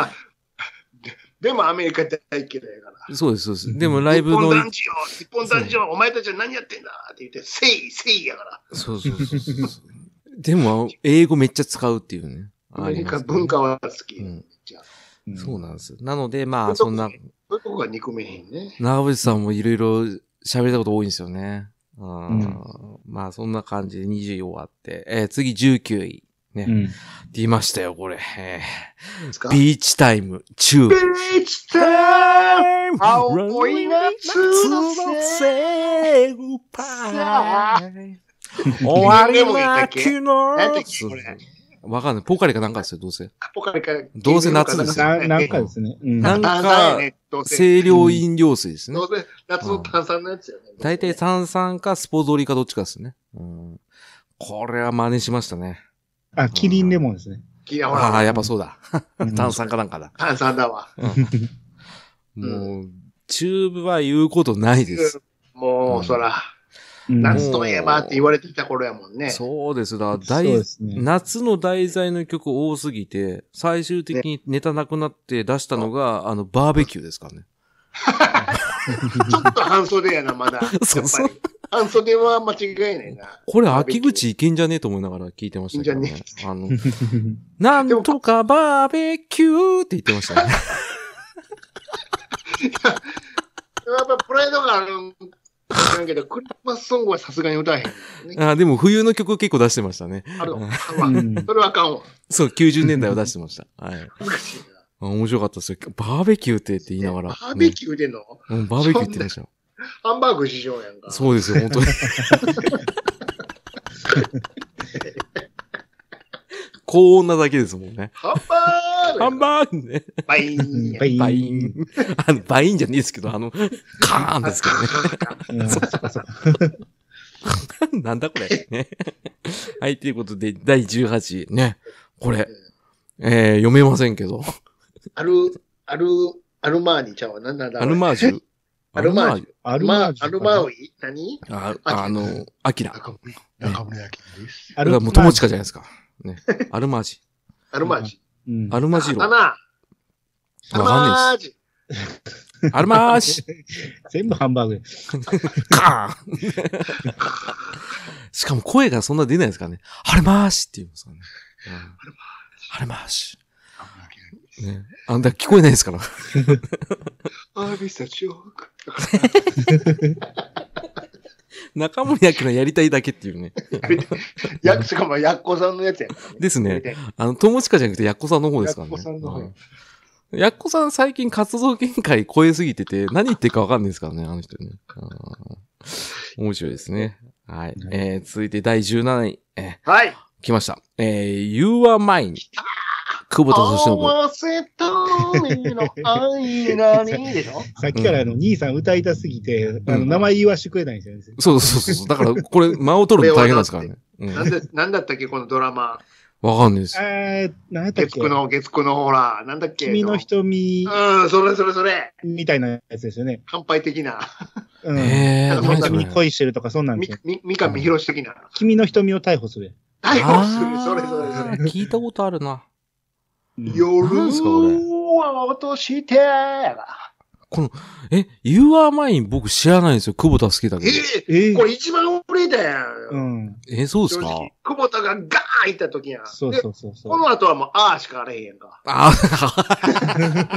Speaker 2: でもアメリカ大嫌いやから。
Speaker 1: う。そうです、そうです。でもライブ
Speaker 2: 日
Speaker 1: の
Speaker 2: 本、男児よ日本男児よお前たちは何やってんだって言って、せいせいやから。
Speaker 1: そうそうそうそう。でも、英語めっちゃ使うっていうね。
Speaker 2: アメリカ
Speaker 1: ありますね
Speaker 2: 文化は好き。
Speaker 1: うん
Speaker 2: じゃあ
Speaker 3: うん
Speaker 1: そうなんです。なので、まあ、そんな、
Speaker 2: そういうとこが憎めへんね。
Speaker 1: 長渕さんもいろいろ喋れたこと多いんですよね。うん
Speaker 3: うん
Speaker 1: まあ、そんな感じで20位終わって。えー次19位。ね。
Speaker 3: うん。
Speaker 1: 出ましたよ、これ。え
Speaker 2: ですか
Speaker 1: ー
Speaker 2: ビ
Speaker 1: ビーチタイム、チュー。
Speaker 2: ーチタイム青い夏の
Speaker 1: セーブ
Speaker 2: パ
Speaker 1: 終わりな
Speaker 2: 何やった
Speaker 1: きの
Speaker 2: っけこれ
Speaker 1: わかんない。ポカリかなんかですよ、どうせ。
Speaker 2: ポカリか。
Speaker 1: どうせ夏ですよ
Speaker 2: な
Speaker 3: ななんんかですね。うん。
Speaker 1: なんか
Speaker 2: か、どうせ、
Speaker 1: 清涼飲料水ですね
Speaker 2: ど。うせ夏の炭酸のやつよね。
Speaker 1: 大体炭酸かスポゾリかどっちかですね。うん。これは真似しましたね。
Speaker 3: あ、キリンレモンですね。
Speaker 2: いや、ほ
Speaker 1: ああ、
Speaker 2: ら、
Speaker 1: やっぱそうだ。
Speaker 3: うん
Speaker 1: 炭酸かなんかだ。
Speaker 2: 炭酸だわ。
Speaker 1: もう、チューブは言うことないです。
Speaker 2: も
Speaker 1: う
Speaker 2: う、
Speaker 1: ん
Speaker 2: そら、
Speaker 3: うん
Speaker 2: 夏といえばって言われてきた頃やもんね。
Speaker 1: そうです。だから
Speaker 3: そ
Speaker 1: 題
Speaker 3: うですね。
Speaker 1: 夏の題材の曲多すぎて、最終的にネタなくなって出したのが、あの、バーベキューですからね。
Speaker 2: ちょっと半袖やな、まだ。やっ ぱ
Speaker 1: そうそう
Speaker 2: り。半袖は間違いないな。
Speaker 1: これ、秋口いけんじゃねえと思いながら聞いてましたけど
Speaker 2: いけん
Speaker 1: ね。あの、
Speaker 3: う
Speaker 1: なんとかバーベキューって言ってましたね。
Speaker 2: やっぱプライドがあるん知らんけど、クリスマスソングはさすがに歌えへんよね。
Speaker 1: あでも、冬の曲結構出してましたね。
Speaker 2: あるわ。あかんわ
Speaker 3: ん
Speaker 2: それはあかんわ。
Speaker 1: そう、90年代を出してました。はい。
Speaker 2: 難しいな。
Speaker 1: 面白かったですよ。バーベキューってって言いながら。
Speaker 2: バーベキューでの
Speaker 1: ュー、うん、バーベキューって言ってましたよ。
Speaker 2: ハンバーグ市場やんか。
Speaker 1: そうですよ、本当 に。高温なだけですもんね。
Speaker 2: ハンバーグ
Speaker 1: ハン
Speaker 2: ー
Speaker 1: バーグね。
Speaker 2: グバインや
Speaker 3: バイン
Speaker 1: バイン。あの、バインじゃねえですけど、あの、カーンですけ
Speaker 3: うんそっかそっか
Speaker 1: どね。 なんだこれ。 ねはい、ということで、第18位。ね。これ、えー、読めませんけど。
Speaker 2: アル、アル、アルマーニちゃんは何なんだ
Speaker 1: アルマージュ。
Speaker 2: アルマージ
Speaker 1: ュ。
Speaker 3: ア
Speaker 2: アル
Speaker 3: ル
Speaker 2: マ
Speaker 3: マ
Speaker 2: ー
Speaker 3: ー
Speaker 2: ジ
Speaker 3: ジ
Speaker 2: ュ。
Speaker 3: ュ。
Speaker 2: アルマーウィ何
Speaker 1: あ、あの、アキラ。
Speaker 2: 中森、
Speaker 1: 中
Speaker 2: 村明です。
Speaker 1: だ
Speaker 3: ア
Speaker 1: からもう友近じゃないですか。ね。アルマージ。
Speaker 2: アルマージ。
Speaker 3: うん
Speaker 1: アルマジロ。
Speaker 2: あ
Speaker 1: わ
Speaker 2: な、ア
Speaker 1: かん
Speaker 2: ル
Speaker 1: ない
Speaker 2: マ
Speaker 1: で
Speaker 2: ージ。
Speaker 1: す。アルマージ。
Speaker 3: 全部ハンバーグや。
Speaker 1: カーンしかも声がそんな出ないですからね。アルマーシって言うんですからね。うんアルマーシ。ね。あんだ、聞こえないですから。
Speaker 2: アービスタチョーク。
Speaker 1: 中森明菜やりたいだけっていうね。
Speaker 2: やっ、しかも、やっこさんのやつやからね
Speaker 1: ですね。あの、友近じゃなくて、やっこさんの方ですからね。
Speaker 2: やっこさんの方
Speaker 1: はいやっこさん最近活動限界超えすぎてて、何言ってるかわかんないですからね、あの人ね。うん面白いですね。はい。えー、続いて第17位。えー
Speaker 2: はい。
Speaker 1: 来ました。えー、You are mine. 久保田敏
Speaker 2: 合
Speaker 1: 信。
Speaker 2: わせたいの愛なにでしょ
Speaker 3: さっきからあの、兄さん歌いたすぎて、あの、名前言わしてくれないんですよね。
Speaker 1: そうそうそうそう。だから、これ、間を取るの大変なんですからね。う
Speaker 2: なん
Speaker 1: ん。
Speaker 2: だ、なんだったっけ、このドラマ。
Speaker 1: わかんないです。
Speaker 3: えー、何やったっ
Speaker 2: 月
Speaker 3: け
Speaker 2: 9の、月9のほら、なんだっけ。
Speaker 3: 君の瞳
Speaker 2: うん、それそれそれ。
Speaker 3: みたいなやつですよね。
Speaker 2: 乾杯的な。
Speaker 3: うん。
Speaker 1: え
Speaker 2: な
Speaker 1: ー、
Speaker 2: んか
Speaker 1: 何
Speaker 2: そ
Speaker 1: そ
Speaker 3: 君
Speaker 1: れ
Speaker 3: に恋してるとか、そんなんで
Speaker 2: み
Speaker 3: すよ。、
Speaker 2: み、三上博史的な。
Speaker 3: 君の瞳を逮捕する。
Speaker 2: 逮捕する。
Speaker 1: あ
Speaker 2: それそれそ
Speaker 1: ー。
Speaker 2: れ
Speaker 1: 聞いたことあるな。
Speaker 3: うん
Speaker 2: 夜
Speaker 1: なんすかこれ
Speaker 2: を落としてやら。
Speaker 1: え、You are mine 僕知らないんですよ。久保田好きだけ
Speaker 2: え
Speaker 1: ど。
Speaker 2: え
Speaker 3: ええ
Speaker 2: これ一番俺だよ。
Speaker 3: うん。
Speaker 1: え、そうです
Speaker 2: 正
Speaker 1: か
Speaker 2: 直。久保田がガーン行った時やん。
Speaker 3: そう
Speaker 2: で
Speaker 3: そうそうそ
Speaker 2: こ
Speaker 3: う。
Speaker 2: の後はもう、ああしかあれへんや んか。
Speaker 1: あー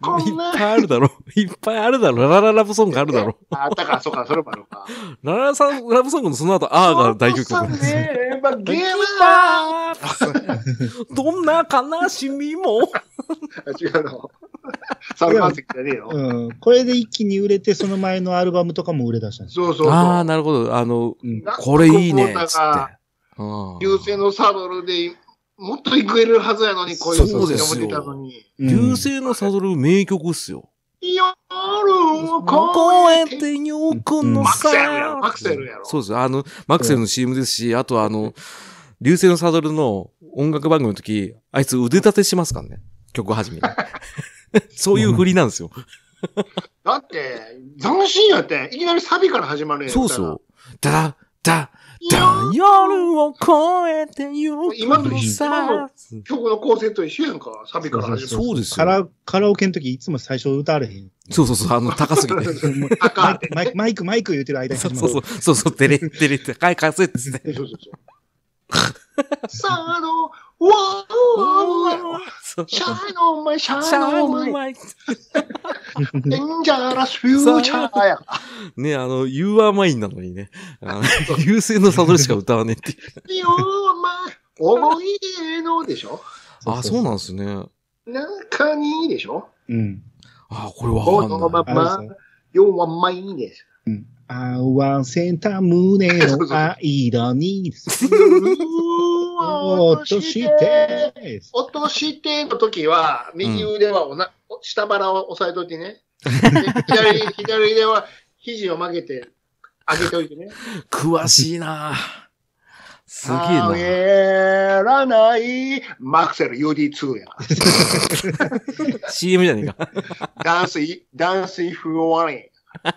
Speaker 2: こ
Speaker 1: い
Speaker 2: ん
Speaker 1: っ
Speaker 2: な
Speaker 1: ぱいあるだろ。いっぱいあるだろ。ララララブソングあるだろ。
Speaker 2: あったから、そうか、それもあるか。
Speaker 1: ラララさんラブソングのその後、あーが大曲
Speaker 2: さ
Speaker 1: か
Speaker 2: んね、やっぱゲームだ
Speaker 1: あどんな悲しみも。
Speaker 2: あ違うの。サブマンセクじゃねえの。
Speaker 3: うん。これで一気に売れて、その前のアルバムとかも売れ出したんですよ。
Speaker 2: そうそうそう。
Speaker 1: ああ、なるほど。あの、
Speaker 3: うん。
Speaker 1: これいいね、
Speaker 2: なんか
Speaker 1: つって。うん
Speaker 2: 流星のサドルで、もっといくえるはずやのに、こういう
Speaker 1: そうです
Speaker 2: 思
Speaker 1: よ
Speaker 2: ってたのに。
Speaker 1: 流星のサドル名曲っすよ。
Speaker 2: 夜を
Speaker 1: 公
Speaker 2: 越
Speaker 1: 園
Speaker 2: えて。
Speaker 1: でよくのさ。
Speaker 2: マクセルやろマクセルやろ
Speaker 1: そうです。あの、マクセルの CM ですし、あとあの、流星のサドルの音楽番組の時、あいつ腕立てしますからね。曲始めに。 そういう振りなんですよ。
Speaker 2: だって、斬新やって、いきなりサビから始まるやん。
Speaker 1: そうそう。だら、だ、
Speaker 2: 歌が。
Speaker 1: だ、夜を越えてよ
Speaker 2: 今
Speaker 1: く
Speaker 2: の
Speaker 1: の
Speaker 2: 今の
Speaker 1: さ。
Speaker 2: 曲の構成と一緒やんか、サビから始まる。
Speaker 1: そうです
Speaker 3: カ
Speaker 1: よ。
Speaker 3: ラカラオケの時いつも最初歌われへん。
Speaker 1: そうそうそう、あの、高す ぎて。
Speaker 2: 赤って。
Speaker 3: マイク、マイク、マイク言ってる間に
Speaker 1: そう
Speaker 3: 始ま
Speaker 1: そ
Speaker 3: る。
Speaker 1: うそう、そうそう、てれてれって、はい、かせっつ って。
Speaker 2: そうそうそう。 サード、ワーワー
Speaker 1: そう
Speaker 2: シャイのマイ、シャイのマイ、
Speaker 1: マイ
Speaker 2: デンジャラスフューチャーやから。
Speaker 1: ね、あの、You are mine なのにね。あの、流星のサドルしか歌わねえっていう。
Speaker 2: よーまあ、思い出のでしょ
Speaker 1: あ、そうなんですね。あ、
Speaker 2: 中にでしょ
Speaker 3: うん。
Speaker 1: これわか
Speaker 2: この
Speaker 1: んな
Speaker 2: ま
Speaker 1: い。
Speaker 3: あ
Speaker 2: ま
Speaker 3: れですよ
Speaker 2: よはまいいです。
Speaker 3: うん。合わせた胸の愛色に。
Speaker 2: よー
Speaker 3: 落として、
Speaker 2: 落としての時は、右腕はおな、下腹を押さえとい てね。で左、左腕は肘を曲げて、上げておいてね。
Speaker 1: 詳しいなすげえ
Speaker 2: 上
Speaker 1: な
Speaker 2: げらない、マクセル UD2 や。
Speaker 1: CM じゃねえか。
Speaker 2: ダンスイ、ダンスイフオワレン。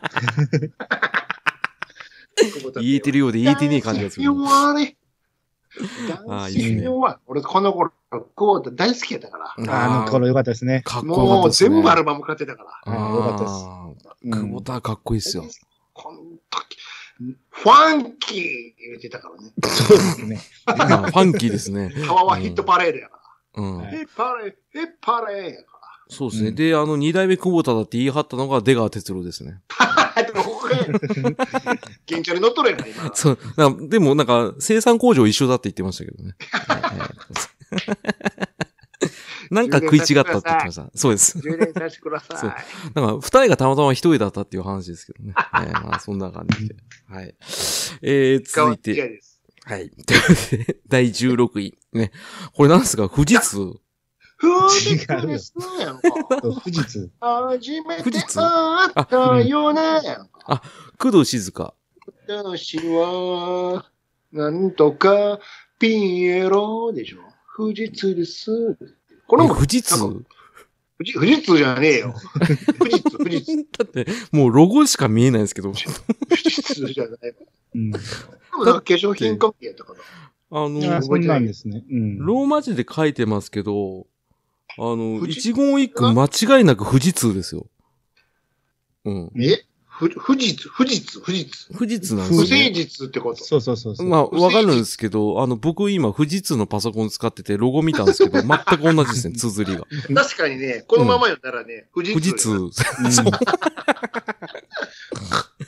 Speaker 1: 言えてるようで言えてねえ感じがする
Speaker 2: ダ。ンスイフオワレン。
Speaker 1: あ
Speaker 2: ダ
Speaker 1: あ
Speaker 2: ン
Speaker 1: い
Speaker 2: ス
Speaker 1: いですね
Speaker 2: イフオワレン。俺この頃、久保田大好きやったから。
Speaker 3: あの頃良かったですね。
Speaker 1: かっこよかっ
Speaker 2: も
Speaker 1: た
Speaker 2: う
Speaker 1: ですね。
Speaker 2: 全部アルバム買ってたから。
Speaker 3: はいよかったです
Speaker 1: うん久保田はかっこいいですよ。
Speaker 2: この時、ファンキー言ってたからね。
Speaker 3: そうですね。
Speaker 1: あファンキーですね。
Speaker 2: タワはヒットパレードやか
Speaker 1: うん
Speaker 3: は
Speaker 2: ら。
Speaker 3: い
Speaker 2: ヒットパレード、ヒットパレード やか
Speaker 1: そうですね。
Speaker 3: うん
Speaker 1: で、あの、二代目久保田だって言い張ったのが出川哲郎ですね。
Speaker 2: ら。でもここへ、現地に乗っとるやんか、今。
Speaker 1: そう。なんでも、なんか、生産工場一緒だって言ってましたけどね。はいはいなんか食い違ったって言ってました。そうです。
Speaker 2: 充電させてくだ
Speaker 1: そう
Speaker 2: さい。
Speaker 1: なんか、二重がたまたま一重だったっていう話ですけど ね。えーまあ、そんな感じで。はい。えー、
Speaker 2: 使
Speaker 1: 続
Speaker 2: わ
Speaker 1: い
Speaker 2: んき
Speaker 1: て、
Speaker 2: 合いです。
Speaker 1: はい。 ということで第16位。ね。これなんですか富士通。
Speaker 2: ふーびっくりすんやんか。
Speaker 3: 富士通。
Speaker 2: 初めて
Speaker 1: 富
Speaker 2: 会
Speaker 1: 士通
Speaker 2: ったよねやんか。
Speaker 1: 工藤静香。
Speaker 2: 私は、なんとか、ピエロでしょ。富士通です。これ
Speaker 1: え
Speaker 2: も
Speaker 1: 富士通
Speaker 2: なん富士、富士通じゃねえよ。 富士通、富士通、
Speaker 1: だって、もうロゴしか見えないんですけど。
Speaker 2: 富士通じゃないわ。
Speaker 3: うん。
Speaker 2: でもなんか化粧品関係やったかな。
Speaker 1: あの
Speaker 3: あ
Speaker 1: ー、
Speaker 3: そんなんですね。うん。
Speaker 1: ローマ字で書いてますけど、あの、
Speaker 2: 富士
Speaker 1: 一言一句間違いなく富士通ですよ。うん。
Speaker 2: えふ富士通、富士通、富士通。
Speaker 1: 富士通なん
Speaker 2: 不
Speaker 1: で
Speaker 2: 誠
Speaker 1: すよ、ね。
Speaker 2: 実ってこと。
Speaker 3: そうそうそうそう。
Speaker 1: まあ、わかるんですけど、あの、僕今富士通のパソコン使ってて、ロゴ見たんですけど、全く同じですね、綴りが。
Speaker 2: 確かにね、このまま読んだらね、富士
Speaker 1: 富
Speaker 2: 通
Speaker 1: 士
Speaker 2: やな。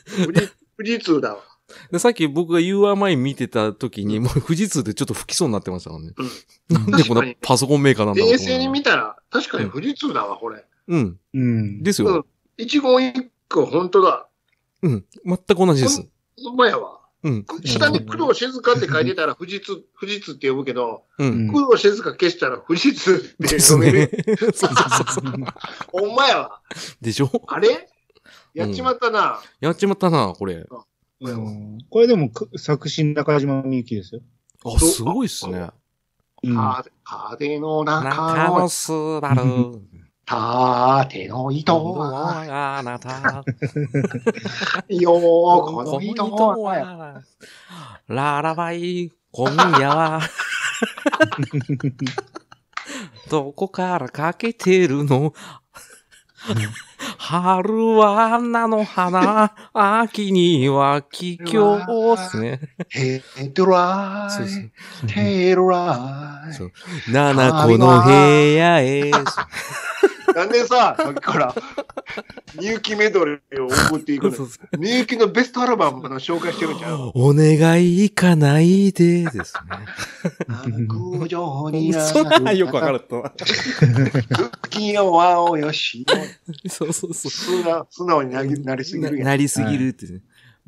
Speaker 1: 通。
Speaker 3: うん
Speaker 2: 富士富士通だわ。
Speaker 1: でさっき僕が UR 前見てた時に、もう富士通でちょっと不きそうになってましたからね。
Speaker 3: うん
Speaker 1: なんでこんなパソコンメーカーなんだろう
Speaker 2: 冷
Speaker 1: と
Speaker 2: 静に
Speaker 1: 思う。
Speaker 2: 見たら、確かに富士通だわ、これ。
Speaker 1: うん。
Speaker 3: うん。
Speaker 1: です
Speaker 2: うん
Speaker 1: よ。。
Speaker 2: 一言一句、本当だ。
Speaker 1: うん。全く同じです。
Speaker 2: ほんまやわ。
Speaker 1: うん。
Speaker 2: 下に工藤静香って書いてたら、富士通、富士通って呼ぶけど、
Speaker 1: うん。
Speaker 2: 工藤静香消したら富士通って
Speaker 1: です
Speaker 2: 呼べ
Speaker 1: ね
Speaker 2: る。。
Speaker 1: そうそうそうそう。
Speaker 2: ほんまやわ。
Speaker 1: でしょ
Speaker 2: あれやっちまったな。
Speaker 1: やっちまったな、これ。
Speaker 3: うんこれでもく作詞中島みゆきですよ。
Speaker 1: あ、すごいっすね。
Speaker 3: うん
Speaker 2: 風風の中
Speaker 1: 中
Speaker 2: の
Speaker 1: のすばる。
Speaker 2: 縦の 糸
Speaker 1: どう
Speaker 2: は、
Speaker 1: あなた。
Speaker 2: 横の糸
Speaker 1: この
Speaker 2: は、
Speaker 1: ララバイ、今夜は。どこからかけてるの春は花の花、秋には桔梗っすね。
Speaker 2: ヘドラ
Speaker 1: そうそう
Speaker 2: イ、。ヘドラ
Speaker 1: そう七個の部屋へ。
Speaker 2: イ。なんでさ、さっ きから、みゆきメドレーを送っていくのみゆきのベストアルバムの紹介してるんじゃん。
Speaker 1: お願い行かないでです
Speaker 2: 悪女
Speaker 1: ね。
Speaker 2: にな
Speaker 1: そら、よくわかると。
Speaker 2: 月よ青よしよ。
Speaker 1: そうそうそう。
Speaker 2: 素直素直になりなりすぎ
Speaker 1: な
Speaker 2: るやん。
Speaker 1: なりすぎるってね、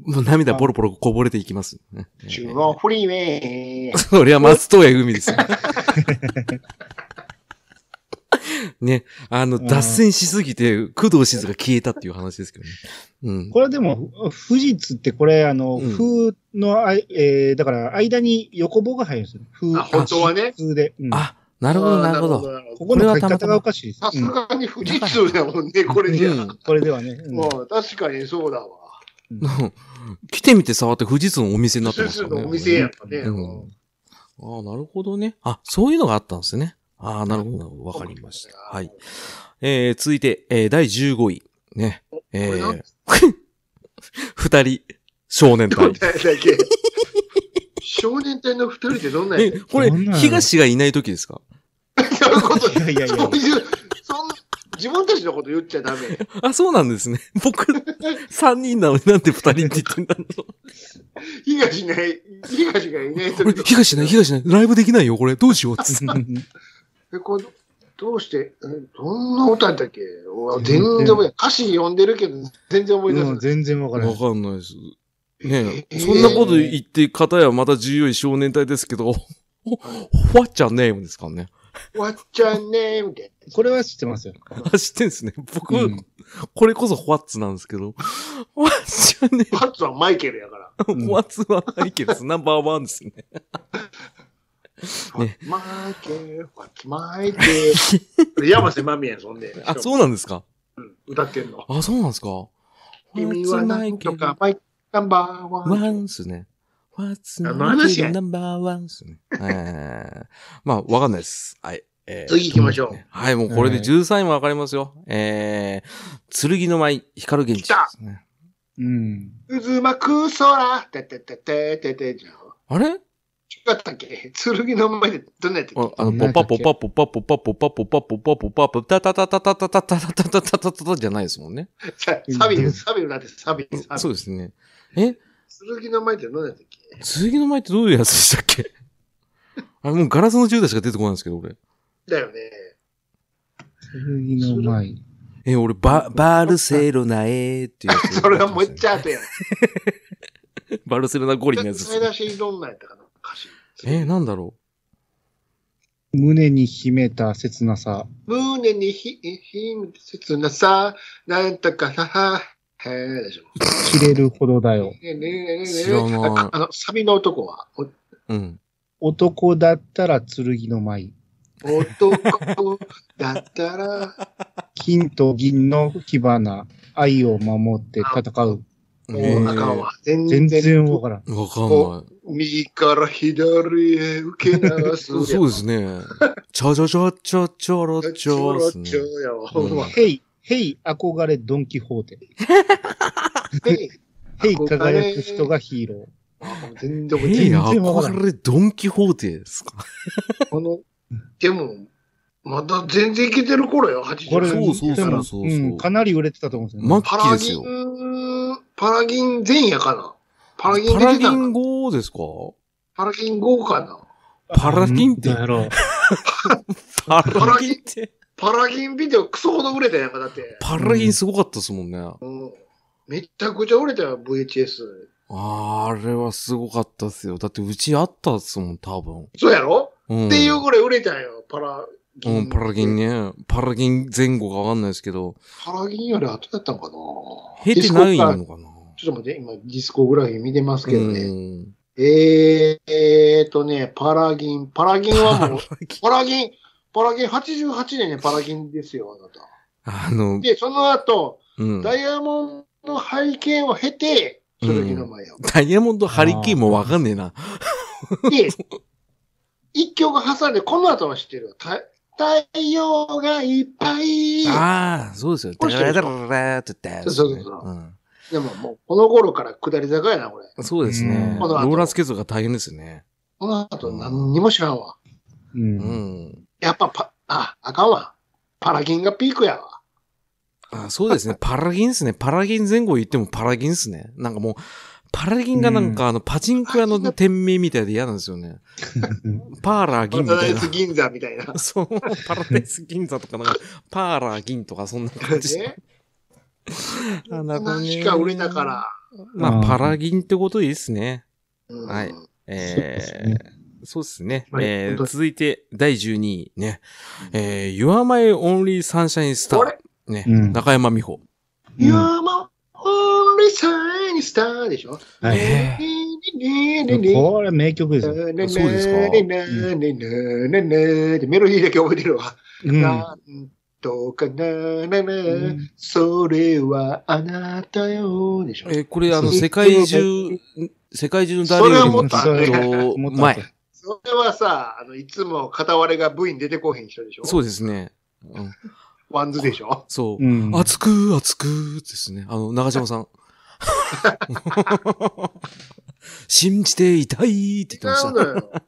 Speaker 1: もう涙ボロボロこぼれていきます。
Speaker 2: 中央フリーウェイ。
Speaker 1: そりゃ松任谷由実です よ。ね、あの、
Speaker 3: うん
Speaker 1: 脱線しすぎて、工藤静が消えたっていう話ですけどね。うん。
Speaker 3: これでも、富士通ってこれ、あの、
Speaker 1: うん
Speaker 3: 風のあい、えー、だから間に横棒が入るんですよ。風、
Speaker 2: あ、本当はね。
Speaker 3: 風で。うん
Speaker 1: あ、なるほど、なるほど。
Speaker 2: なるほ
Speaker 3: ここの書き方がおかしいです
Speaker 2: さ。す
Speaker 3: うん
Speaker 2: がに富士通だもんね、これじゃ。
Speaker 1: うん
Speaker 3: これではね。うん
Speaker 2: もう確かにそうだわ。
Speaker 1: うん来てみて触って富士通のお店になって
Speaker 2: 富
Speaker 1: ます
Speaker 2: 士
Speaker 1: か
Speaker 2: 通
Speaker 1: らね。
Speaker 2: のお店やんかね。
Speaker 1: うん。ああ、なるほどね。あ、そういうのがあったんですね。ああ、なるほどなるほど。わかりました。はい。。えー、続いて、えー、第15位。ね。え
Speaker 2: これなん
Speaker 1: ー、二人、少年
Speaker 2: どん
Speaker 1: 隊。
Speaker 2: なやだっけ少年隊の二人ってどんなや
Speaker 1: え、
Speaker 2: つ
Speaker 1: これ、
Speaker 3: どんなの
Speaker 1: 東がいない時ですか
Speaker 2: そういうこと
Speaker 3: いやいやいや
Speaker 2: そういう、そんな、自分たちのこと言っちゃダメ。
Speaker 1: あ、そうなんですね。僕、三人なのになんで二人って言ってんだろう。
Speaker 2: 東がい、東がいない
Speaker 1: これ、
Speaker 2: 時
Speaker 1: 東ない、東ない。ライブできないよ、これ。どうしよう。つって
Speaker 2: えこれどうして、えどんな歌だっけわ全然覚えない。歌詞読んでるけど、全然思い出
Speaker 3: も
Speaker 2: せ
Speaker 3: う
Speaker 2: ない。
Speaker 3: 全然わからな
Speaker 1: わ
Speaker 3: い。
Speaker 1: かんないです。ねえ
Speaker 2: えー
Speaker 1: そんなこと言って、方やまた14位少年隊ですけど、 What's your name? ですからね。
Speaker 2: What's your name? で。
Speaker 3: これは知ってますよ。
Speaker 1: あ知ってんですね。僕、
Speaker 3: うん
Speaker 1: これこそ What's なんですけど。What's your
Speaker 2: パッツはマイケルやから。
Speaker 3: ん
Speaker 1: name?What's はないけどです。ナンバーワンですね。ね
Speaker 2: マイケル、マイケル。山瀬まみやん、そんで。
Speaker 1: あ、そうなんですか
Speaker 2: うん歌ってんの。
Speaker 1: あ、そうなんですか
Speaker 2: 君は何とか、マイナンバーワン。
Speaker 1: ワンっすね。What's
Speaker 2: あの話や
Speaker 1: my ナンバーワンっすね。えーまあ、わかんないです。はい。えー
Speaker 2: 次行きましょう。
Speaker 1: はい、もうこれで13位もわかりますよ。えー、剣の舞、光源氏ですね。
Speaker 3: うん。
Speaker 2: 渦巻く空、ててててててじゃん。
Speaker 1: あれ
Speaker 2: 違ったっけ剣の前でどんなやつ
Speaker 1: ああの、
Speaker 3: なん
Speaker 1: ポ
Speaker 3: だ
Speaker 1: ッ
Speaker 3: っ
Speaker 1: パ
Speaker 3: け
Speaker 1: ポッパポッパポッパポッパポッパポッパポッパポッパタタタタタタタタタタタタタじゃないですもんね。
Speaker 2: さサビ、サビ裏です、サビ、サビ。
Speaker 1: そうですね。え
Speaker 2: 剣の前でどんなやつだっけ
Speaker 1: 剣の舞ってどういうやつでしたっけあれもうガラスの銃台しか出てこないんですけど、俺。
Speaker 2: だよね。
Speaker 3: 剣の前。
Speaker 1: え、俺、バ、バルセロナへーっていうやつ。
Speaker 2: それはもういっちゃ後やん。
Speaker 1: バルセロナゴリのやつです
Speaker 2: 使い出しどんなやったかな歌詞。
Speaker 1: えー、なんだろ
Speaker 3: 胸に秘めた切なさ。
Speaker 2: 胸にひ、ひ、切なさ、なんとか、はは、へーでしょ。
Speaker 3: 切れるほどだよ。
Speaker 2: ねねねね
Speaker 1: 知らない
Speaker 2: ああの、サビの男は、お
Speaker 1: う。うん。
Speaker 3: 男だったら剣の舞。
Speaker 2: 男だったら、
Speaker 3: 金と銀の火花。愛を守って戦う。
Speaker 2: も
Speaker 1: え
Speaker 2: うあかんわ。全
Speaker 3: 全
Speaker 2: 然、
Speaker 3: 然わからん。
Speaker 1: ーわかんない。
Speaker 2: 右から左へ受け流すや
Speaker 1: そ
Speaker 2: ん。
Speaker 1: うですね。チャチャチャチャチャラチ
Speaker 2: ちょ
Speaker 1: ャ
Speaker 2: ろ
Speaker 1: です
Speaker 2: ちょ
Speaker 1: ね。
Speaker 2: ろやわ、ほんま。
Speaker 3: ヘイ、ヘイ、憧れドンキホーテ。
Speaker 2: で
Speaker 3: ヘイ、輝く人がヒーロ
Speaker 2: あ全
Speaker 1: え
Speaker 2: 然覚えてない
Speaker 1: ー、
Speaker 3: 全然わからん
Speaker 1: 憧れドンキホーテですか
Speaker 2: この、でも、まだ全然いけてる頃よ、
Speaker 3: ー。
Speaker 2: 80。
Speaker 3: これ、
Speaker 1: そうそう
Speaker 3: でも
Speaker 1: そうそうそうん
Speaker 3: かなり売れてたと思うんですよ
Speaker 1: マ
Speaker 3: ね。
Speaker 1: ッ
Speaker 2: パ
Speaker 1: キー
Speaker 2: ラ
Speaker 1: です
Speaker 2: ギ
Speaker 1: よ。
Speaker 2: ン、パラギン前夜かな。パラギン
Speaker 1: パ
Speaker 2: 出
Speaker 1: ラ
Speaker 2: て
Speaker 1: ギ
Speaker 2: た
Speaker 1: ン
Speaker 2: んか
Speaker 1: 号ですか
Speaker 2: パラギン5かな。
Speaker 1: パラギンって
Speaker 3: なんだろう
Speaker 1: パ
Speaker 2: パ
Speaker 1: ラ
Speaker 2: ラ
Speaker 1: ギ
Speaker 2: ギ
Speaker 1: ン
Speaker 2: ン
Speaker 1: って。
Speaker 2: パラギンビデオクソほど売れたやんか、だって。
Speaker 1: パラギンすごかったですもんね。
Speaker 2: うんめちゃくちゃ売れたよ、VHS。
Speaker 1: あれはすごかったっすよ。だってうちあったっすもん、多分。
Speaker 2: そうやろ、
Speaker 1: うん、
Speaker 2: っていうぐらい売れたよ、パラギン。
Speaker 1: うん、パラギン。ね。パラギン前後かわかんないですけど、
Speaker 2: パラギンより後だったのかな
Speaker 1: 減ってない
Speaker 2: ディスコグラ
Speaker 1: の
Speaker 2: フ
Speaker 1: かな
Speaker 2: ちょっと待って、今ディスコグラフィー見てますけ
Speaker 1: う
Speaker 2: どね。
Speaker 1: ん。
Speaker 2: えー、えーとね、パラギン。パラギンはもう、パラギン、パラギン、88年ね、パラギンですよ、あなた。
Speaker 1: あの、
Speaker 2: で、その後、
Speaker 1: うん。
Speaker 2: ダイヤモンドの背景を経て、剣の前を。
Speaker 1: ダイヤモンドハリケーンもわかんねえな。
Speaker 2: で、一曲挟んで、この後は知ってるよ。た太陽がいっぱい。
Speaker 1: ああ、そうですよ。
Speaker 2: こ
Speaker 1: ダ
Speaker 2: れ知っ
Speaker 1: ラ
Speaker 2: てる
Speaker 1: ダ
Speaker 2: でしょ
Speaker 1: ララーって言って。
Speaker 2: そうそうそうでももう、この頃から下り坂やな、これ。
Speaker 1: うんそうですね。
Speaker 3: うん
Speaker 1: ローラースケートが大変ですね。
Speaker 2: この後何にも知らんわ。
Speaker 3: う。
Speaker 1: うんん。
Speaker 2: やっぱパ、あ、あかんわ。パラギンがピークやわ。
Speaker 1: あそう ですね。パラギンですね。パラギン前後言ってもパラギンですね。なんかもう、パラギンがなんかあの、パチンコ屋の店名みたいで嫌なんですよ ね。パーラー銀
Speaker 2: パ
Speaker 1: み
Speaker 2: ラダ
Speaker 1: たい
Speaker 2: イ
Speaker 1: な
Speaker 2: ス。銀座みたいな。
Speaker 1: そう、パラダイス銀座とかなんか、パーラー銀とかそんな感じ。
Speaker 2: ね
Speaker 1: あなるほど
Speaker 2: 何
Speaker 1: ね
Speaker 2: しか売れたから。
Speaker 1: ま
Speaker 3: う
Speaker 1: あ、
Speaker 3: ん
Speaker 1: パラギンってことでいいですね。
Speaker 2: うん
Speaker 1: はい
Speaker 3: そう
Speaker 1: え
Speaker 3: です
Speaker 1: ー
Speaker 3: ね、
Speaker 1: そうですね。
Speaker 2: はい
Speaker 1: え
Speaker 2: 本
Speaker 1: ー
Speaker 2: 当に
Speaker 1: 続いて、第12位ね。えー、Your My Only Sunshine
Speaker 2: こ
Speaker 1: Star
Speaker 2: れ。、
Speaker 1: ね、
Speaker 3: うん
Speaker 1: 中山美穂。
Speaker 2: You're my only shining star でしょ
Speaker 3: はい
Speaker 1: え
Speaker 3: これ名曲ですよ。
Speaker 1: そうですか
Speaker 2: メロディーだけ覚えてるわ。
Speaker 3: うん。
Speaker 2: なんとかななな
Speaker 3: う
Speaker 2: んそれはあなたよでしょ
Speaker 1: えーこれあの、
Speaker 3: そう
Speaker 1: 世界中、世界中の誰よりもず
Speaker 2: それは
Speaker 1: っと
Speaker 3: もっと
Speaker 1: 前。
Speaker 2: それはさ、あの、いつも片割れが V に出てこへん人でしょ
Speaker 1: そうですね。うん、
Speaker 2: ワンズでしょ
Speaker 1: そうう。
Speaker 3: ん。
Speaker 1: 熱く、熱くですね。あの、長島さん。 信じていたいって言ってま
Speaker 2: 違
Speaker 1: し
Speaker 2: う
Speaker 1: た。
Speaker 2: のよ。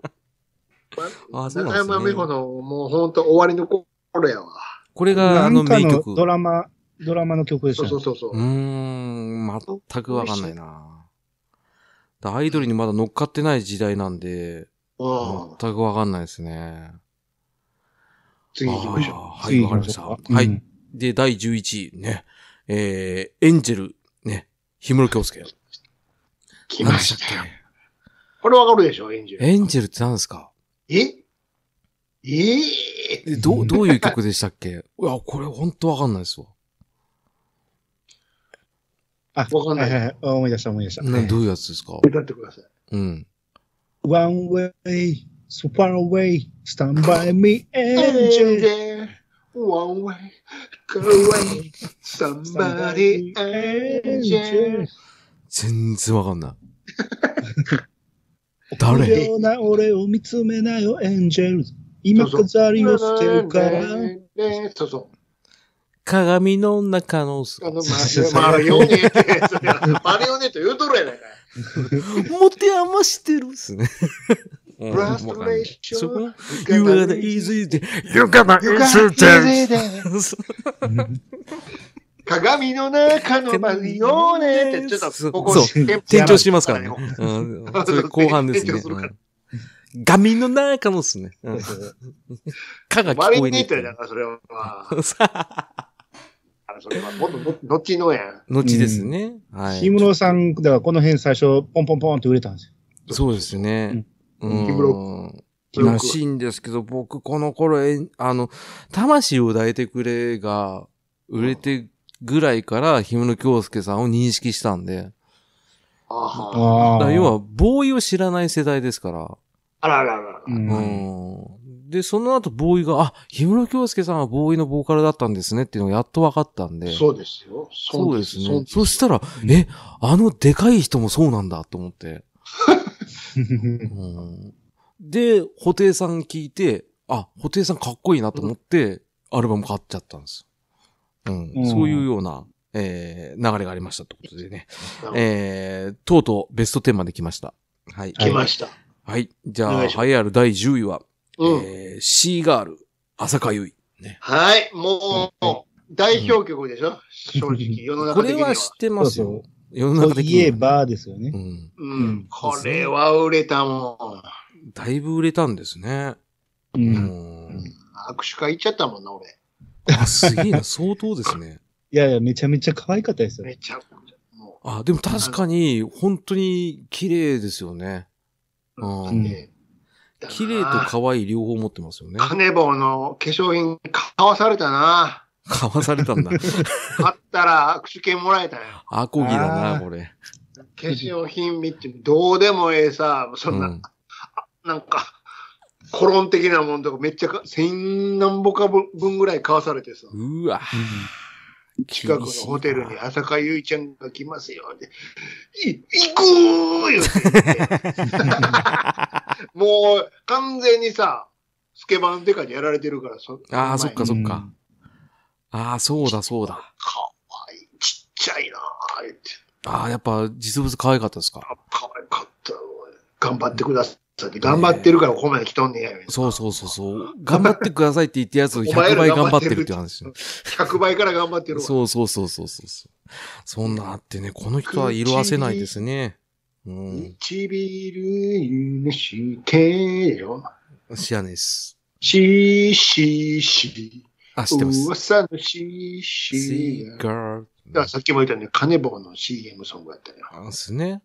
Speaker 1: あそうなんですね
Speaker 2: 中山美穂のもうほんと終わりの頃やわ。
Speaker 1: これが
Speaker 3: な
Speaker 1: あの
Speaker 3: んか
Speaker 1: 名
Speaker 3: の
Speaker 1: 曲。
Speaker 3: ド
Speaker 1: う
Speaker 3: ラマ、ドラマの曲でした
Speaker 2: そう
Speaker 3: ね
Speaker 2: そうそうそう
Speaker 1: ー。ん、全くわかんないな。だアイドルにまだ乗っかってない時代なんで、
Speaker 2: うん
Speaker 1: 全くわかんないですね。
Speaker 2: 次行きましょ
Speaker 1: あーはい、わかりました。は。
Speaker 3: 次行
Speaker 1: い
Speaker 3: き。
Speaker 1: で、第11位ね。えー、エンジェル、ね。氷室京介。
Speaker 2: う。来
Speaker 1: 何
Speaker 2: ま
Speaker 1: でし
Speaker 2: したた
Speaker 1: っ
Speaker 2: よ。これわかるでしょ、エンジ
Speaker 1: け
Speaker 2: ュ。
Speaker 1: エンジェルって何ですか
Speaker 2: えええ
Speaker 1: えどう、どういう曲でしたっけいや、これ本当わかんないですわ。
Speaker 3: あ、
Speaker 2: わかんない
Speaker 3: はいはいはい。思い出した思い出した。
Speaker 1: などういうやつですか
Speaker 2: 歌ってください。
Speaker 1: うん。
Speaker 3: One way, so far away, stand by me, angel.
Speaker 2: One way, go away, somebody angel.
Speaker 1: 全然わか んない。誰
Speaker 3: ような俺を見つめなよ、エンジェル。今飾りを捨てるから。
Speaker 2: そうそう。
Speaker 1: 鏡の中のす、
Speaker 2: あの、マリオネット。マリオネット言うとるやないか。
Speaker 1: 持て余してるっすね。うん
Speaker 2: フラストレーシ
Speaker 1: そ
Speaker 2: ョ
Speaker 1: こ
Speaker 2: ン。
Speaker 1: You are the easy day. You gonna answer them.
Speaker 2: 鏡の中のマリオネって、ちょっと、ここ、
Speaker 1: 転調してますからね。うん、それ後半ですね。
Speaker 2: 転調するから
Speaker 1: うん画面の中のっすね。うんかが聞
Speaker 2: マリ
Speaker 1: こ
Speaker 2: オ
Speaker 1: え
Speaker 2: ネ
Speaker 1: に
Speaker 2: ッ
Speaker 1: く
Speaker 2: ト
Speaker 1: い
Speaker 2: やな、それは。それは、もっと、後のやん。
Speaker 1: 後ですね。は
Speaker 3: 氷
Speaker 1: い。
Speaker 3: 室さん、だからこの辺最初、ポンポンポンって売れたんですよ。
Speaker 1: そうですね。
Speaker 2: ん
Speaker 1: う
Speaker 2: 氷
Speaker 1: ん。らしいんですけど、僕、この頃、えあの、魂を抱いてくれが、売れてぐらいから、氷室京介さんを認識したんで、
Speaker 2: あ
Speaker 3: あ
Speaker 1: だから要は、ボーイを知らない世代ですから、
Speaker 2: らあらあら。
Speaker 3: う。
Speaker 1: うんん。で、その後、ボーイが、あ、氷室京介さんはボーイのボーカルだったんですねっていうのがやっと分かったんで。
Speaker 2: そうですよ。
Speaker 1: そうですね。そした
Speaker 2: ら、
Speaker 1: ら、
Speaker 3: ん
Speaker 1: え、あのでかい人もそうなんだと思って。うんで、布袋さん聞いて、あ、布袋さんかっこいいなと思って、アルバム買っちゃったんですよ。うん。
Speaker 3: うん
Speaker 1: そういうような、えー、流れがありましたってことでね
Speaker 2: なるほ。ど
Speaker 1: えー、とうとうベスト10まで来ました。はい。
Speaker 2: 来ました。
Speaker 1: はい。じ
Speaker 2: お
Speaker 1: ゃ
Speaker 2: 願
Speaker 1: あ、
Speaker 2: い
Speaker 1: 栄
Speaker 2: しま
Speaker 1: えある第10位は、
Speaker 2: うん。
Speaker 1: えー、シーガール、浅香唯。ね。
Speaker 2: はい、もう、代表曲でしょ正直、世の中
Speaker 1: こ
Speaker 2: 的
Speaker 1: れ
Speaker 2: には
Speaker 1: は。知ってます
Speaker 3: そう
Speaker 1: よ。世の
Speaker 3: と
Speaker 1: 中的に
Speaker 3: い
Speaker 1: は。
Speaker 3: えばですよ
Speaker 1: う
Speaker 3: ね。
Speaker 1: ん。
Speaker 2: うん。これは売れたもん。
Speaker 1: だいぶ売れたんですね。
Speaker 3: う。
Speaker 1: うんん。
Speaker 2: 握手会行っちゃったもんな、俺。
Speaker 1: あ、すげえな、相当ですね。
Speaker 3: いやいや、めちゃめちゃ可愛かったですよ
Speaker 2: め。ちゃくちゃ。も
Speaker 1: あ、でも確かに、本当に綺麗ですよね。う
Speaker 2: う、
Speaker 1: ん。
Speaker 2: ね
Speaker 1: 綺麗と可愛い両方持ってますよね。
Speaker 2: カネボウの化粧品買わされたな。
Speaker 1: かわされたんだ。
Speaker 2: 買っ たら握手券もらえたよ。
Speaker 1: アコギだ
Speaker 3: あ
Speaker 1: な、
Speaker 3: ー
Speaker 1: これ。
Speaker 2: 化粧品見て、どうでもええさ、そ
Speaker 1: うん
Speaker 2: な、
Speaker 1: ん。
Speaker 2: なんか、コロン的なもんとかめっちゃか、千何ぼか分ぐらい買わされてさ、
Speaker 1: うわ。
Speaker 2: 近くの
Speaker 1: 厳しいな
Speaker 2: ホテルに浅香ゆいちゃんが来ますよ。で、い行くー言 うてもう完全にさ、スケバンデカにやられてるから、そ
Speaker 1: ああ、そっか
Speaker 3: う
Speaker 1: そ
Speaker 3: ん
Speaker 1: っか。ああ、そうだそうだ。
Speaker 2: かわいい、ちっちゃいなー言って。
Speaker 1: ああ、やっぱ実物可愛かったですか。
Speaker 2: あ可愛かったわ。頑張ってくださいって。頑張ってるからここまで来とんねや。
Speaker 1: そうそうそうそう。頑張ってくださいって言ったやつを
Speaker 2: お前
Speaker 1: 100
Speaker 2: ら
Speaker 1: 倍
Speaker 2: 頑
Speaker 1: 頑
Speaker 2: 張
Speaker 1: 張
Speaker 2: っ
Speaker 1: ってて
Speaker 2: る
Speaker 1: る
Speaker 2: っ
Speaker 1: ってて話。
Speaker 2: 100倍から頑張ってるわ。
Speaker 1: そうそうそうそうそうそう。そんなあってね、この人は色褪せないですね。うん。
Speaker 2: 唇許してよ。
Speaker 1: 知らないです。
Speaker 2: しーしーし
Speaker 1: あ、知ってま
Speaker 2: ー。
Speaker 1: す。
Speaker 2: 噂のしーし
Speaker 1: シー
Speaker 2: ーが。
Speaker 1: ガー
Speaker 2: だからさっきも言ったように、カネボウの CM ソングやったよ。
Speaker 1: なんですね。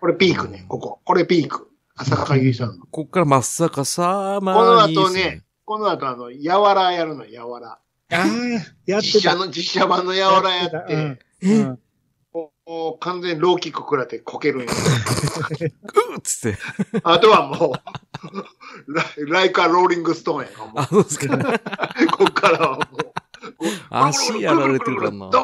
Speaker 2: これピークね、ここ。これピーク。浅香ゆいさんの。
Speaker 1: こっからまっさかさまに
Speaker 2: この後ね。この後、あの、やわらやるの、やわら。
Speaker 3: ああ、やって
Speaker 2: 実写
Speaker 3: た。
Speaker 2: の、実写版のやわらやって、
Speaker 3: うんうん
Speaker 2: もう完全にローキック食らってこけるんや。
Speaker 1: うっつって。
Speaker 2: あとはもう、ラライカ・ローリング・ストーンやなも
Speaker 1: あ、そうですか。
Speaker 2: うこっからはもう。
Speaker 1: 足やられてるから
Speaker 2: ドー
Speaker 1: な。
Speaker 2: ンや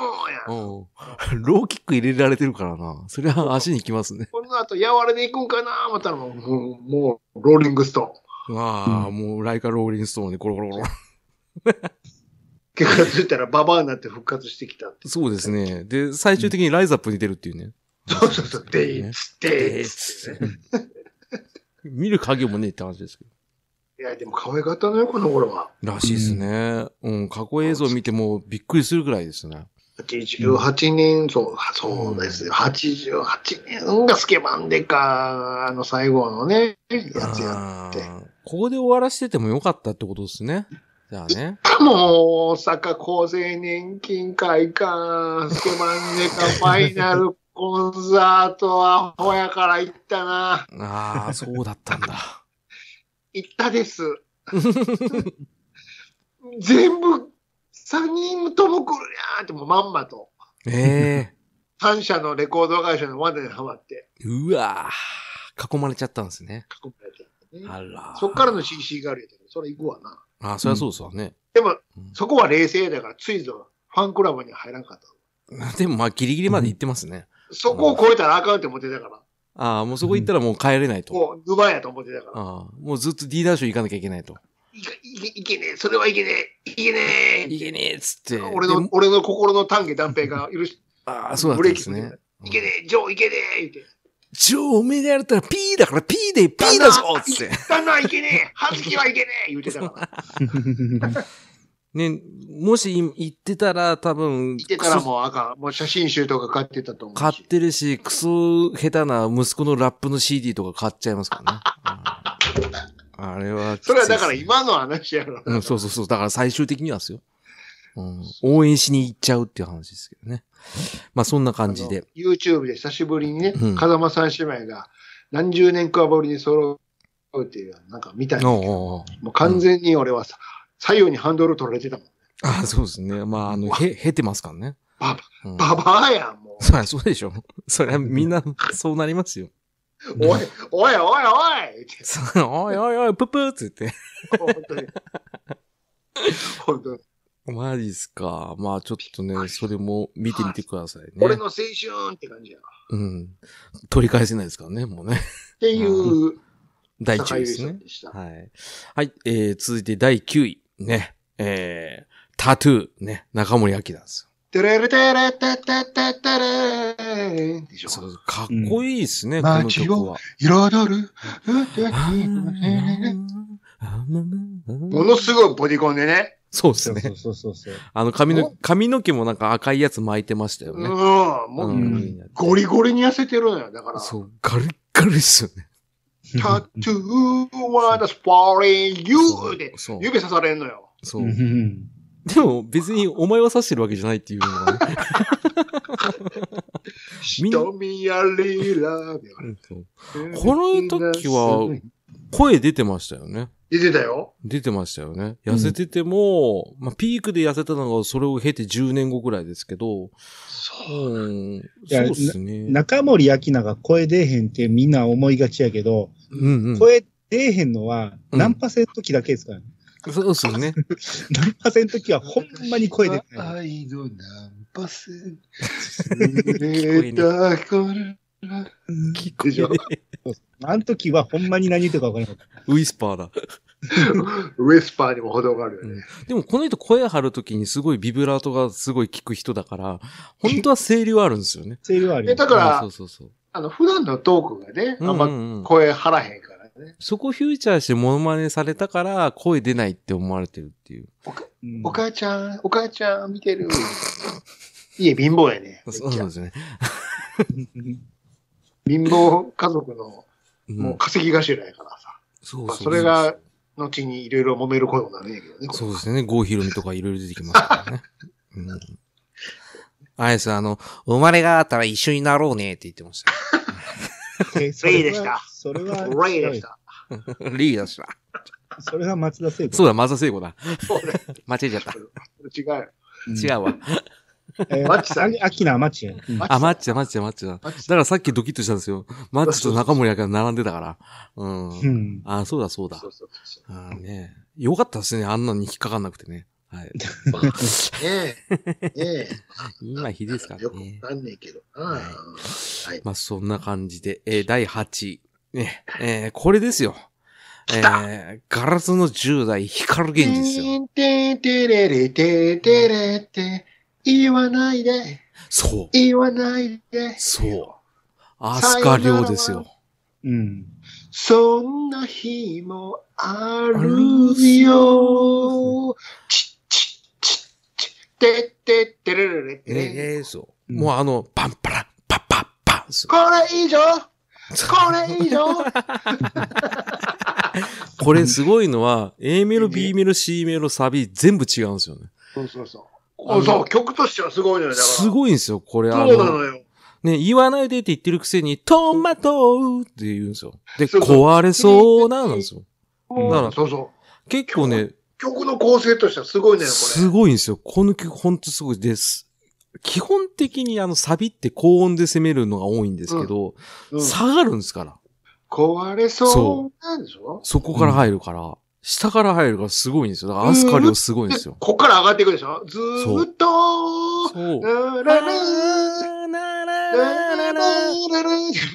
Speaker 1: う。ん。ローキック入れられてるからな。そりゃ足にきますね。
Speaker 2: この後、やわらでいくんかな思ったらもう、もう、もうローリング・ストーン。
Speaker 1: ああ、もうライカローリングストーンにコロコロコロ。
Speaker 2: 結果ついたらババアになって復活してきたって。
Speaker 1: そうですね。で、最終的にライザップに出るっていうね。
Speaker 2: そうそうそう。デイツ、デイツってね。
Speaker 1: 見る影もねえって話ですけど。
Speaker 2: いや、でも可愛かったのよ、この頃は。
Speaker 1: らしいですね。うん。過去映像見てもびっくりするぐらいですね。
Speaker 2: 18年、そう、そうですよ。88年がスケバンデカの最後のね、やつや。
Speaker 1: あ
Speaker 2: て
Speaker 1: ーここで終わらせててもよかったってことですね。じゃあね。
Speaker 2: もう、大阪厚生年金会館、スケバンデカファイナル コンサートは、ほやから行ったな。
Speaker 1: ああ、そうだったんだ。
Speaker 2: 行ったです。全部、三人とも来るやーって、もうまんまと。
Speaker 1: え
Speaker 2: 三社のレコード会社の罠にハマって、
Speaker 1: えうわー囲まれちゃったんですね。
Speaker 2: 囲まれてるね、
Speaker 1: あらー
Speaker 2: そっからの CC があるやつやからそれ行くわな。
Speaker 1: あー、そりゃそうですわね。
Speaker 2: でも
Speaker 1: うん、
Speaker 2: そこは冷静だから、ついぞ、ファンクラブには入らんかった。
Speaker 1: でもまあ、ギリギリまで行ってますね。
Speaker 2: そこを超えたらあかんって思ってたから。
Speaker 1: ああ、もうそこ行ったらもう帰れないと。
Speaker 2: もう、ルバやと思ってたから。
Speaker 1: ああ、もうずっと D ダッシュ行かなきゃいけないと。
Speaker 2: いけ、いけ、いけねえ、それはいけねえ、いけねえって
Speaker 1: いけねえっつって。
Speaker 2: 俺
Speaker 1: で
Speaker 2: の、俺の心の丹下断平が許し、
Speaker 1: ああ、そうだっ
Speaker 2: ブ
Speaker 1: たん
Speaker 2: レー
Speaker 1: で
Speaker 2: キ
Speaker 1: す
Speaker 2: 踏ん
Speaker 1: ね
Speaker 2: で。いけねえ、ジョーいけねえって。
Speaker 1: ちょ、おめえがやったら P だから P で P だぞっつって。
Speaker 2: 旦那いけね え、葉月はいけねえ言うてたから。
Speaker 1: ね、もし行ってたら多分、
Speaker 2: いてたらもうあかん。もう写真集とか買ってたと思うし。
Speaker 1: 買ってるし、クソ下手な息子のラップの CD とか買っちゃいますからね。うんあれは。
Speaker 2: それはだから。今の話やろ。
Speaker 1: うん、そうそうそう。だから最終的にはですよ。うん、応援しに行っちゃうっていう話ですけどね。まあそんな感じで。
Speaker 2: あの YouTube で久しぶりにね、
Speaker 1: うん
Speaker 2: 風間三姉妹が何十年かぶりに揃うっていう、なんか見たんだ
Speaker 1: おう
Speaker 2: けど、
Speaker 1: おうおう
Speaker 2: もう完全に俺はさ、左右にハンドル取られてたもん。
Speaker 1: あそうですね。まあ、あの、へ、へてますからね。
Speaker 2: バ
Speaker 1: うん
Speaker 2: ババアやん、も
Speaker 1: そりゃそうでしょ。そりゃみんな、そうなりますよ。
Speaker 2: う。おい、おい、おい、おいって、
Speaker 1: そうおいおいおい、ぷぷーっつって。
Speaker 2: 本当に。本当に。
Speaker 1: マジっすか。まあちょっとね、それも見てみてくださいね。
Speaker 2: 俺の青春って感じや。っ
Speaker 1: うん。取り返せないですからね、もう ね。
Speaker 2: ていう、
Speaker 1: 第
Speaker 2: 高
Speaker 1: 1位
Speaker 2: 井
Speaker 1: で
Speaker 2: 由
Speaker 1: す
Speaker 2: 衣さん
Speaker 1: ね。
Speaker 2: でした。
Speaker 1: はい。はい、えー、続いて第9位。ね。えー、タトゥー。ね。中森明菜です
Speaker 2: テレレテレテテテテレでし
Speaker 1: よ。そ
Speaker 2: ょ。
Speaker 1: う、かっこいいですね、
Speaker 2: ん
Speaker 1: この曲は。
Speaker 2: 彩る。 ものすごいボディコンでね。
Speaker 1: そうです
Speaker 3: そう
Speaker 1: ね
Speaker 3: そ。うそうそうそう。
Speaker 1: あの、髪の、髪の毛もなんか赤いやつ巻いてましたよ
Speaker 2: うん。
Speaker 1: ね。
Speaker 2: も
Speaker 1: う
Speaker 2: うんゴリゴリに痩せてるのよ。だから、
Speaker 1: そう、ガリッガリっすよね。
Speaker 2: タトゥーは the falling you で
Speaker 1: そう
Speaker 2: 指刺されんのよ。
Speaker 1: そうう。
Speaker 3: ん
Speaker 1: でも別にお前は刺してるわけじゃないっていうのがね。みん
Speaker 2: 瞳やリラで。
Speaker 1: うんそうこの時は、声出てましたよね。
Speaker 2: 出てたよ。
Speaker 1: 出てましたよね。痩せてても、まあピークで痩せたのがそれを経て10年後ぐらいですけど、
Speaker 2: そう。
Speaker 1: うん、そ
Speaker 3: や
Speaker 1: うですね。
Speaker 3: 中森明菜が声出えへんってみんな思いがちやけど、
Speaker 1: うんうん。
Speaker 3: 声出えへんのは
Speaker 1: うん
Speaker 3: 何パーセント期だけですからね。
Speaker 1: そうですよね。
Speaker 3: 何パーセント期はほんまに声出てない。
Speaker 2: 愛のナンパセン。
Speaker 1: え
Speaker 2: たこれ。
Speaker 1: 聞こえ
Speaker 2: でしょ
Speaker 1: ね
Speaker 3: あの時はほんまに何言ってるか分からなかっ
Speaker 1: ウィスパーだ。
Speaker 2: ウィスパーにも程があるよね。
Speaker 1: でもこの人声張るときにすごいビブラートがすごい効く人だから、本当は声量あるんですよね。
Speaker 3: た。声量あるよ
Speaker 2: え、だか
Speaker 1: あそ
Speaker 2: ら
Speaker 1: う、そうそう。
Speaker 2: あの、普段のトークがね、
Speaker 1: うん
Speaker 2: あ
Speaker 1: うんん
Speaker 2: ま
Speaker 1: うん、
Speaker 2: 声張らへんからね。
Speaker 1: そこフューチャーしてモノマネされたから、声出ないって思われてるっていう。
Speaker 3: うん
Speaker 2: お母ちゃん、お母ちゃん見てる。いえ、貧乏やね。めっ
Speaker 1: そう
Speaker 2: ち
Speaker 1: そう
Speaker 2: ゃ
Speaker 1: ですね。
Speaker 2: 貧乏家族の、
Speaker 1: うん
Speaker 2: もう稼ぎ頭やからさ。
Speaker 1: そうそ
Speaker 2: ま
Speaker 1: う
Speaker 2: あ
Speaker 1: そう
Speaker 2: それが、、後にいろいろ揉めることになるんやけどね。これ
Speaker 1: そうですね。郷ひろみとかいろいろ出てきますからね。うん。あれです、あの、生まれがあったら一緒になろうねって言ってました。
Speaker 3: えそれは
Speaker 2: レイでした
Speaker 3: それは、
Speaker 2: レイでした。
Speaker 1: リーダーした。
Speaker 3: それは松田聖子。
Speaker 1: そうだ、松田聖子だ。
Speaker 2: そうだよ
Speaker 1: 間違えちゃった。
Speaker 2: 違う。
Speaker 3: うん
Speaker 1: 違うわ。
Speaker 3: えー
Speaker 2: マッチさん
Speaker 3: あアキナはマッチやん。うん
Speaker 1: あ、マッチだ、マッチだ、マッチだ。だ
Speaker 2: マッチ
Speaker 1: からさっきドキッとしたんですよ。マッチと中森明菜並んでたから。うん
Speaker 3: う。ん
Speaker 1: あ、そうだ、そうだ
Speaker 2: そ。うそうそうそ
Speaker 1: あーね。よかったですね。あんなに引っかかんなくてね。はい。
Speaker 2: う。ねえ。ね
Speaker 1: 今、ひでいですから
Speaker 2: え。よくわ
Speaker 1: ね。
Speaker 2: かんねえけどな。
Speaker 1: はい
Speaker 2: はい。
Speaker 1: まあ、そんな感じで、えー第8位。ね、えーこれですよ。
Speaker 2: 来た
Speaker 1: えー、ガラスの10代、光源氏ですよ。
Speaker 2: てんてんてれれてんてれって、言わないで、
Speaker 1: そう。
Speaker 2: 言わないで。
Speaker 1: そう。アスカ亮ですよ。
Speaker 3: うん。
Speaker 2: そんな日もあるよ。ちっちっちっちっ、てってってれれれて
Speaker 1: ね
Speaker 2: れ。
Speaker 1: えそう。
Speaker 3: うん
Speaker 1: もうあの、パンパラン、パッパッパンですよ
Speaker 2: これ以上これ以上
Speaker 1: これすごいのは、A メロ、
Speaker 2: ね
Speaker 1: B メロ、C メロ、サビ、全部違うんですよね。
Speaker 2: そうそうそう。
Speaker 1: あの
Speaker 2: おそう、曲としてはすごいのよ。だから
Speaker 1: すごいんですよ、これ。あ
Speaker 2: そうなの
Speaker 1: の、
Speaker 2: よ。
Speaker 1: ね、言わないでって言ってるくせに、トマトーって言うんですよ。で、
Speaker 2: そうそう
Speaker 1: 壊れそうな、なんですよ。だから
Speaker 2: そうそう。
Speaker 1: 結構ね、
Speaker 2: 曲の構成としてはすごいのよ、こ
Speaker 1: すごいんですよ。この曲ほんとすごいです。基本的にあのサビって高音で攻めるのが多いんですけど、
Speaker 2: れ。うん
Speaker 1: 下がるんですから。
Speaker 2: 壊れそうなんでしょ
Speaker 1: そこから入るから、下から入るからすごいんですよ。だからアスカリオすごいんですよ。
Speaker 2: こっから上がっていくでしょずーっと
Speaker 1: そう。
Speaker 2: ララララララララ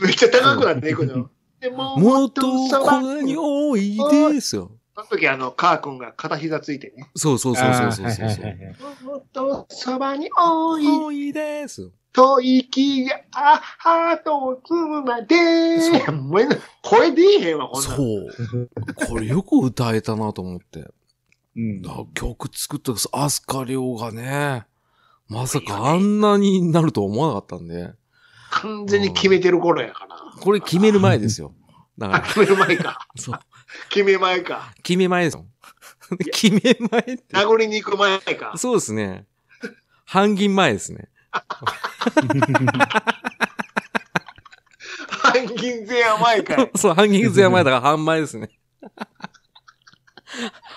Speaker 2: めっちゃ高くなっていくのよ。で
Speaker 1: も
Speaker 2: もも
Speaker 1: っ
Speaker 2: っ
Speaker 1: と
Speaker 2: と
Speaker 1: こんなに
Speaker 2: 騒ぐ
Speaker 1: 多いですよ。
Speaker 2: その時あの、カー君が片膝ついてね。
Speaker 1: そうそうそうそうそうそう。
Speaker 3: あーはいはいはいはい
Speaker 2: もっとそばにおい
Speaker 1: 多いですよ。
Speaker 2: と息が、あ、ハートをつまで。もう声出えへんわ、こんな
Speaker 1: そ
Speaker 2: ん。
Speaker 1: う。これよく歌えたなと思って。
Speaker 3: うん。
Speaker 1: だ曲作ったアスカリオがね、まさかあんなになるとは思わなかったんで、
Speaker 2: 完全に決めてる頃やから。
Speaker 1: これ決める前ですよ。だか
Speaker 2: あ、
Speaker 1: ら、
Speaker 2: 決める前か。
Speaker 1: そう、
Speaker 2: 決め前か。
Speaker 1: 決め前ですよ。決め前って。
Speaker 2: 殴りに行く前か。
Speaker 1: そうですね。半銀前ですね。。
Speaker 2: 半銀前や前かい
Speaker 1: そう、ハンギング前前だから 半前ですね。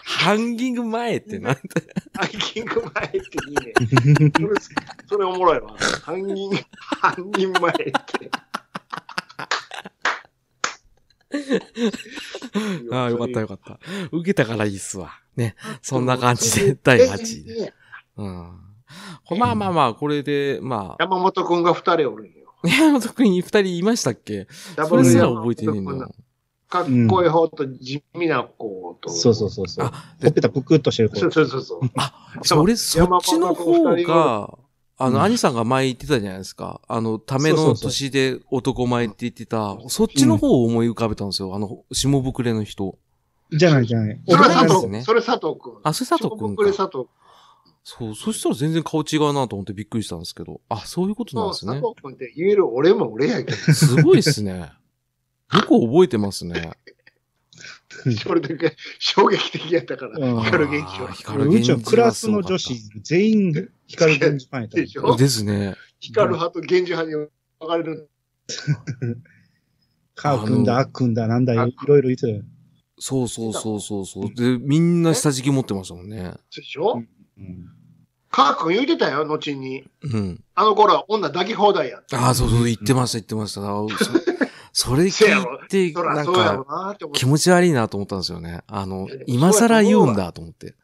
Speaker 1: ハンギング前ってなんて。
Speaker 2: 半銀前っていいね。 それ、それおもろいわ。半銀、半銀 前って。
Speaker 1: ああ、よかったよかった。受けたからいいっすわ。ね。そんな感じで、第8位で。
Speaker 2: ええ
Speaker 1: うん。まあまあまあ、これで、まあ。
Speaker 2: 山本くんが二人おるんよ。
Speaker 1: 山本くんに二人いましたっけ
Speaker 2: ダ
Speaker 1: そ
Speaker 2: ブ
Speaker 1: れ
Speaker 2: ル
Speaker 1: すら
Speaker 2: 山
Speaker 1: 覚
Speaker 2: 本
Speaker 1: えてねえんだ
Speaker 2: 君
Speaker 1: よ
Speaker 2: の。かっこいい方と地味な子と。
Speaker 3: そうそうそうそう。
Speaker 1: あ、
Speaker 3: ほっぺたぷくっとしてる子
Speaker 2: そう。そうそうそう。
Speaker 1: それ、そっちの方
Speaker 2: 山本君二人おる
Speaker 1: が、あ
Speaker 3: う
Speaker 1: の、
Speaker 3: ん
Speaker 1: 兄さんが前言ってたじゃないですか。あの、ため
Speaker 3: そうそ
Speaker 1: の
Speaker 3: うそう
Speaker 1: 年で男前って言ってた、そっちの方を思い浮かべたんですよ。あの、下膨れの人。
Speaker 3: じゃないじゃない。
Speaker 2: それは
Speaker 1: なんで
Speaker 2: 佐
Speaker 1: す
Speaker 2: 藤、
Speaker 1: ね
Speaker 2: それ佐藤くん。
Speaker 1: あ、それ佐藤くん
Speaker 2: これ
Speaker 1: か。
Speaker 2: 佐藤
Speaker 1: そう、そしたら全然顔違うなと思ってびっくりしたんですけど。あ、そういうこと
Speaker 2: 君。
Speaker 1: なん
Speaker 2: もう
Speaker 1: です
Speaker 2: 佐
Speaker 1: ね
Speaker 2: 藤。くんって言える俺も俺やけど、
Speaker 1: すごいですね。よく覚えてますね。
Speaker 2: それだけ衝撃的やったから。
Speaker 3: うん
Speaker 2: 光源氏
Speaker 1: あー
Speaker 2: は。
Speaker 1: 光
Speaker 3: う
Speaker 1: 源
Speaker 3: ち
Speaker 1: 氏
Speaker 3: は
Speaker 1: は
Speaker 3: クラスの女子全員光源氏ファンやった
Speaker 2: でしょ
Speaker 1: ですね。
Speaker 2: 光る派と源氏派に分かれる。
Speaker 3: カー君
Speaker 1: あ
Speaker 3: だ、
Speaker 1: の
Speaker 3: アッ君だ、なんだ、いろいろ言ってたよ。
Speaker 1: そうそうそうそうそう。で、みんな下敷き持ってましたもんね。
Speaker 2: でしょ、
Speaker 3: うん
Speaker 2: カー君言うてたよ、後に。
Speaker 1: うん。
Speaker 2: あの頃は女抱き放題やって。
Speaker 1: ああ、そうそう、言ってました、言ってました。あーそ それ
Speaker 2: せやろ
Speaker 1: 聞いて、
Speaker 2: そら
Speaker 1: なん
Speaker 2: そうやろ
Speaker 1: か、
Speaker 2: なって思って
Speaker 1: 気。持ち悪いなと思ったんですよね。あの
Speaker 2: いやで、も
Speaker 1: 今更言うんだと思って。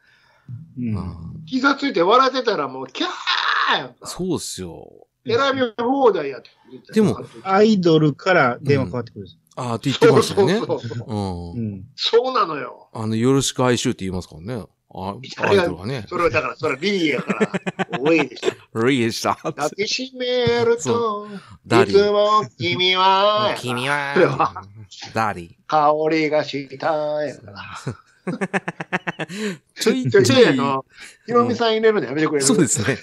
Speaker 3: うん
Speaker 1: うん
Speaker 2: 膝ついて笑ってたらもう、キャーやんか。
Speaker 1: そうっすよ。
Speaker 2: 選び放題やって言ってた
Speaker 1: で
Speaker 2: よ
Speaker 1: も
Speaker 2: あの時
Speaker 3: アイドルから電話かかってくるんです
Speaker 1: ああ、って言って
Speaker 2: そ
Speaker 1: ま
Speaker 2: う
Speaker 1: し
Speaker 2: そ
Speaker 1: た
Speaker 2: う
Speaker 1: ね。
Speaker 2: そう。
Speaker 1: う。
Speaker 3: うんん
Speaker 2: そうなのよ。
Speaker 1: あの、よろしく哀愁って言いますからね。あ
Speaker 2: や
Speaker 1: アイドルがね。
Speaker 2: それはだから、それはリーやから、多いでしょ。
Speaker 1: リーでした。
Speaker 2: 抱きしめると、
Speaker 1: ダ
Speaker 2: い
Speaker 1: リ
Speaker 2: つ
Speaker 1: ー。
Speaker 2: も君は、
Speaker 1: 君
Speaker 2: それは
Speaker 1: は、ダリー。
Speaker 2: 香りがしたやから。
Speaker 1: ちょい
Speaker 2: ち
Speaker 1: ち
Speaker 2: ょ
Speaker 1: ょ
Speaker 2: い
Speaker 1: い
Speaker 2: ちょいあの、ひろみさん入れるのやめてくれる
Speaker 1: そうです ね。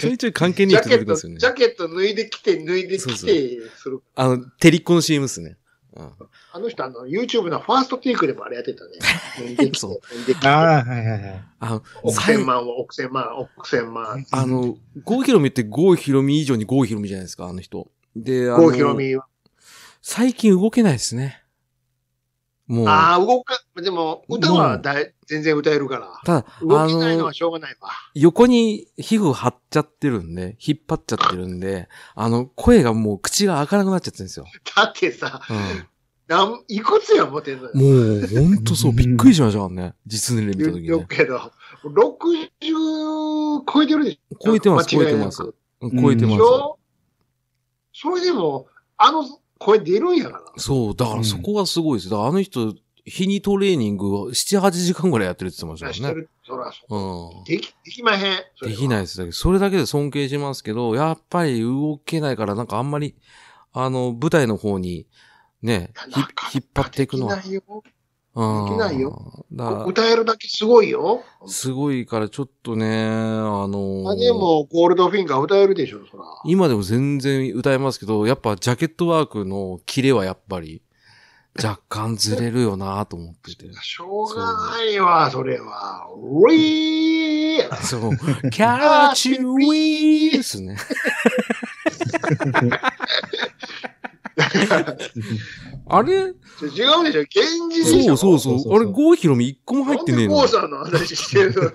Speaker 1: ちょいちょい関係に
Speaker 2: ジ
Speaker 1: 言
Speaker 2: ャ
Speaker 1: ってく
Speaker 2: ケ
Speaker 1: れ
Speaker 2: ッ
Speaker 1: ま
Speaker 2: ト、
Speaker 1: す
Speaker 2: ジ
Speaker 1: よね。
Speaker 2: ャケット脱いできて、脱いで
Speaker 1: そう
Speaker 2: き
Speaker 1: そう
Speaker 2: て、する。
Speaker 1: あの、テリッコの CM ですね。うん
Speaker 2: あの人、あの、YouTube のファーストテイクでもあれやって たね。脱いできて
Speaker 1: そう、
Speaker 2: 脱いできて。
Speaker 3: ああ、はいはいはい。
Speaker 1: あの、
Speaker 2: 億
Speaker 1: 最
Speaker 2: 千万を、億千万、億千万。
Speaker 1: あの、郷ひろみって郷ひろみ以上に郷ひろみじゃないですか、あの人。で、あの
Speaker 2: 郷ひろみは。
Speaker 1: 最近動けないですね。もう。
Speaker 2: ああ、動か、でも、歌はだい全然歌えるから。
Speaker 1: ただ、
Speaker 2: 動
Speaker 1: あ
Speaker 2: きないのは
Speaker 1: の、
Speaker 2: しょうがないわ。
Speaker 1: 横に皮膚張っちゃってるんで、引っ張っちゃってるんで、あの、声がもう口が開かなくなっちゃってるんですよ。
Speaker 2: だってさ、
Speaker 1: う
Speaker 2: なんいくつや持てんのよ
Speaker 1: ん。もう、ほんとそう、びっくりしましたからね。実年齢見た時
Speaker 2: 言
Speaker 1: ね
Speaker 2: う。けど、60超えてるでしょ
Speaker 1: 超えてます、超えてます。
Speaker 2: 間違いなく
Speaker 1: うん超えて
Speaker 2: で
Speaker 1: ま
Speaker 2: し
Speaker 1: す。
Speaker 2: ょそれでも、あの声出るんやから。
Speaker 1: そう、だからそこがすごいです。だからあの人、日にトレーニングを7、8時間ぐらいやってるって言ってま
Speaker 2: 出
Speaker 1: し
Speaker 2: したて
Speaker 1: よね。
Speaker 2: るそらそう
Speaker 1: うん。
Speaker 2: でき、できまへん。
Speaker 1: できない
Speaker 2: い。
Speaker 1: です。だけどそれだけで尊敬しますけど、やっぱり動けないから、なんかあんまり、あの、舞台の方に、ね、ひ引っ張っていくのは。
Speaker 2: できないよ
Speaker 1: うん
Speaker 2: できないよ。
Speaker 1: だか
Speaker 2: 歌えるだけすごいよ。
Speaker 1: ら、すごいからちょっとね、あの
Speaker 2: あでも、ゴールドフィンガー歌えるでしょ、そら。
Speaker 1: 今でも全然歌えますけど、やっぱジャケットワークのキレはやっぱり、若干ずれるよなと思ってて。
Speaker 2: しょうがないわ、それは。ウィー
Speaker 1: そう。 キャーチウィーですね。あれ
Speaker 2: 違うでしょ現実でし
Speaker 1: そ
Speaker 2: ょ
Speaker 1: うそう
Speaker 3: そうそう
Speaker 1: そ。
Speaker 3: そうう
Speaker 1: あれ、郷ひろみ一個も入ってねえ
Speaker 2: なんで
Speaker 1: な
Speaker 2: ゴ。ーさんの話してるのよ。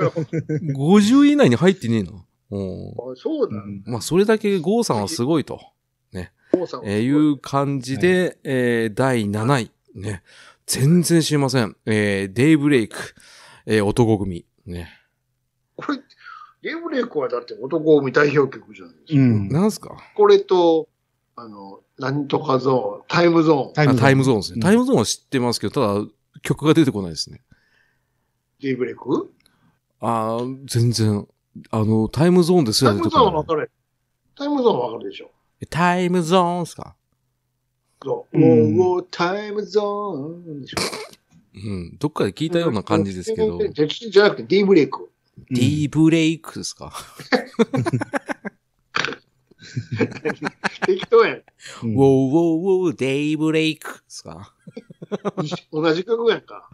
Speaker 1: 50以内に入ってねえな。うん。
Speaker 2: あそう
Speaker 3: う
Speaker 2: なの
Speaker 3: ん
Speaker 1: まあ、それだけ郷さんはすごいと。
Speaker 2: ゴーさんは
Speaker 1: えーいう感じで、えー第7位。ね。全然知りません。えーデイブレイク。えー男組。ね。
Speaker 2: これ、ゲームレイクはだって男を見代表曲じゃないですか。
Speaker 3: うん。
Speaker 1: なんすか
Speaker 2: これと、あの、なんとかゾーン、タイムゾーン、
Speaker 1: あタイムゾーンです
Speaker 3: う
Speaker 1: ね。
Speaker 3: ん
Speaker 1: タイムゾーンは知ってますけど、ただ、曲が出てこないですね。
Speaker 2: デイブレイク
Speaker 1: ああ、全然。あの、タイムゾーンです
Speaker 2: タ
Speaker 1: ら
Speaker 2: イ
Speaker 1: 出
Speaker 2: ム
Speaker 1: て
Speaker 2: ゾー
Speaker 1: こ
Speaker 2: ン
Speaker 1: な
Speaker 2: わ
Speaker 1: い。
Speaker 2: かる。タイムゾーンわかるでしょ。
Speaker 1: タイムゾーンっすか
Speaker 2: そう。
Speaker 3: う
Speaker 2: ウ
Speaker 3: ん
Speaker 2: ォーウォータイムゾーンでしょ。
Speaker 1: うん。どっかで聞いたような感じですけど、デ
Speaker 2: じゃじゃなくて、デイブレイク。
Speaker 3: うん
Speaker 1: ィーブレイクですか、
Speaker 2: 適当やん。
Speaker 3: う
Speaker 1: ウォーウォー
Speaker 3: ん
Speaker 1: ウォーデイブレイクですか
Speaker 2: 同じ曲やんか。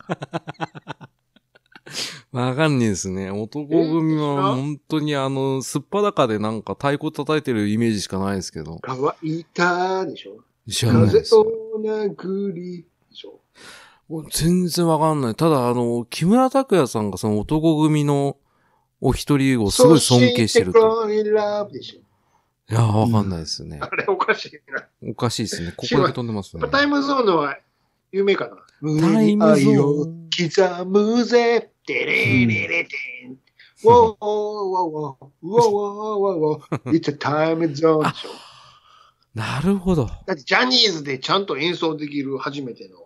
Speaker 1: わかんねえですね。男組は本当にあの、すっぱだかでなんか太鼓叩いてるイメージしかないですけど。
Speaker 2: 乾いたでしょ。
Speaker 1: 知らない
Speaker 2: 風
Speaker 1: です。
Speaker 2: を殴りでしょ。
Speaker 1: 全然わかんない。ただあの、木村拓哉さんがその男組のお一人をすごい尊敬してると。
Speaker 2: So she take on in love でしょ
Speaker 1: いやー、わかんないですね。
Speaker 2: あれおかしいな。
Speaker 1: おかしいですね。ここだけ飛んでます
Speaker 2: やっ
Speaker 1: ね
Speaker 2: ぱ。タイムゾーンのは有名かな。
Speaker 1: タイムゾーン。
Speaker 2: 刻むぜ、てれれれてん。ウォーウォーウォーウォーウォーウォーウォーウォー It's a time zone でしょ。
Speaker 1: なるほど。
Speaker 2: だってジャニーズでちゃんと演奏できる初めての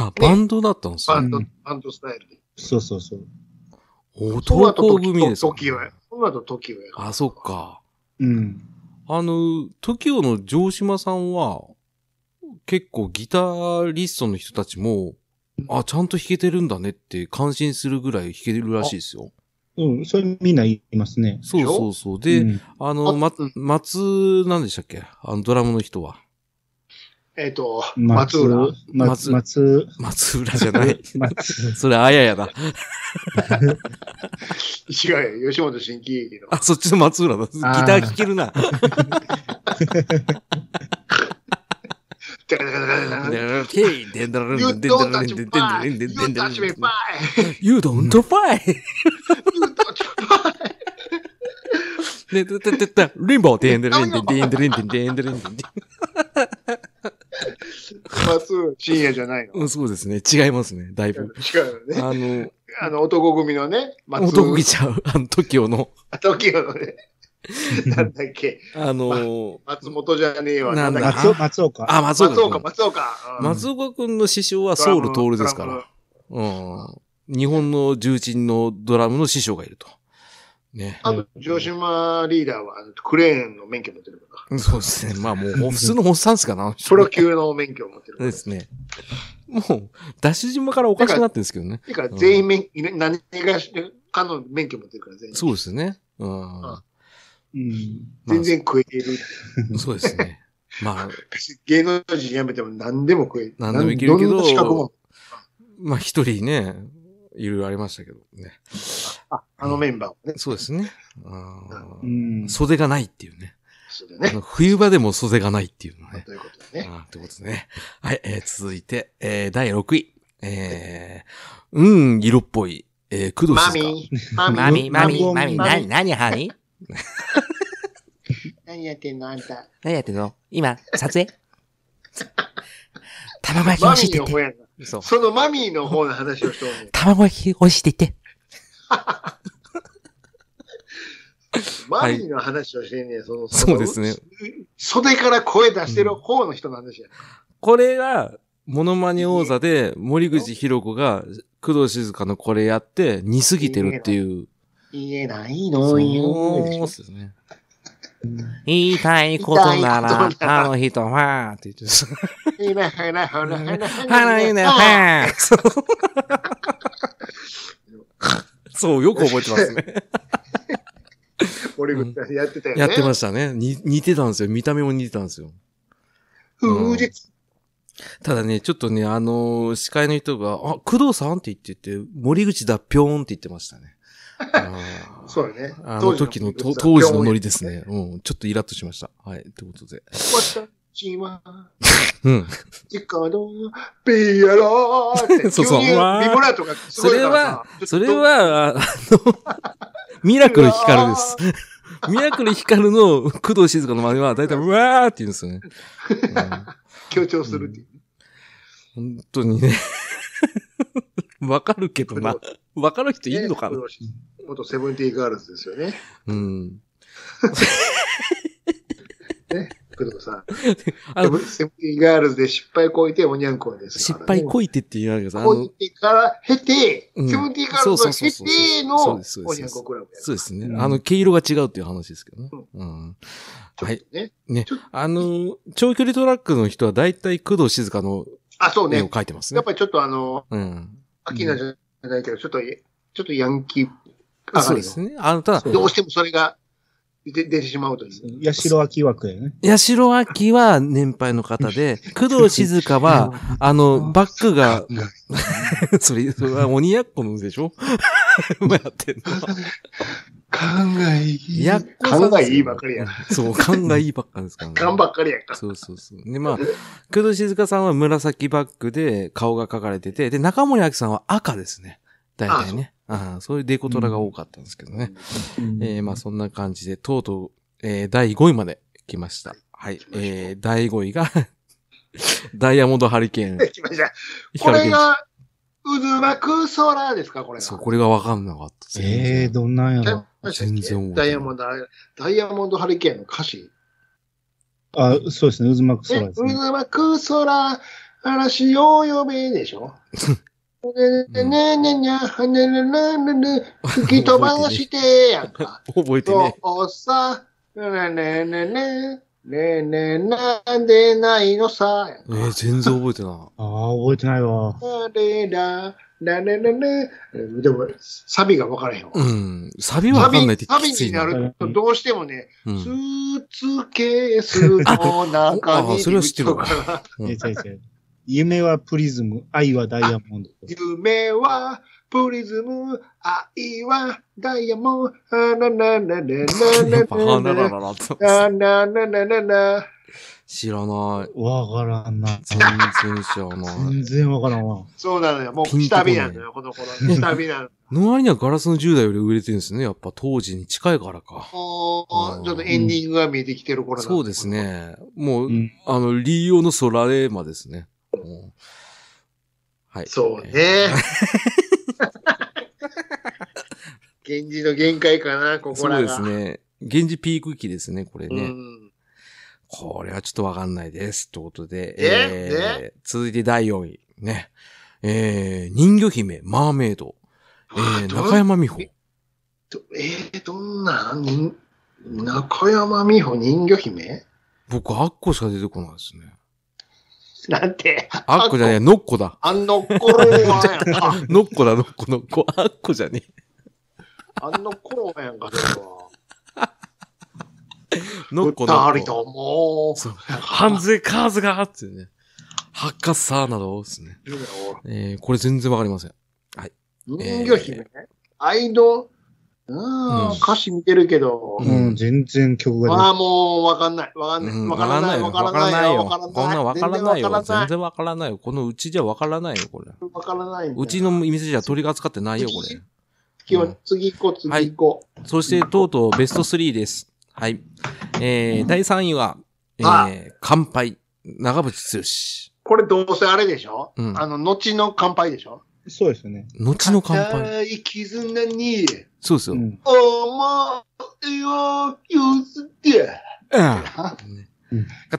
Speaker 1: あ、バンドだったんです
Speaker 2: バ
Speaker 1: よ。
Speaker 2: ンド、
Speaker 3: うん
Speaker 2: バンドスタイルで。
Speaker 3: そうそうそう。
Speaker 1: 男組です
Speaker 2: そ
Speaker 1: か
Speaker 2: の後時は。その後時は。
Speaker 1: あ、そっ。か。
Speaker 3: うん。
Speaker 1: あの、TOKIO の城島さんは、結構ギタリストの人たちも、あ、ちゃんと弾けてるんだねって感心するぐらい弾けてるらしいですよ。
Speaker 3: うん、それみんな言いますね。
Speaker 1: そうそうそう。で、
Speaker 3: うん
Speaker 1: あの、ま
Speaker 2: うん、
Speaker 1: 松、なんでしたっけあの、ドラムの人は。
Speaker 2: えっと、松
Speaker 3: 松
Speaker 2: 浦
Speaker 3: 浦。。松、松、
Speaker 1: 松浦じゃない。
Speaker 3: 松、
Speaker 1: それ、あややだ。
Speaker 2: 違うよ。吉本新喜劇の。
Speaker 1: あ、そっちの松浦だ。ギター弾けるな。
Speaker 2: ダラダラダラダラ言うとんたちもばい。言うたちもばい。
Speaker 1: You don't fight!
Speaker 2: 言うとんたちもばい。
Speaker 1: で、で、で、で、で、リンボー、でんでりんでんでんでりんでんでんでんでんで
Speaker 2: 松浦深夜じゃないの。
Speaker 1: ん。うんそうですね。違いますね。だいぶ。
Speaker 2: 違うよね。
Speaker 1: あの、
Speaker 2: あの、男組のね、松
Speaker 1: 男気ちゃう。あの、TOKIO の、
Speaker 2: 時のね、なんだっけ、
Speaker 1: あの、
Speaker 2: 松本じゃねえわ。
Speaker 1: なんだ
Speaker 2: っけ
Speaker 3: 松岡、松岡。
Speaker 1: あ、松
Speaker 2: 松
Speaker 1: 岡
Speaker 2: 岡、
Speaker 1: 君。
Speaker 2: 松岡。うん
Speaker 1: 松岡君の師匠はソウル徹ですから。。うん。日本の重鎮のドラムの師匠がいると。ね。
Speaker 2: あと、城島リーダーは、あのクレーンの免許持ってるから。
Speaker 1: そうですね。まあもう、普通のおっさんですかな、あの人
Speaker 2: プロ級の免許を持ってるか
Speaker 1: で
Speaker 2: ら。
Speaker 1: すね。もう、ダッシュ島からおかしくなってるんですけどね。
Speaker 2: てか、全員免、何がし、かの免許持ってるから、全員。
Speaker 1: そうですね。うん。
Speaker 2: あ
Speaker 3: うん。
Speaker 2: 全然食えてる。
Speaker 1: そうです ね。まあ、
Speaker 2: 芸能人辞めても何でも食え。
Speaker 1: 何でもいけるけど
Speaker 2: んな資格も、
Speaker 1: まあ一人ね、いろいろありましたけどね。
Speaker 2: あのメンバーもね。
Speaker 1: そうですね。う
Speaker 3: うんん。
Speaker 1: 袖がないっていうね。
Speaker 2: そうだよ
Speaker 1: あ
Speaker 2: ね。
Speaker 1: の冬場でも袖がないっていうの ね。
Speaker 2: ということでね。
Speaker 1: あーってことですね。はい、えー続いて、えー第6位。えー、うん、色っぽい。えー、工藤
Speaker 2: マ
Speaker 1: 静香。
Speaker 2: ミー、マミー、
Speaker 3: マミーマミーマミーな
Speaker 1: 何、何、
Speaker 2: 何やってんのあんた。
Speaker 1: 何やってんの今、撮影卵焼
Speaker 2: マミーの方やな。
Speaker 1: て。そう。
Speaker 2: そのマミーの方の話をしておるね
Speaker 1: 卵焼き押してて。
Speaker 2: マミーの話をしてんねんその、
Speaker 1: そうですね。
Speaker 2: 袖から声出してる方の人の話や。
Speaker 1: これが、モノマネ王座で、森口博子が、工藤静香のこれやって、似すぎてるっていう。
Speaker 2: 言えない
Speaker 1: そ
Speaker 2: のよ。
Speaker 1: うですね。言いたいこと なら、あの人は、って言ってます。
Speaker 2: ほらほらほらほらほら
Speaker 1: 花いね、はぁそう、よく覚えて ますね。
Speaker 2: 俺ぐらいやってたよね。
Speaker 1: やってま
Speaker 2: し
Speaker 1: したね。に似てたんですよ。見た目も似てたんですよ。
Speaker 2: た。
Speaker 1: うん
Speaker 2: 風月。
Speaker 1: ただね、ちょっとね、あのー司会の人が、あ、工藤さんって言ってて、森口だぴょーんって言ってましたね。あー
Speaker 2: そうだね。
Speaker 1: あの時の、と当時のノリですね。うん。ちょっとイラッとしました。はい。ということで。
Speaker 2: 終わった。ちは、
Speaker 1: うん。
Speaker 2: いかの、ピエローって、
Speaker 1: そうそう
Speaker 2: 急にビブラートがす
Speaker 1: そ
Speaker 2: ごい
Speaker 1: れ
Speaker 2: からさ
Speaker 1: は、それ、は、ああの、ミラクルヒカルです。ミラクルヒカルの工藤静香の真似は、だいたい、うわーって言うんですよね。
Speaker 2: ちょっと強調するっていう。
Speaker 1: うん本当にね。 わかるけどな。わかる人いるのかな
Speaker 2: ね元セブンティーガールズですよね。
Speaker 1: うん。
Speaker 2: 工藤さん。
Speaker 1: あ
Speaker 2: セブンセブンティーガールズで失敗こいておにゃんこいです
Speaker 1: 失
Speaker 2: からね、
Speaker 1: 敗こいてって言われるけどさ、あ
Speaker 2: こ
Speaker 1: の、
Speaker 2: いてから経て、
Speaker 1: うん
Speaker 2: セブンティーガールズを経て
Speaker 1: そう
Speaker 2: の
Speaker 1: ですそうです
Speaker 2: おにゃんこクラブや
Speaker 1: そうですね。
Speaker 3: うん
Speaker 1: あの、毛色が違うっていう話ですけどね。うん。
Speaker 2: な。
Speaker 1: はい
Speaker 2: ちょっとね。
Speaker 1: あの、長距離トラックの人は大体工藤静香の
Speaker 2: あ、そう
Speaker 1: 絵
Speaker 2: ね
Speaker 1: を。描いてます
Speaker 2: や
Speaker 1: ね
Speaker 2: っ。ぱりちょっとあの、
Speaker 1: うん。
Speaker 2: アキナじゃないけど、ちょっと、ちょっとヤンキー上がりの
Speaker 1: そうですね。あの、ただ、
Speaker 3: そう
Speaker 2: どうしてもそれが出出てしまうという。
Speaker 3: 八代明枠だよね。
Speaker 1: 八代亜紀は年配の方 で、工藤静香は、あの、バック が、それ、それは鬼やっこので しょ今やってんの。
Speaker 2: 勘がいい。
Speaker 1: やっこさん
Speaker 2: 勘がいいばっかりや。
Speaker 1: そう、勘がいいばっかですからね。
Speaker 2: 勘ばっかりやんか。
Speaker 1: そうそうそう。で、まあ、工藤静香さんは紫バックで顔が描かれてて、で、中森明さんは赤ですね。大体ね。ああそういうデコトラが多かったんですけど ね。えー、まあそんな感じで、とうとう、えー、第5位まで来ました。はい
Speaker 2: 来。ました
Speaker 1: えー、第5位が、 ダイヤモンドハリケーン。
Speaker 2: 来ましたこ
Speaker 1: 光
Speaker 2: れ
Speaker 1: 源氏。
Speaker 2: が、渦巻く空ですかこれが。
Speaker 1: そう、これがわかんなかった。
Speaker 3: ええー、どんなんやろ。
Speaker 1: 全然覚えてない
Speaker 2: ダイヤモンド、ダイヤモンドハリケーンの歌詞。
Speaker 3: あ、そうですね。渦巻く
Speaker 2: え、
Speaker 3: 空です
Speaker 2: 渦
Speaker 3: ね。
Speaker 2: 巻く空、嵐を呼べでしょねねねねね、はねねねねね、吹き飛ばしてやんか。
Speaker 1: 覚えてね
Speaker 2: そうさ、ねねねね、ねねなんでないのさ、
Speaker 1: え。えー、全然覚えてな
Speaker 3: ああ、覚えてないわ。
Speaker 2: あれら、なねねね、でも、サビが分からへんわ
Speaker 1: い。。うん。サビは
Speaker 2: サ
Speaker 1: わかんない
Speaker 2: ビ
Speaker 1: って
Speaker 2: サビ
Speaker 1: きつ
Speaker 2: に
Speaker 1: い
Speaker 2: な
Speaker 1: な。
Speaker 2: ると、どうしてもね、
Speaker 1: う
Speaker 2: ス
Speaker 1: ん。
Speaker 2: ーツケースの中に、
Speaker 1: あそれは知ってるわう
Speaker 3: え
Speaker 1: ん
Speaker 3: ー、違う違う夢はプリズム、愛はダイヤモンド。
Speaker 2: 夢はプリズム、愛はダイヤモン ド、あなななな
Speaker 1: やっぱ、はな
Speaker 2: な
Speaker 1: ら
Speaker 2: な
Speaker 1: ららって。
Speaker 2: なななななな
Speaker 1: 知らない。
Speaker 3: わからんな。
Speaker 1: 全然知ら ない。
Speaker 3: 全然わからんわ。
Speaker 2: そうなのよ。もう下火なのよ、この頃。下火なの。
Speaker 1: の割にはガラスの10代より売れてるんですね。やっぱ当時に近いからか。
Speaker 2: もう、ちょっとエンディングが見えてきてる頃なん
Speaker 1: そうです。ね。もう
Speaker 3: う、ん。
Speaker 1: あの、リーオのソラレーマですね。うんはい。
Speaker 2: そう
Speaker 1: えー。
Speaker 2: ね。 現実の限界かな、ここ
Speaker 1: そう
Speaker 2: ら
Speaker 1: で
Speaker 2: が。
Speaker 1: すね。源氏ピーク期ですね、これね。
Speaker 2: うん。
Speaker 1: これはちょっとわかんないです。ということで、
Speaker 2: え
Speaker 1: えー続いて第4位。ね。えー、人魚姫、マーメイド、えー、
Speaker 2: ど
Speaker 1: 中山美穂。
Speaker 2: どえー、どんな人中山美穂人魚姫
Speaker 1: 僕、アッコしか出てこないですね。
Speaker 2: なんて。
Speaker 1: アッコじゃねえ、ノッコだ。
Speaker 2: あの頃はやんか。
Speaker 1: ノッコだ、ノッコ、ノッコ。アッコじゃね
Speaker 2: あの頃はやんか、それは。
Speaker 1: え。ノッコ、ノ
Speaker 2: 二
Speaker 1: ッ
Speaker 2: 人
Speaker 1: コ。
Speaker 2: とも。
Speaker 1: そう。ハンゼカーズがーってね。ハッカッサーなどですね。えー、これ全然わかりません。
Speaker 2: 人魚姫、アイド、
Speaker 1: うん
Speaker 2: うん、歌詞見てるけど。
Speaker 3: うん、全然曲が出
Speaker 2: あ
Speaker 3: ない
Speaker 2: あ、もう、わかんない。わかんない。わからない。わからないよ。
Speaker 1: わからないよ。こんなんわからないよ。全然わからないよ。このうちじゃわからないよ、これ。
Speaker 2: わからない。
Speaker 1: うちの店じゃ取り扱ってないよ、これ。
Speaker 2: 次は、次行こう、次行こう。
Speaker 1: そして、とうとうベスト3です。はい。えー、第3位は、え
Speaker 2: あ
Speaker 1: ー、乾杯。長渕
Speaker 2: これどうせあれでしょ
Speaker 1: うん
Speaker 2: あの、後の乾杯でしょ
Speaker 3: そうですよね。
Speaker 1: 剛。後の乾杯。
Speaker 2: 固い絆に、
Speaker 1: そうですよ。
Speaker 3: う
Speaker 1: うん。
Speaker 3: ん。
Speaker 2: 思いを譲って、
Speaker 1: た
Speaker 2: 青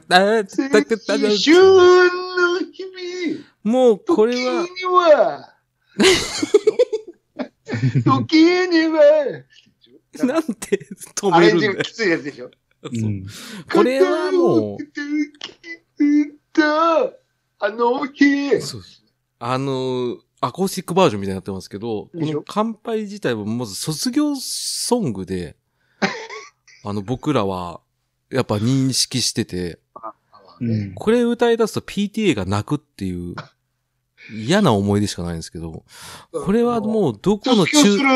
Speaker 2: 春の日々、
Speaker 1: もう、これ
Speaker 2: 時
Speaker 1: は、
Speaker 2: には、時には、
Speaker 1: なんて止
Speaker 2: ア
Speaker 1: め
Speaker 2: レ
Speaker 1: るんだ
Speaker 2: ンジ
Speaker 1: よ
Speaker 2: が。きついやつでしょ
Speaker 3: うん。
Speaker 1: これはもう、
Speaker 2: あの日、
Speaker 1: そうです。あのー、アコースティックバージョンみたいになってますけど、こ
Speaker 2: でしょ
Speaker 1: の乾杯自体はまず卒業ソング で、あの僕らはやっぱ認識してて、
Speaker 3: うん。
Speaker 1: これ歌い出すと PTA が泣くっていう嫌な思い出しかないんですけど、これはもうどこの
Speaker 2: 卒業
Speaker 1: 中
Speaker 2: す、る、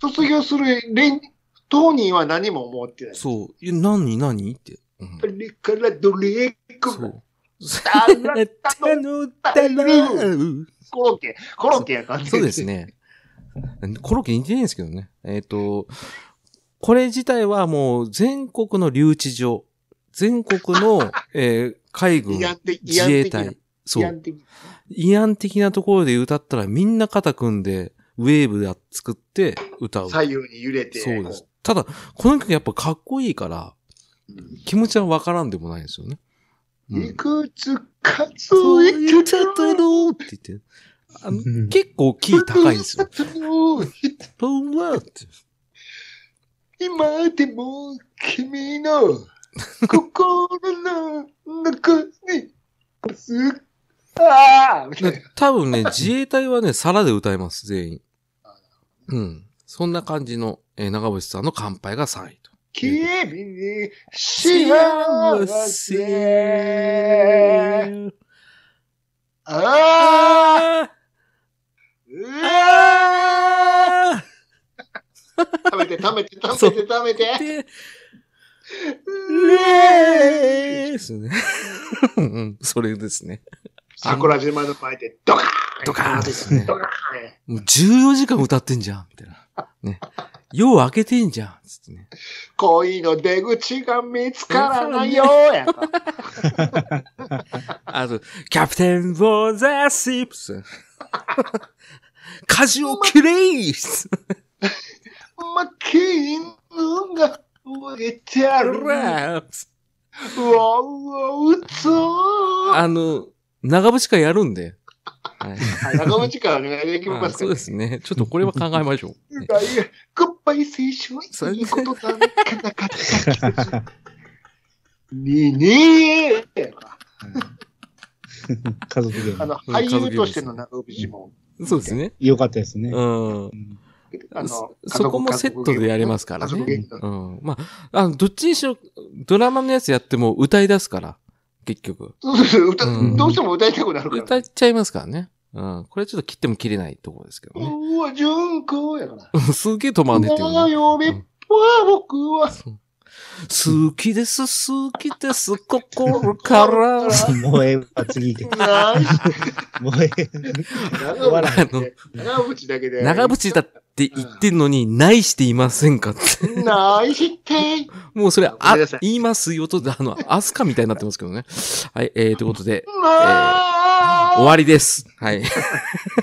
Speaker 2: 卒業する連、当人は何も思ってない。
Speaker 1: そう、え何何って。ううん
Speaker 2: あれからドリンク
Speaker 1: そ、う。
Speaker 2: あなたの コロッケ、コロッケやからね
Speaker 1: そうです。ね。 コロッケ似てないんですけどね。えっ、と、これ自体はもう全国の留置所、全国の、えー海軍
Speaker 2: 慰、安的
Speaker 1: 自衛隊、そう、
Speaker 2: 慰安的
Speaker 1: 慰安的なところで歌ったらみんな肩組んで、ウェーブで作って歌う。
Speaker 2: 左右に揺れて。
Speaker 1: そうです。ただ、この曲やっぱかっこいいから、
Speaker 2: うん
Speaker 1: 気持ちはわからんでもないですよね。う
Speaker 2: い
Speaker 1: ん。
Speaker 2: くつ数
Speaker 1: そう
Speaker 2: え
Speaker 1: 言ってた
Speaker 2: た
Speaker 1: だろうって言って。あの
Speaker 3: うん
Speaker 1: 結構キー高いんです よ。
Speaker 2: よ。
Speaker 1: どうもって
Speaker 2: 今でも君 の心の中にすっ、ああみたいな。
Speaker 1: 多分ね、自衛隊はね、皿で歌います、全員。うん。そんな感じの、えー長渕さんの乾杯が3位と。
Speaker 2: 君に幸せ。ああ
Speaker 1: あ
Speaker 2: う
Speaker 1: あ
Speaker 2: わー食べて食べて食べて食べて。
Speaker 1: で、
Speaker 2: うえー
Speaker 1: ですね。うん、それですね。
Speaker 2: 桜島の前でドカーン
Speaker 1: ドカーンですね
Speaker 2: ドカーン
Speaker 1: もう14時間歌ってんじゃん、みたいな。ね。夜明けてんじゃん、つってね。
Speaker 2: 恋の出口が見つからないよやんか
Speaker 1: あと、キャプテン・ボーザー・シップス。カジオ・キレイス。
Speaker 2: 負け犬が浮いてる。うわ
Speaker 1: ラッ プ
Speaker 2: うわうつー。
Speaker 1: あの、長渕会やるんで。はい
Speaker 2: はい中渕からお願いできま
Speaker 1: あ
Speaker 2: すか
Speaker 1: そうですね。ちょっとこれは考えまし ょう。ね
Speaker 2: いやいやグッバイ青春、いいことなんかなかった季節。にねえ
Speaker 3: 家族で
Speaker 2: あの、
Speaker 1: うん家族
Speaker 2: 俳優としての中渕も、
Speaker 1: そうですね。
Speaker 3: 良かったですね。
Speaker 1: うん
Speaker 3: う。ん
Speaker 2: あの
Speaker 1: そそこもセットでやれますから
Speaker 2: 家族
Speaker 1: ね
Speaker 2: 劇。の
Speaker 1: うん。まあ、あの、どっちにしろ、ドラマのやつやっても歌い出すから、結局。
Speaker 2: そうそうそう歌
Speaker 1: うん
Speaker 2: どうしても歌いたくなるか
Speaker 1: 歌
Speaker 2: ら。
Speaker 1: っちゃいますからね。うん。これはちょっと切っても切れないところですけどね。
Speaker 2: うわ、純子やから。
Speaker 1: すげえ止まんねっていう
Speaker 2: 花
Speaker 1: ね。
Speaker 2: よめっぽは僕は。
Speaker 1: そう好きです、好きです、心 から。
Speaker 3: もうええわ、次行け。
Speaker 2: ナイス
Speaker 3: もうええ。
Speaker 2: 長
Speaker 3: 笑
Speaker 1: い
Speaker 2: 渕で長渕だけで。
Speaker 1: 長渕だって言ってんのに、ないしていませんかって。
Speaker 2: ナイスって。
Speaker 1: もうそれ、
Speaker 2: ごめ
Speaker 1: あ
Speaker 2: んなさい、
Speaker 1: 言いますよと、あ の、アスカみたいになってますけどね。はい、えー、ということで、
Speaker 2: な
Speaker 1: 終わりです。はい。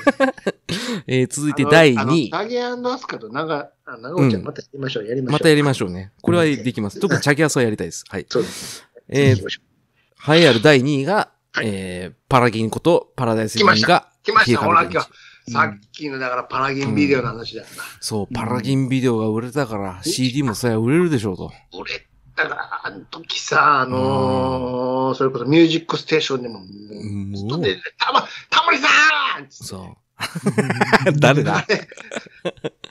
Speaker 1: えー、続いて第2位。
Speaker 2: タゲアンドアスカと長、あ長渕ちゃ
Speaker 1: うん
Speaker 2: んまたやりましょう、やりましょう。
Speaker 1: またやりましょうね。これはできます。特にチャギアスはやりたいです。はい。
Speaker 2: そうです。
Speaker 1: え
Speaker 2: え
Speaker 1: ー、栄えある第2位が、えー、パラギンことパラダイスギンが、
Speaker 2: 来ました、
Speaker 1: 消
Speaker 2: ほ、
Speaker 1: えからけ
Speaker 2: 今日。さっきの、だから、パラギンビデオの話だから。
Speaker 1: そう、パラギンビデオが売れたから、CD もそれは売れるでしょうと。
Speaker 2: 俺、だから、あの時さ、あのー、それこそミュージックステーションでも、もうずっ
Speaker 1: も
Speaker 2: と
Speaker 1: う
Speaker 2: ね、たま、タモリさんつって
Speaker 1: そう。 誰だ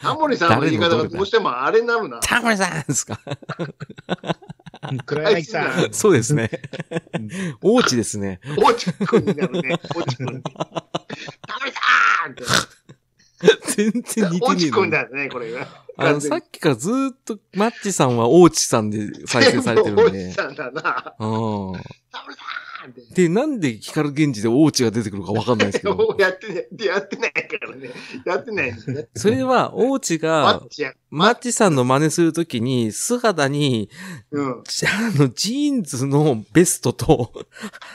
Speaker 2: タモリさんの言い方がどうしてもあれになるな。
Speaker 1: タモリさんですか
Speaker 3: 黒柳さ
Speaker 2: あい
Speaker 3: ん。
Speaker 1: そうですね。 大地ですね。
Speaker 2: おちくんに なるね。おちくん。タモリさんって。
Speaker 1: 全然似て
Speaker 2: お
Speaker 1: ねえ
Speaker 2: ちくん
Speaker 1: な。
Speaker 2: だよね、これが。
Speaker 1: あの、さっきからずーっと、マッチさんは大地さんで再生されてるん
Speaker 2: 全部お
Speaker 1: で
Speaker 2: じ。さんだな。
Speaker 1: うん。
Speaker 2: タモリさんって。
Speaker 1: で、なんで光源氏で大地が出てくるかわかんないですけど。
Speaker 2: やってない、やってないからね。やってないんですね。
Speaker 1: それは、大地
Speaker 2: マ
Speaker 1: が
Speaker 2: ッ、チや。
Speaker 1: マッチさんの真似するときに、素肌に、
Speaker 2: うん。。
Speaker 1: じゃああの、ジーンズのベストと、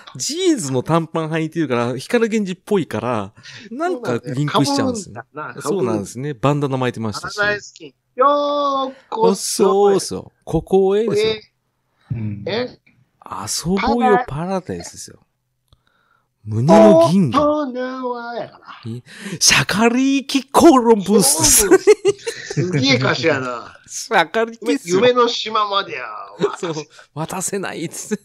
Speaker 1: ジーンズの短パン履いてるから、光源氏っぽいから、なんかリンクしちゃうんですね。そうなんですすね。バンダナ巻いてまし
Speaker 2: パ
Speaker 1: た
Speaker 2: ラ
Speaker 1: し。
Speaker 2: ダイスキン。よーこ
Speaker 1: おそうそう。ここへですよ
Speaker 2: え。
Speaker 3: うん
Speaker 2: ー、え
Speaker 1: 遊ぼうよ、パラダイスですよ。胸の銀河。
Speaker 2: 大人はやから。
Speaker 1: シャカリーキコロンブス。
Speaker 2: すげえ歌詞や な。
Speaker 1: シャカリキっすよ
Speaker 2: 夢の島までや。
Speaker 1: そう。渡せないっつって。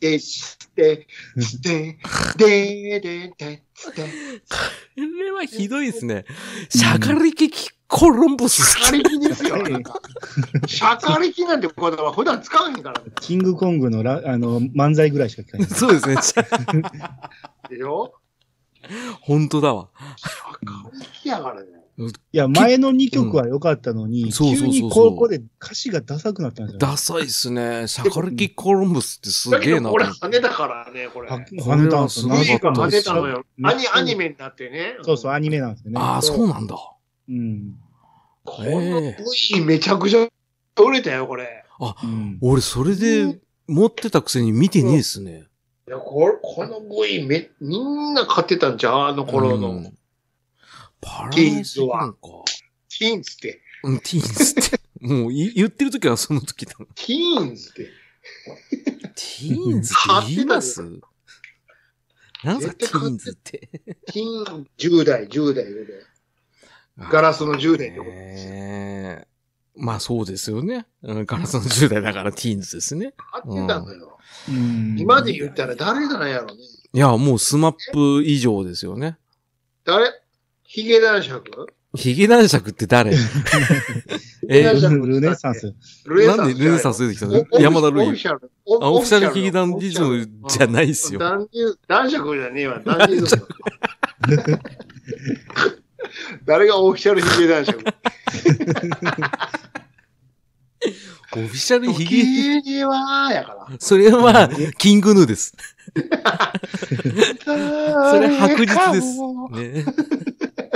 Speaker 2: で、して、して、で、で、で、して。
Speaker 1: これはひどいですね。シャカリキキコロンブス。
Speaker 2: シャカリキですよ。なんかシャカリキなんて言葉は普段使わへんからね
Speaker 3: キングコングのラあの漫才ぐらいしか 聞かない。
Speaker 1: そうですね。シャ
Speaker 2: でしょ
Speaker 1: 本当だわ。
Speaker 2: シャカリキやからね。
Speaker 3: いや、前の2曲は良かったの
Speaker 1: う
Speaker 3: に、
Speaker 1: んそうそう
Speaker 3: 急
Speaker 1: そうそう
Speaker 3: にここで歌詞がダサくなったんじゃない
Speaker 1: ダサいっすね。シャカルキコロンブスってす
Speaker 2: だけ
Speaker 1: げえ
Speaker 2: ど
Speaker 1: な。
Speaker 2: これ羽だからね、これ。
Speaker 3: は
Speaker 2: 2
Speaker 3: 跳ねたんです
Speaker 1: これはすごい
Speaker 3: よ。
Speaker 2: 時間跳ねたのよ。ア
Speaker 3: めっ
Speaker 2: ニ
Speaker 3: ちゃ
Speaker 2: アニメになってね。
Speaker 3: そうそう、アニメなんですよね。
Speaker 1: ああ、そうなんだ。
Speaker 3: うん。
Speaker 2: この V めちゃくちゃ売れたよ、これ。
Speaker 3: うん。
Speaker 1: 俺、それで持ってたくせに見てねえっすね。
Speaker 2: いやここの V め、みんな買ってたんじゃん、あの頃の。
Speaker 1: うんパラダイスなんか。
Speaker 2: ティーンズって。
Speaker 1: うん、ティーンズ って。もうい言ってる時はその時だな。
Speaker 2: ティーンズって。
Speaker 1: ティーンズって言いますなんすか、ティ
Speaker 2: 絶対
Speaker 1: ー
Speaker 2: 買
Speaker 1: ン
Speaker 2: っ
Speaker 1: ズって。
Speaker 2: ティーン、10代、10代、10代。ガラスの10代ってことですよ。
Speaker 1: ねえまあそうですよね。うんガラスの10代だからティーンズですね。
Speaker 2: 買ってたのよ。
Speaker 3: うん
Speaker 2: 今で言ったら誰だなんやろね。
Speaker 1: いや、もうスマップ以上ですよね。
Speaker 2: 誰ヒゲ男爵
Speaker 1: ヒゲ男爵って誰え
Speaker 2: ヒゲ男爵
Speaker 3: ルネッサンス。
Speaker 2: ルネ
Speaker 1: なんでルネサンス出てきたの
Speaker 2: お
Speaker 1: 山田
Speaker 2: オフ
Speaker 1: ル
Speaker 2: ィ
Speaker 1: イ。
Speaker 2: シャル。オ
Speaker 1: あ、オフィシャルヒゲダンディズムじゃ
Speaker 2: い
Speaker 1: ないっすよ。
Speaker 2: 男優男爵じゃねえわ、男優。誰がオフィシャルヒゲ男爵
Speaker 1: オフィシャルヒゲ。
Speaker 2: ヒゲは、やから。
Speaker 1: それは、キングヌーです。
Speaker 2: そ
Speaker 1: それ白日です。 ね、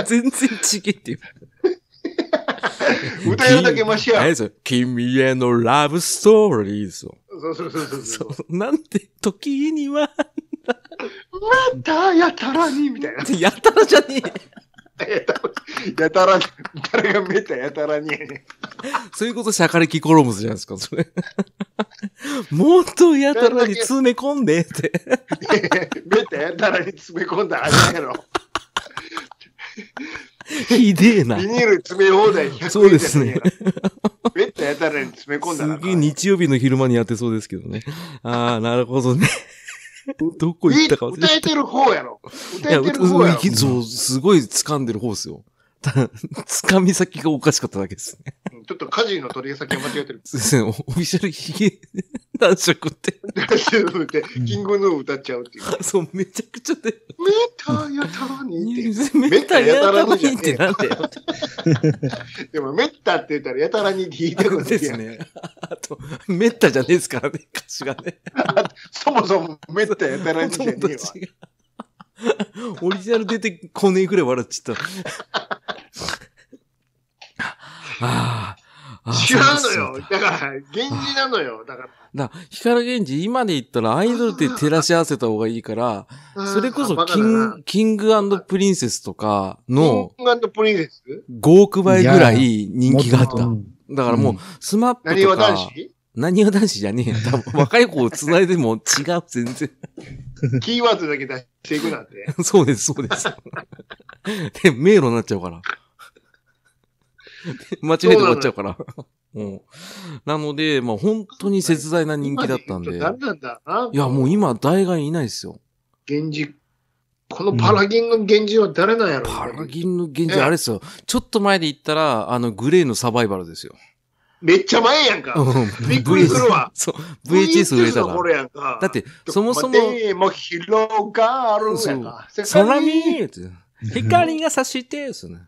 Speaker 1: 全然違えっていう。
Speaker 2: 歌えるだけマシや
Speaker 1: あれですよ。君へのラブストーリーですよ。
Speaker 2: そうそうそうそ。
Speaker 1: そうう。なんて、時には、
Speaker 2: またやたらに、みたい な。
Speaker 1: やたらじゃねえ。
Speaker 2: やたら、やたら、誰が見たやたらにやね。
Speaker 1: そういうことシャカリキコロムスじゃないですか、それ。 もっとやたらに詰め込んでって。
Speaker 2: 見たやたらに詰め込んだあれやろ。
Speaker 1: ひでえな
Speaker 2: ビ。ニール詰め放題100円
Speaker 1: そうですね
Speaker 2: めったやたらに詰め込んだ
Speaker 1: す
Speaker 2: な。
Speaker 1: げえ日曜日の昼間にやってそうですけどね。ああ、なるほど ね。どこ行ったか忘れ
Speaker 2: 歌えてる方やろ。歌えてる方やろ。
Speaker 1: いそう、すごい掴んでる方ですよ。た掴み先がおかしかっただけですね。
Speaker 2: ちょっと家事の取り先を間違えてる。
Speaker 1: すいません、オフィシャルヒゲ男爵って、
Speaker 2: キングヌー歌っちゃうっていう。
Speaker 1: そう、めちゃくちゃで、
Speaker 2: めったやたらにっ
Speaker 1: めったやたらにってなんだよ。
Speaker 2: て。でも、めったって言ったらやたらにって言いたくない
Speaker 1: です
Speaker 2: やん。
Speaker 1: ね。あと、めったじゃねえですからね、歌詞がね。
Speaker 2: そもそもめったやたらにじゃねえわ。
Speaker 1: オリジナル出てこねえくらい笑っちゃった。ああ。
Speaker 2: 違うの
Speaker 1: そう
Speaker 2: よ。
Speaker 1: です。
Speaker 2: だから、源氏なのよ。だか
Speaker 1: だから光源氏、今で言ったらアイドルで照らし合わせた方がいいから、
Speaker 2: ら。
Speaker 1: それこそ
Speaker 2: あ
Speaker 1: キン、キングプリンセスとかの
Speaker 2: キングプリンセス
Speaker 1: 5億倍ぐらい 人気があっ
Speaker 2: いや
Speaker 1: た。だからもう、スマップ
Speaker 2: 何
Speaker 1: と
Speaker 2: は男
Speaker 1: か、
Speaker 2: 子
Speaker 1: 何は男子じゃねえよ。多分若い子を繋いでも違う、全然。
Speaker 2: キーワードだけ出していくなんて。
Speaker 1: そうです、そうです。で、迷路になっちゃうから。間違えて終わっちゃうから。うん。なので、まあ本当に絶大な人気だったんで。
Speaker 2: 何なんだろうない
Speaker 1: や、もう今、大概いないですよ。
Speaker 2: 源氏。このパラギンの源氏は誰なんやろ
Speaker 1: パラギンの現状、あれですよ。ちょっと前で言ったら、あの、グレーのサバイバルですよ。
Speaker 2: めっちゃ前やんか。
Speaker 1: うん
Speaker 2: びっくりするわ。
Speaker 1: そう、VHS 売れた
Speaker 2: の
Speaker 1: か
Speaker 2: 頃
Speaker 1: ら。
Speaker 2: やんか。
Speaker 1: だって、そもそも、
Speaker 2: でも広がるやんか。
Speaker 1: 空見えって光が差して、ですよね。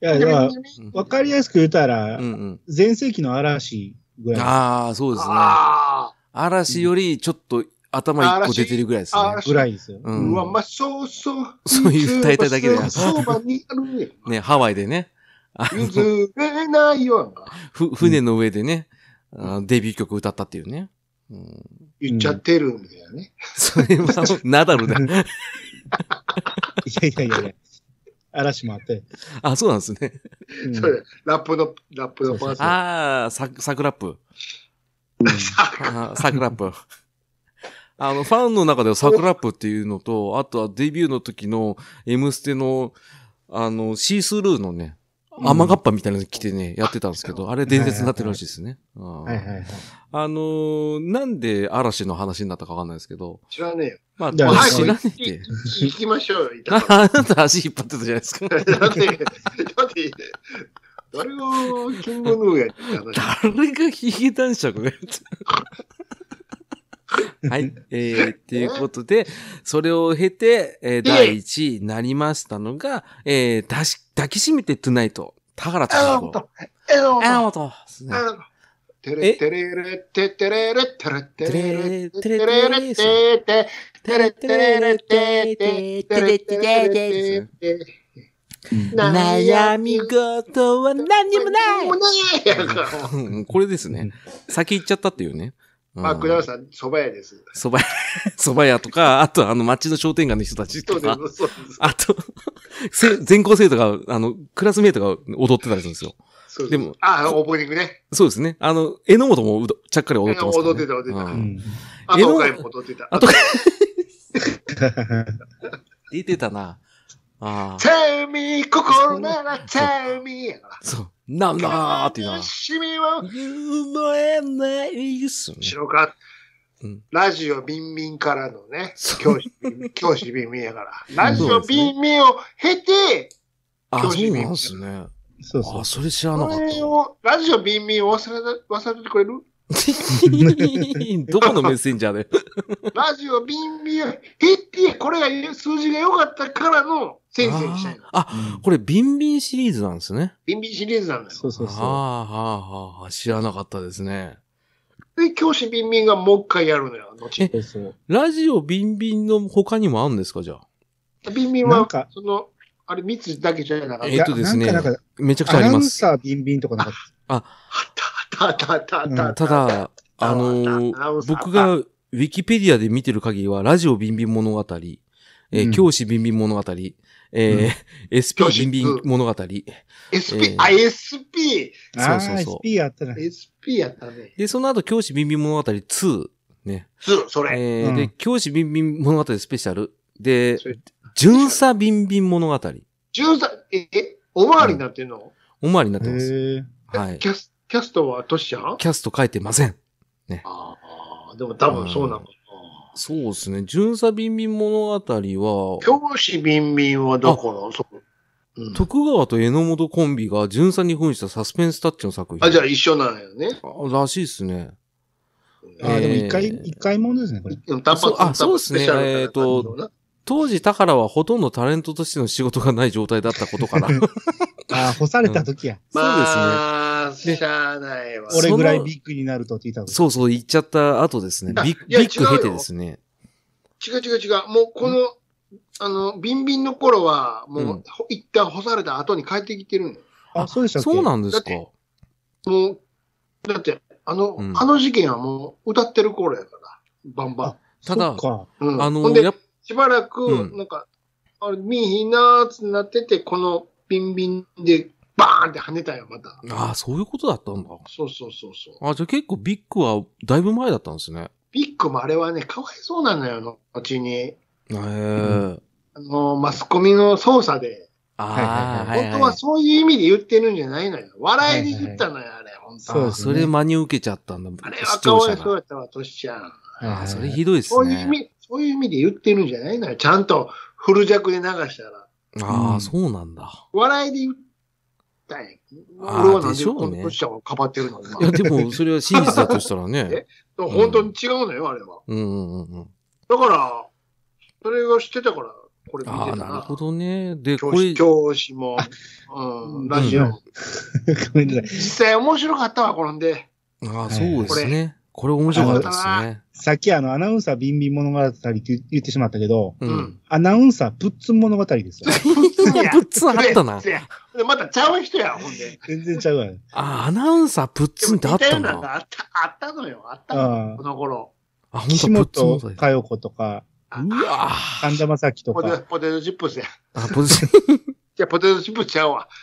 Speaker 3: や、だか
Speaker 1: う
Speaker 3: ら
Speaker 1: ん
Speaker 3: わかりやすく言ったら
Speaker 1: う、ん
Speaker 3: 前世紀の嵐ぐ
Speaker 1: うん。
Speaker 3: ら
Speaker 1: ああ、そうですね。
Speaker 2: あ
Speaker 1: 嵐よりちょっと頭一個出てるぐらいですね。
Speaker 2: 嵐
Speaker 3: い。ぐらいですよ。
Speaker 1: う
Speaker 2: あ、うんわ、まあ、そうそう。
Speaker 1: そういう歌いたいだけで
Speaker 2: そばにあるやん。
Speaker 1: ね、ハワイでね、あの
Speaker 2: 譲れないよやんか。
Speaker 1: ふ船の上でね、あデビュー曲歌ったっていうね。うん、
Speaker 2: 言っちゃってるんだよね。
Speaker 1: それ は、ナダルだ。
Speaker 3: いやいやいやいや。嵐もあって。
Speaker 1: あ、そうなんですね。
Speaker 3: うん
Speaker 2: それ、ラップの、ラップのパーソン。
Speaker 1: ああ、さ、サクラップ。あーサクラップ。あの、ファンの中ではサクラップっていうのと、あとはデビューの時の M ステの、あの、シースルーのね、
Speaker 3: うん
Speaker 1: 雨がっぱみたいなの着てね、やってたんですけど、あれ伝説になってるらしいですね。うん
Speaker 3: はいはい はい。
Speaker 1: あのーなんで嵐の話になったかわかんないですけど、
Speaker 2: 知らねえよ。
Speaker 1: まあ、
Speaker 3: だから
Speaker 1: まあ
Speaker 2: はい
Speaker 1: 知らねえっ
Speaker 2: い
Speaker 1: て。
Speaker 2: 行きましょうよ、いた
Speaker 1: あ
Speaker 2: か
Speaker 1: あなた足引っ張ってたじゃないですか。
Speaker 2: ら。だって、だって、誰をキングヌーやってんだ
Speaker 1: 誰がヒゲ男爵がやった はい。えー、っていうことで、それを経て、えー第1位になりましたのが、えー、たし、抱きしめてトゥナイト。田原ち
Speaker 2: エ
Speaker 1: ゃ
Speaker 2: ロ
Speaker 1: ん
Speaker 2: ン
Speaker 1: と
Speaker 2: と。、エロン
Speaker 1: え
Speaker 2: と、
Speaker 1: おと。
Speaker 2: エロンと。テレテレレテテレレテレテレレテレレテテテレテレレテテテレテレレテテ
Speaker 4: 悩み事は何にもない
Speaker 2: もないやから
Speaker 1: うんこれですね。先行っちゃったっていうね。うん
Speaker 2: まあ、栗原さん、蕎麦屋です。
Speaker 1: 蕎麦屋、蕎麦屋とか、あとあの町の商店街の人たち
Speaker 2: そ
Speaker 1: と
Speaker 2: うです
Speaker 1: か、、
Speaker 2: そうです。
Speaker 1: あと、せ全校生徒が、あの、クラスメイトが踊ってたりするんですよ。
Speaker 2: そうす
Speaker 1: でも
Speaker 2: ああ、オープニングね。
Speaker 1: そうですね。あの、榎本もうどちゃっかり踊ってますから、ね。
Speaker 2: 踊ってた踊ってた
Speaker 1: う
Speaker 3: うんん。
Speaker 2: あ
Speaker 1: エロ
Speaker 2: と、外も踊ってた。
Speaker 1: あと、出てたな。ああ。
Speaker 2: Tell me, 心なら Tell me やか
Speaker 1: そう。なんだー
Speaker 2: ら。
Speaker 1: っていうな
Speaker 2: 悲。しみは、
Speaker 1: 夢えないっすよね。
Speaker 2: 白か
Speaker 1: うん。
Speaker 2: ラジオビンビンからのね
Speaker 1: そ、う
Speaker 2: 教師ビ ンビン、教師ビンビンやから。ラジオビンビンを経て、
Speaker 1: あ、
Speaker 2: 教
Speaker 1: そ
Speaker 2: 師
Speaker 1: うなんですね。
Speaker 3: そうそ
Speaker 1: あ、
Speaker 3: う。
Speaker 1: それ知らな
Speaker 2: こ
Speaker 1: かっ
Speaker 2: れ
Speaker 1: た。
Speaker 2: を、ラジオビンビンを忘れた、忘れてく れる
Speaker 1: どこのメッセンジャーで。
Speaker 2: ラジオビンビンを経て、これが数字が良かったからの先生にしたいの。
Speaker 1: あー、あこれ、ビンビンシリーズなんですね。
Speaker 2: ビンビンシリーズなんだよ。
Speaker 3: そうそう
Speaker 1: あ
Speaker 3: そ
Speaker 1: あ、はあ、はあ、知らなかったですね。
Speaker 2: で、教師ビンビンがもう一回やるのよ、後
Speaker 1: え
Speaker 3: う。そうそう。
Speaker 1: ラジオビンビンの他にもあるんですかじゃあ。
Speaker 2: に。ビンビン
Speaker 3: なん
Speaker 2: は
Speaker 3: か、
Speaker 2: その、あれ、密だけじゃなかっ
Speaker 1: えっとですね
Speaker 3: いやなんか、なんか、
Speaker 1: めちゃくちゃあ
Speaker 3: ア
Speaker 1: り
Speaker 3: ナウ
Speaker 1: ま
Speaker 3: ン
Speaker 1: す。
Speaker 3: サービンビンとかなんか、
Speaker 2: た。あったあったあったあったたあった。
Speaker 1: だ、あの
Speaker 2: アナウン
Speaker 1: ー
Speaker 2: サー
Speaker 1: 僕がウィキペディアで見てる限りは、ラジオビンビン物語、えー
Speaker 3: うん
Speaker 1: 教師ビンビン物語、
Speaker 3: う
Speaker 1: えー SP
Speaker 2: 教師
Speaker 1: ビンビン物語、え
Speaker 2: SP
Speaker 1: ー、
Speaker 2: あ、SP、
Speaker 1: そ
Speaker 3: あ
Speaker 1: うそう
Speaker 3: あ、
Speaker 1: そう
Speaker 3: SP やったら、
Speaker 2: SP やったね。
Speaker 1: で、その後、教師ビンビン物語2、ね。
Speaker 2: そう、それ。
Speaker 1: えー
Speaker 3: うん
Speaker 1: で、教師ビンビン物語スペシャル、で
Speaker 2: それ、
Speaker 1: 巡査ビンビン物語、
Speaker 2: 13、え、えおまわりになってんの、
Speaker 1: おまわりになってます。
Speaker 3: へえ。
Speaker 1: はい。
Speaker 2: キャスキャストはトシちゃんあ
Speaker 1: キャスト書いてません。
Speaker 2: あー、でも多分そうなのか
Speaker 1: そうですね。巡査ビンビン物語は、
Speaker 2: な。教師ビンビンはどこのそう、うん
Speaker 1: 徳川と榎本コンビが巡査に扮したサスペンスタッチの作品。
Speaker 2: あ、じゃあ一緒なんよね。
Speaker 1: あらしいですね。
Speaker 3: ああ、でも一回、
Speaker 1: えー
Speaker 3: 一回もんですね、これ。
Speaker 2: うん単
Speaker 1: そう
Speaker 2: 発
Speaker 1: あそうっすね
Speaker 2: 単発スペシャルみたいな感じのな
Speaker 1: 当時、田原はほとんどタレントとしての仕事がない状態だったこと から。そうですね。
Speaker 3: ああ、干された時や。
Speaker 2: まあ、
Speaker 1: ね
Speaker 2: しゃあないわ。
Speaker 1: で
Speaker 3: 俺ぐらいビッグになるとって言ったの
Speaker 1: そうそう、言っちゃった後ですね。
Speaker 2: あ
Speaker 1: ビッ
Speaker 2: いや
Speaker 1: ビッグ
Speaker 2: 違う
Speaker 1: 経て
Speaker 2: よ
Speaker 1: ですね。
Speaker 2: 違う違う違う。もうこの、あの、ビンビンの頃は、も
Speaker 1: うん
Speaker 2: う、ほ一旦干された後に帰ってきてるのよ。
Speaker 3: あ、そうでしたっけ
Speaker 1: そうなんですか
Speaker 2: だ。もう、だって、あの、
Speaker 1: うん
Speaker 2: あの事件はもう歌ってる頃やから、バンバ
Speaker 1: ただ
Speaker 3: そっか
Speaker 2: ン。うん、
Speaker 1: あ
Speaker 2: ほ
Speaker 1: の、
Speaker 2: ん
Speaker 1: や
Speaker 2: で
Speaker 1: っ、
Speaker 2: しばら
Speaker 1: う
Speaker 2: く、
Speaker 1: ん
Speaker 2: なんか、あれ、見えひんなーってなってて、このビンビンで、バーンって跳ねたよ、また。
Speaker 1: ああ、そういうことだったんだ。
Speaker 2: そうそうそうそう。
Speaker 1: あじゃあ結構ビッグはだいぶ前だったんですね。
Speaker 2: ビッグもあれはね、かわいそうなのよ、の後に。
Speaker 1: へえ。
Speaker 2: あの、マスコミの捜査で、
Speaker 1: ああ、は
Speaker 3: はい
Speaker 2: 本当
Speaker 1: は。
Speaker 2: はいそういう意味で言ってるんじゃないのよ。笑いで言ったのよ、あれ、本当
Speaker 3: そう
Speaker 1: あ
Speaker 3: で
Speaker 2: は
Speaker 3: す。
Speaker 1: それ真に受けちゃったんだ。
Speaker 2: あれ
Speaker 1: 視
Speaker 2: はか
Speaker 1: 聴
Speaker 2: わ
Speaker 1: 者
Speaker 2: いそう
Speaker 1: が。
Speaker 2: やったわ、トシちゃん。
Speaker 3: はい
Speaker 1: あ
Speaker 3: は
Speaker 1: あ、
Speaker 3: い
Speaker 1: それひどいですね。
Speaker 2: そういう意味、そういう意味で言ってるんじゃないのよ。ちゃんとフル弱で流したら。
Speaker 1: あ
Speaker 3: う
Speaker 1: あ、
Speaker 3: ん
Speaker 1: そうなんだ。
Speaker 2: 笑いで言ったんや。
Speaker 1: あー
Speaker 2: 俺はなん
Speaker 1: で
Speaker 2: で
Speaker 1: しょう
Speaker 2: こ
Speaker 1: ね
Speaker 2: のトシちゃんをかばってるの今
Speaker 1: いや、でも、それは真実だとしたら ね。
Speaker 2: 本当に違うのよ、あれは。
Speaker 1: うんうんうんうん。
Speaker 2: だから、それを知ってたから、これ見
Speaker 1: あ
Speaker 2: て
Speaker 1: あ、
Speaker 2: た
Speaker 1: なる
Speaker 2: な
Speaker 1: ほ。どね。で、こ
Speaker 2: 教
Speaker 1: れ
Speaker 2: 師、教 師も、うん、ラジオも。
Speaker 3: ごめんなさい。
Speaker 2: 実際面白かったわ、こんで。
Speaker 1: ああ、そうですね。これ面白かったですね。
Speaker 3: さっきあの、アナウンサービンビン物語って言言ってしまったけど、
Speaker 1: う。
Speaker 2: うんん。
Speaker 3: アナウンサープッツン物語ですよ。
Speaker 1: プッツンあったな。 あ
Speaker 2: せやでまたちゃう人や、ほんで。
Speaker 3: 全然ちゃうわよ。
Speaker 1: あ、アナウンサープッツンってあっ
Speaker 2: で
Speaker 1: た
Speaker 2: も似よ
Speaker 1: な。
Speaker 2: うなのあった、あったのよ、あったのよ
Speaker 3: あ
Speaker 2: この頃。
Speaker 1: あ、
Speaker 3: あ。
Speaker 1: 本
Speaker 3: 岸
Speaker 1: 当プッツン
Speaker 3: 本
Speaker 1: 問題だ
Speaker 3: 佳代子とか、
Speaker 2: あ
Speaker 1: うわ
Speaker 3: 神田正輝と
Speaker 2: ポテ
Speaker 3: か、
Speaker 2: ポテトチップスや。
Speaker 1: あ、ポジショ
Speaker 2: じゃあポテトチップスちゃうわ。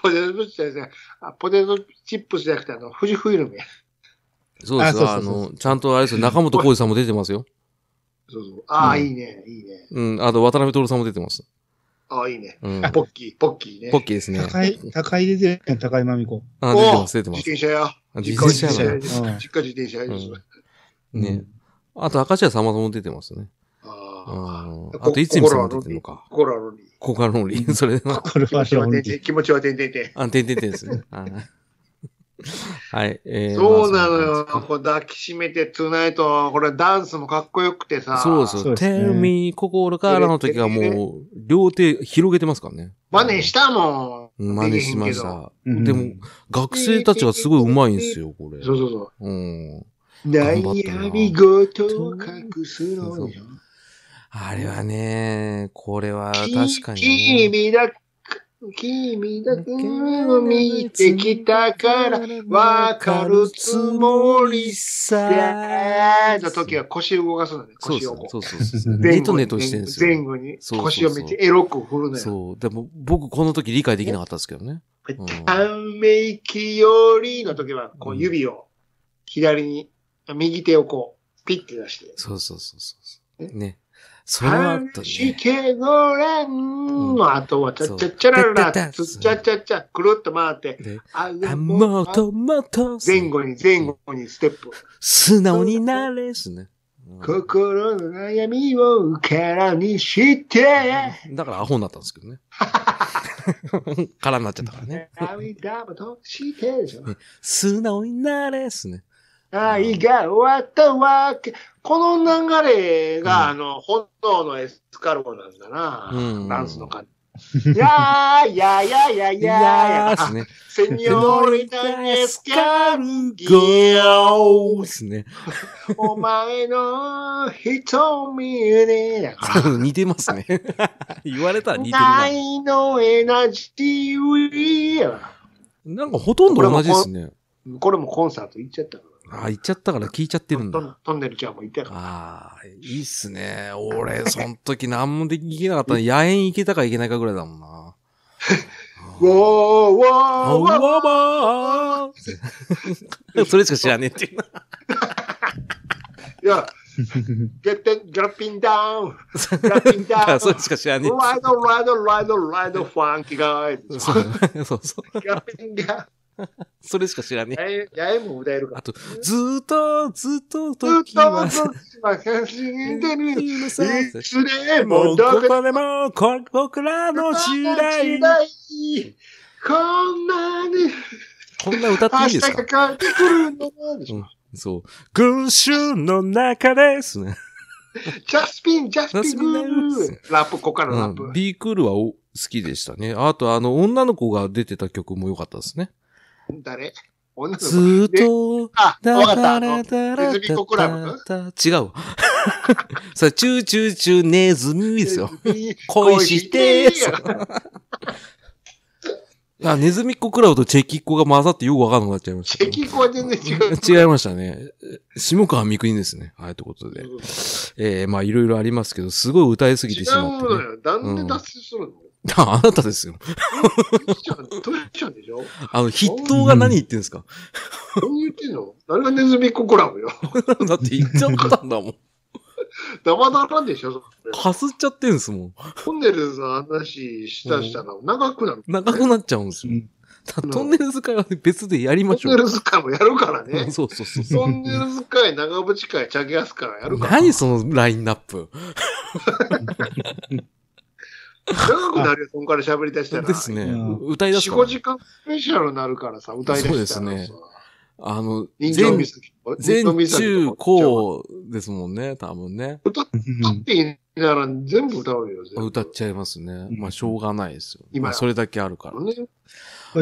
Speaker 2: ポテトチップスちゃうやあポテトチップスじゃなくて、あの、富士フイルムや。
Speaker 1: ン。そうですわ。あ
Speaker 3: あそうそうそう
Speaker 1: の、ちゃんとあれですよ。中本浩二さんも出てますよ。
Speaker 2: そうそう。ああ、
Speaker 1: うん
Speaker 2: いいね、いいね。
Speaker 1: うん。あと、渡辺徹さんも出てます。
Speaker 2: ああ、いいね。
Speaker 1: うん。
Speaker 2: ポッキー、ポッキーね。
Speaker 1: ポッキーですね。
Speaker 3: 高い、高い出てるやん高いまみこ。
Speaker 1: あ、
Speaker 2: ー
Speaker 1: 出てます、出てます
Speaker 2: 自。転車や。
Speaker 1: あ
Speaker 2: 実
Speaker 1: 自
Speaker 2: 家
Speaker 1: 転車
Speaker 2: 自転車
Speaker 1: やな。
Speaker 2: や。実
Speaker 3: うん
Speaker 2: 家自転車やで
Speaker 1: う
Speaker 2: す
Speaker 1: ん。ね。あと、明石家さんまさんも出てますね。
Speaker 2: ああ。
Speaker 1: あ
Speaker 2: こ
Speaker 1: あと、いつみさんも出てるのか。
Speaker 2: 心はロリー。
Speaker 1: コ カロンリー。それな。
Speaker 3: これ
Speaker 2: 気持
Speaker 3: は
Speaker 2: ちは
Speaker 3: 本
Speaker 2: 点
Speaker 3: 気。
Speaker 2: 々気持ちは点々点々
Speaker 1: あ、てんてんてんですね。あ はい。えー
Speaker 2: そうなの
Speaker 1: ま
Speaker 2: よ。
Speaker 1: あそん感じ
Speaker 2: こう抱きしめて、トゥナイト、これダンスもかっこよくてさ。
Speaker 1: そうです
Speaker 3: そう
Speaker 1: よ。
Speaker 3: ですね
Speaker 1: tell me 心からの時はもう、両手広げてますからね。
Speaker 2: 真似したもん。
Speaker 1: 真似しまし
Speaker 2: できへん
Speaker 1: た。
Speaker 3: うん
Speaker 1: でも、学生たちはすごい上手いんですよ、これ。
Speaker 2: けど。そうそうそう。
Speaker 1: うん。頑張ったな
Speaker 2: 悩み事を隠すのでしょ。
Speaker 1: あれはね、これは確かに、ね。
Speaker 2: 君だ、君だけを見てきたから、わかるつもり
Speaker 4: さ
Speaker 2: での時は腰を動かすのね、
Speaker 1: そう
Speaker 2: 腰
Speaker 1: そ
Speaker 2: を
Speaker 1: う
Speaker 2: こう。
Speaker 1: そうそうそう。
Speaker 3: 前後に
Speaker 1: ネトネトしてるんです
Speaker 2: 前
Speaker 1: よ。
Speaker 2: 後に
Speaker 1: そうそうそう
Speaker 2: 腰をめっちゃエロく振るのよ。
Speaker 1: そう。でも、僕この時理解できなかったですけどね。うん
Speaker 2: 短命息よりの時は、こ
Speaker 1: う
Speaker 2: うん指を左に、右手をこう、ピッて出して。
Speaker 1: そうそうそうそう
Speaker 2: え。
Speaker 1: ね。それはあった
Speaker 2: 話し
Speaker 1: ね。
Speaker 2: てごらんの後は、ちゃっちゃっちゃららら、つっちゃっちゃっちゃ、くるっと回って
Speaker 1: で、
Speaker 2: あ
Speaker 1: あもっともっと、
Speaker 2: 前後に前後にステップ。
Speaker 1: 素直になれですね。うん
Speaker 2: 心の悩みをからにして、
Speaker 1: だからアホになったんですけどね。 からになっちゃったからね。
Speaker 2: 涙もとして、
Speaker 1: 素直になれですね。
Speaker 2: 愛が終わったわけ。この流れが、
Speaker 1: うん
Speaker 2: あの、本能のエスカルゴなんだな。
Speaker 1: うん
Speaker 2: ダンスの感じ。いやー、いやいやいやい
Speaker 1: いや
Speaker 2: や
Speaker 1: ー
Speaker 2: い
Speaker 1: ですね。
Speaker 2: や、セニョリタエスカル
Speaker 1: ゴーですね。
Speaker 2: お前の瞳に、だから。
Speaker 1: 似てますね。 言われたら似てるな。
Speaker 2: 愛のエナジーを
Speaker 1: なんかほとんど同じですね。
Speaker 2: これもコンサート行っちゃったか
Speaker 1: あー、行っちゃったから聞いちゃって
Speaker 2: ら。
Speaker 1: るん
Speaker 2: ト
Speaker 1: だ。
Speaker 2: ントンネルちゃんも行ったから。
Speaker 1: ああ、いいっすね。俺、その時何もできなかったな。 野縁行けたか行けないかぐらいだもん な。
Speaker 2: ウォーウォ
Speaker 1: あ
Speaker 2: ーウォー
Speaker 1: わばー それしか知らねえっていう。
Speaker 2: いや、ゲッテン、グラッピンダウン、グラッピンダウン、
Speaker 1: それしか知 らねえ
Speaker 2: ライド、ライド、ライド、ライド、ファンキーガイズ、
Speaker 1: そう そうそう。
Speaker 2: グラッピンダ
Speaker 1: それしか知らね
Speaker 2: ウ
Speaker 1: え。
Speaker 2: ン、やえも歌えるから
Speaker 1: あ。と、ずーっと、ずーっと、
Speaker 2: ずっ
Speaker 1: 時
Speaker 2: と、
Speaker 1: は
Speaker 2: ずっと、死んでる。い
Speaker 1: のさ
Speaker 2: つで
Speaker 1: も
Speaker 2: も
Speaker 1: う
Speaker 2: ど
Speaker 1: ど
Speaker 2: こ
Speaker 1: こでも、こ僕らの時代。
Speaker 2: こんなに
Speaker 1: こんな歌っていい
Speaker 2: 明
Speaker 1: ん
Speaker 2: 日
Speaker 1: ですか
Speaker 2: が変わってくるんだなでしょ。
Speaker 1: そう。群衆の中ですね。
Speaker 2: ジャスピン、ジャスピング
Speaker 1: ジャスピン
Speaker 2: ー。ラップ、ここからのラッ
Speaker 1: うん
Speaker 2: プ。
Speaker 1: ビークールはお好きでしたね。あと、あの、女の子が出てた曲も良かったですね。
Speaker 2: 誰女の子
Speaker 1: ずーっと、
Speaker 2: あ、わかった。あの
Speaker 1: だだら
Speaker 2: ネズミコクラブ
Speaker 1: 違うわ。 さあ、チューチューチューネズミです よ。。恋してあ、ネズミっ子クラブとチェキっ子が混ざってよくわかんなくなっちゃいました、
Speaker 2: チェキコは全然違う。
Speaker 1: 違いましたね。下川みくにですね。はい、ということで。えー、まあいろいろありますけど、すごい歌いすぎ
Speaker 2: 違
Speaker 1: て
Speaker 2: う
Speaker 1: しまって、
Speaker 2: の
Speaker 1: ね。
Speaker 2: よ。なんで脱出するの
Speaker 1: あ、あなたですよ。
Speaker 2: トシちゃん、トシちゃんでしょ
Speaker 1: あの、筆頭が何言ってんですか
Speaker 2: 何言ってんの誰がネズミココラボよ。
Speaker 1: だって言っちゃったんだもん。
Speaker 2: 生だらんでしょそれ
Speaker 1: かすっちゃってんですもん。
Speaker 2: トンネルズの話したしたら長くなる。
Speaker 1: 長くなっちゃうんですよ。だからトンネル使いは別でやり
Speaker 2: ト
Speaker 1: まし
Speaker 2: ン
Speaker 1: ょ
Speaker 2: ネ
Speaker 1: う。。
Speaker 2: ルズ会もやるからね
Speaker 1: そうそうそうそう。
Speaker 2: トンネルズ会、長渕会、チャゲアス会やるから。
Speaker 1: 何そのラインナップ。
Speaker 2: 長くなるよ、そんから喋り出したら。
Speaker 1: ですね。
Speaker 3: うん
Speaker 1: 歌い出す
Speaker 2: 4、
Speaker 1: か
Speaker 2: 5
Speaker 1: ら。
Speaker 2: 時間スペシャルになるからさ、歌い出したらさ
Speaker 1: そ。あの、
Speaker 2: 人
Speaker 1: 全
Speaker 2: 形見せ
Speaker 1: 全中。高ですもんね、多分ね。
Speaker 2: 歌っていいなら全部歌うよ。全部
Speaker 1: 歌っちゃいますね。
Speaker 3: ん
Speaker 1: まあ、しょうがないですよ。
Speaker 2: 今
Speaker 1: まあ、それだけあるから。
Speaker 2: ね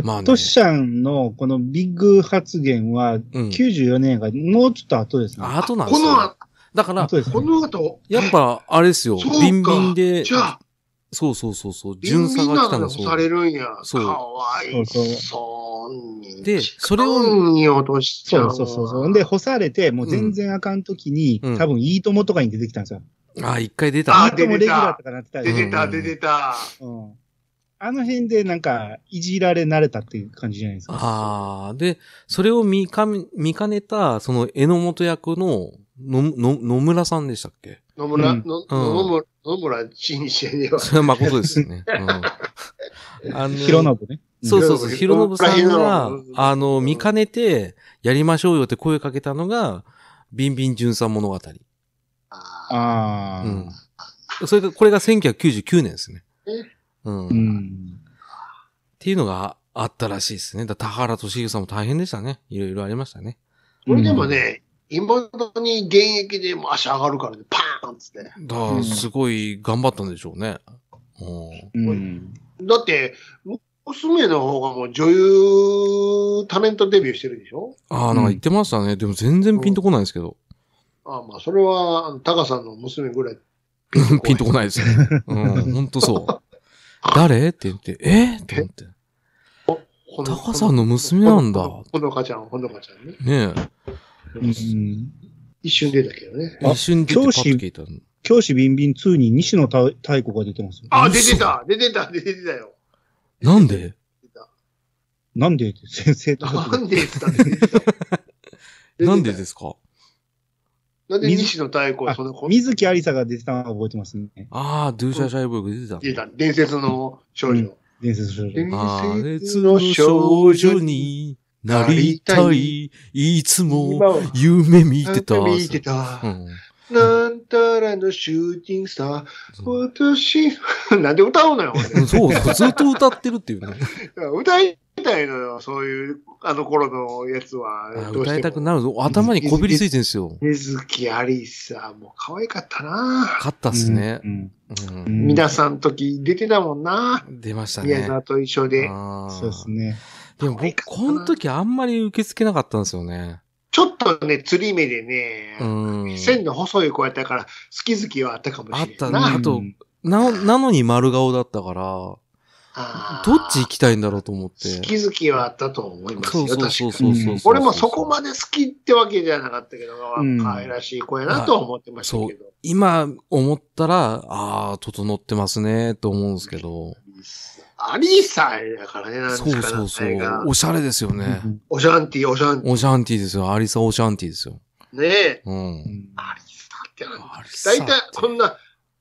Speaker 1: まあね
Speaker 3: トシさんのこのビッグ発言は、
Speaker 1: うん。
Speaker 3: 94年がもうちょっと後ですね。
Speaker 1: あとなんで
Speaker 2: こ
Speaker 1: すよ
Speaker 2: の。
Speaker 1: だから、
Speaker 3: 後です
Speaker 2: こ
Speaker 3: ね。
Speaker 2: の後、
Speaker 1: やっぱ、あれですよ。
Speaker 2: そうか
Speaker 1: ビンビンで、
Speaker 2: じゃあ、
Speaker 1: そうそうそう、そう
Speaker 2: ビン
Speaker 1: 巡
Speaker 2: ビ
Speaker 1: 査
Speaker 2: ン
Speaker 1: が
Speaker 2: な
Speaker 1: 来た
Speaker 2: の
Speaker 1: んで
Speaker 2: で
Speaker 1: す
Speaker 2: 干
Speaker 1: よ
Speaker 2: さ。れるんや。
Speaker 1: そう
Speaker 2: かわいそうに。
Speaker 1: でそれを
Speaker 2: 時間に落としちゃ。
Speaker 3: そううそうそうそう。で、干されて、もう全然あかん時に、
Speaker 1: うん
Speaker 3: 多分、いいともとかに出てきたんですよ。
Speaker 1: ああ、一回出
Speaker 2: あ
Speaker 1: た。
Speaker 3: いいともレギュラーとかなってた
Speaker 2: 出
Speaker 3: り
Speaker 2: て
Speaker 1: う
Speaker 2: た、
Speaker 1: ん
Speaker 2: 出てた。
Speaker 3: うんあの辺でなんか、いじられ慣れたっていう感じじゃないですか。
Speaker 1: ああ、で、それを見かみ、見かねた、その、榎本役の、の、の、野村さんでしたっけ
Speaker 2: 野村、
Speaker 3: うん
Speaker 2: の野村、野村新生では。
Speaker 1: それは誠ですね。うん。あの
Speaker 3: 広信ね。
Speaker 1: そうそうそう。
Speaker 2: 広
Speaker 1: 広信
Speaker 2: 信
Speaker 1: さんが
Speaker 2: 広信、
Speaker 1: あの、見かねて、やりましょうよって声かけたのが、ビンビン巡査物語。
Speaker 2: あ
Speaker 3: あ
Speaker 1: う
Speaker 3: あ。
Speaker 1: ん。それが、これが1999年ですね
Speaker 2: え。
Speaker 1: うん。
Speaker 3: う
Speaker 1: っ
Speaker 3: ん。
Speaker 1: ていうのがあったらしいですね。だ田原俊彦さんも大変でしたね。いろいろありましたね。
Speaker 2: これでもね、妹に現役でもう足上がるからね、パーンっつって。
Speaker 1: だからすごい頑張ったんでしょうね。うん
Speaker 3: うん。
Speaker 2: だって、娘の方がもう女優、タレントデビューしてるでしょ
Speaker 1: ああ、なんか言ってましたね。でも全然ピンとこないんですけど。
Speaker 2: ああまあ、それは、あのタカさんの娘ぐらい。
Speaker 1: ピンとこないですよね。うん、ほんとそう。誰って言って、えって思って。
Speaker 2: ほ
Speaker 1: タカさんの娘なんだ
Speaker 2: ほのかちゃん、ほのかちゃんね。
Speaker 1: ね
Speaker 3: うん
Speaker 2: 一瞬出たけどね。
Speaker 1: え。
Speaker 3: あ
Speaker 1: 一瞬出てパッと聞いたの。
Speaker 3: 教師ビンビン2に西野太太鼓が出てますよ。
Speaker 2: あ、出てた出てた出てたよ。
Speaker 1: なんで
Speaker 3: なんでって先生と
Speaker 2: な
Speaker 3: か。
Speaker 2: んで言って たんだよ
Speaker 1: なんでですか
Speaker 2: なんで西野太鼓、
Speaker 3: あ
Speaker 2: その子、
Speaker 3: 水木有沙が出てたのは覚えてますね。
Speaker 1: ああ、ドゥーシャーシャイボーイが出て
Speaker 2: 出
Speaker 1: た
Speaker 2: た伝説の少女。
Speaker 3: 伝説少女。
Speaker 2: 伝
Speaker 1: の。ああ、
Speaker 2: 説
Speaker 1: 熱
Speaker 2: の
Speaker 1: の
Speaker 2: 少
Speaker 1: 少
Speaker 2: 女
Speaker 1: 女
Speaker 2: に、
Speaker 1: になりたい。いつも
Speaker 2: 今は
Speaker 1: 夢見てた。
Speaker 2: 見てた
Speaker 1: う。ん。
Speaker 2: なんたらのシューティングスター、私、 なんで歌うのよ、俺
Speaker 1: そうそう、ずっと歌ってるっていうね。
Speaker 2: 歌いたいのよ、そういう、あの頃のやつは。
Speaker 1: あ
Speaker 2: どうしても
Speaker 1: 歌いたくなる。頭にこびりついてるんですよ。
Speaker 2: 水木ありさ、もう可愛かったな。
Speaker 1: 勝ったっすね
Speaker 3: う。ん。
Speaker 1: うん
Speaker 3: うん
Speaker 2: 皆さん時出てたもんな。
Speaker 1: 出ました
Speaker 2: 宮
Speaker 1: ね。
Speaker 2: 沢と一緒で。
Speaker 1: あー
Speaker 3: そうですね。
Speaker 1: でも
Speaker 2: 可愛
Speaker 1: 僕、
Speaker 2: かった
Speaker 1: こ
Speaker 2: な
Speaker 1: の時あんまり受け付けなかったんですよね。
Speaker 2: ちょっとね、釣り目でね、
Speaker 1: うん。
Speaker 2: 線の細い子やったから、好き好きはあったかもしれんない。
Speaker 1: あったねとな、なのに丸顔だったから、
Speaker 2: あー
Speaker 1: どっち行きたいんだろうと思って。
Speaker 2: 好き好きはあったと思います
Speaker 1: そ
Speaker 2: よ、
Speaker 1: う
Speaker 2: 確
Speaker 1: そ
Speaker 2: か
Speaker 1: うそう
Speaker 2: に。
Speaker 1: そうそう。
Speaker 2: 俺もそこまで好きってわけじゃなかったけど、
Speaker 3: うん
Speaker 2: 可愛らしい子やなとは思ってましたけど。
Speaker 1: 今思ったら、ああ、整ってますね、と思うんですけど。
Speaker 2: アリーサだからね、なんです
Speaker 1: そ
Speaker 2: かね
Speaker 1: うそうそ
Speaker 2: あれが
Speaker 1: う。おしゃれですよね。
Speaker 2: おシャンティ、おシャンテ
Speaker 1: オシャンティですよ。アリサ・オシャンティですよ。
Speaker 2: ィ。ねえ。
Speaker 1: うん。
Speaker 2: アリーサってなんだ
Speaker 1: アリサって
Speaker 2: 大体、こんな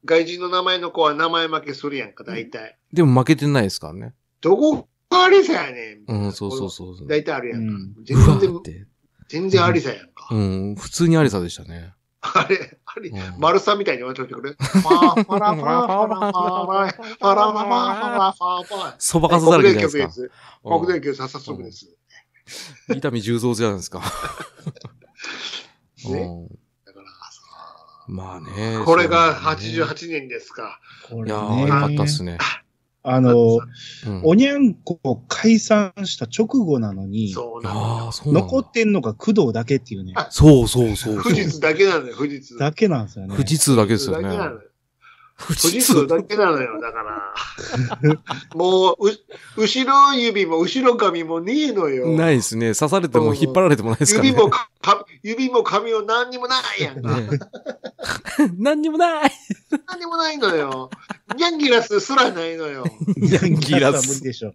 Speaker 2: 外人の名前の子は名前負けするやんか、大体。
Speaker 1: でも負けてないですからね。
Speaker 2: どこがアリサやねん。
Speaker 1: うん、そうそうそう。
Speaker 2: 大体あるやんか。
Speaker 3: うん
Speaker 1: うわ
Speaker 2: 全
Speaker 1: ーっ
Speaker 2: 然、
Speaker 1: て。
Speaker 2: 全然アリサやんか。
Speaker 1: うん、普通にアリサでしたね。
Speaker 2: あれ、あれ
Speaker 1: う、ん
Speaker 2: 丸さんみたいに言われてくれ。パラパラパラパラパラパラパラパラパラパラ
Speaker 1: そばかすだらけじゃない
Speaker 2: 国
Speaker 1: で
Speaker 2: です
Speaker 1: か。
Speaker 2: す。
Speaker 1: うん
Speaker 2: 国電局さっさ速です。
Speaker 1: 伊丹十三じゃないですか。
Speaker 2: ね
Speaker 1: うん
Speaker 2: だから、
Speaker 1: まあね。
Speaker 2: これが
Speaker 1: そうね
Speaker 2: 88年ですか。
Speaker 3: こ
Speaker 1: い
Speaker 3: れ
Speaker 1: やー、よかったっ
Speaker 3: ね。
Speaker 1: すね。
Speaker 3: あの、
Speaker 1: うん
Speaker 3: おにゃんこ解散した直後なのに、
Speaker 2: そうなん
Speaker 1: ああ、
Speaker 2: だ。
Speaker 1: そうなんだ
Speaker 3: 残ってんのが工藤だけっていうね。
Speaker 2: あ
Speaker 1: そうそうそうそう。
Speaker 2: 富士通だけなのよ、富士通。
Speaker 3: だけなんですよね。
Speaker 1: 富士通だけで
Speaker 2: 富士
Speaker 1: す
Speaker 2: 通
Speaker 1: よね。
Speaker 2: だけなのよ。
Speaker 1: 富
Speaker 2: 富士通だけなのよ、だから。もう、う、後ろ指も後ろ髪もねえのよ。
Speaker 1: ないですね。刺されても引っ張られてもないですから
Speaker 2: 指
Speaker 1: ね。
Speaker 2: もか、か指も髪も何にもないやんか。
Speaker 1: ね何にもない
Speaker 2: 何にもないのよ。ニャンギラスすらないのよ。
Speaker 3: ヤン
Speaker 1: ギ ラス
Speaker 3: 無理でしょ。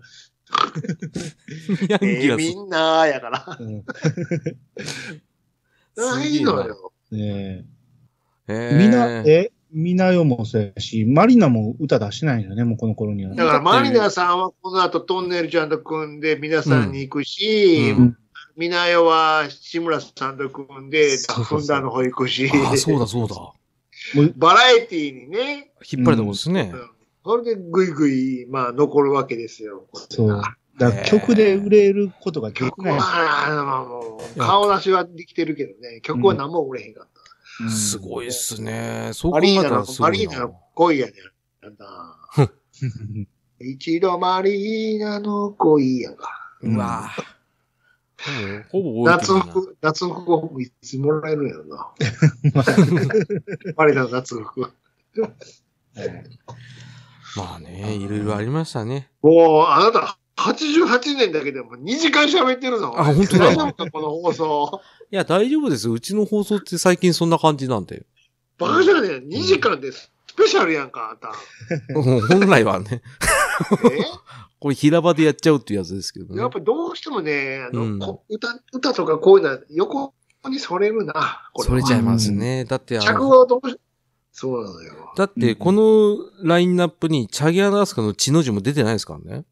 Speaker 1: ヤン
Speaker 2: え
Speaker 1: ギ
Speaker 2: ー
Speaker 1: ラ
Speaker 2: み
Speaker 1: ス。
Speaker 2: んなやから。
Speaker 3: うん
Speaker 2: ないのよ。
Speaker 3: ね
Speaker 1: え
Speaker 3: えみな、え、みなよもそうやし、マリナも歌出してないよね、もうこの頃には。
Speaker 2: だからマリナさんはこの後トンネルちゃんと組んで皆さんに行くし、
Speaker 1: うん
Speaker 2: みなよは志村さんと組んで、
Speaker 1: そうそうそう
Speaker 2: フンダの保育士。
Speaker 1: ああ、そうだそうだ。
Speaker 2: バラエティーにね、
Speaker 1: 引っ張れてもですね
Speaker 2: う。んそれでぐいぐい、まあ、残るわけですよ。
Speaker 3: そう。だから曲で売れることが曲
Speaker 2: 曲
Speaker 3: ない
Speaker 2: は、。まあもう、顔出しはできてるけどね、曲は何も売れへんかっ
Speaker 3: うん
Speaker 1: すごいっすね。そう考
Speaker 2: た。マ
Speaker 1: え
Speaker 2: リ
Speaker 1: た
Speaker 2: ーナの
Speaker 1: らす、ご
Speaker 2: マリ
Speaker 1: い
Speaker 2: ーナ
Speaker 1: な
Speaker 2: の。恋やねなんだ。一度マリーナの恋やんか。
Speaker 1: うわぁほぼ、ほぼ覚えて
Speaker 2: 夏
Speaker 1: るな
Speaker 2: 服、夏服をいつもらえるんやろ な。マリーナの夏服。
Speaker 1: まあね、いろいろありましたね。
Speaker 2: もう、あなた、88年だけでも2時間喋ってるぞ。
Speaker 1: あ本当だ
Speaker 2: 大丈夫か、この放送。
Speaker 1: いや、大丈夫ですよ。うちの放送って最近そんな感じなんで。
Speaker 2: バカじゃねえ。2時間でスペシャルやんか、あんた。
Speaker 1: うん本来はね、
Speaker 2: え
Speaker 1: これ平場でやっちゃうっていうやつですけどね
Speaker 2: やっ。ぱどうしてもね、あの、
Speaker 1: うん
Speaker 2: こ歌、歌とかこういうのは横にそれるな、これ
Speaker 1: そ
Speaker 2: は。
Speaker 1: れちゃいますね。だってあ
Speaker 2: 着
Speaker 1: の、
Speaker 2: をどうし、そうなのよ。
Speaker 1: だってこのラインナップにチャギアナスカの血の字も出てないですからね。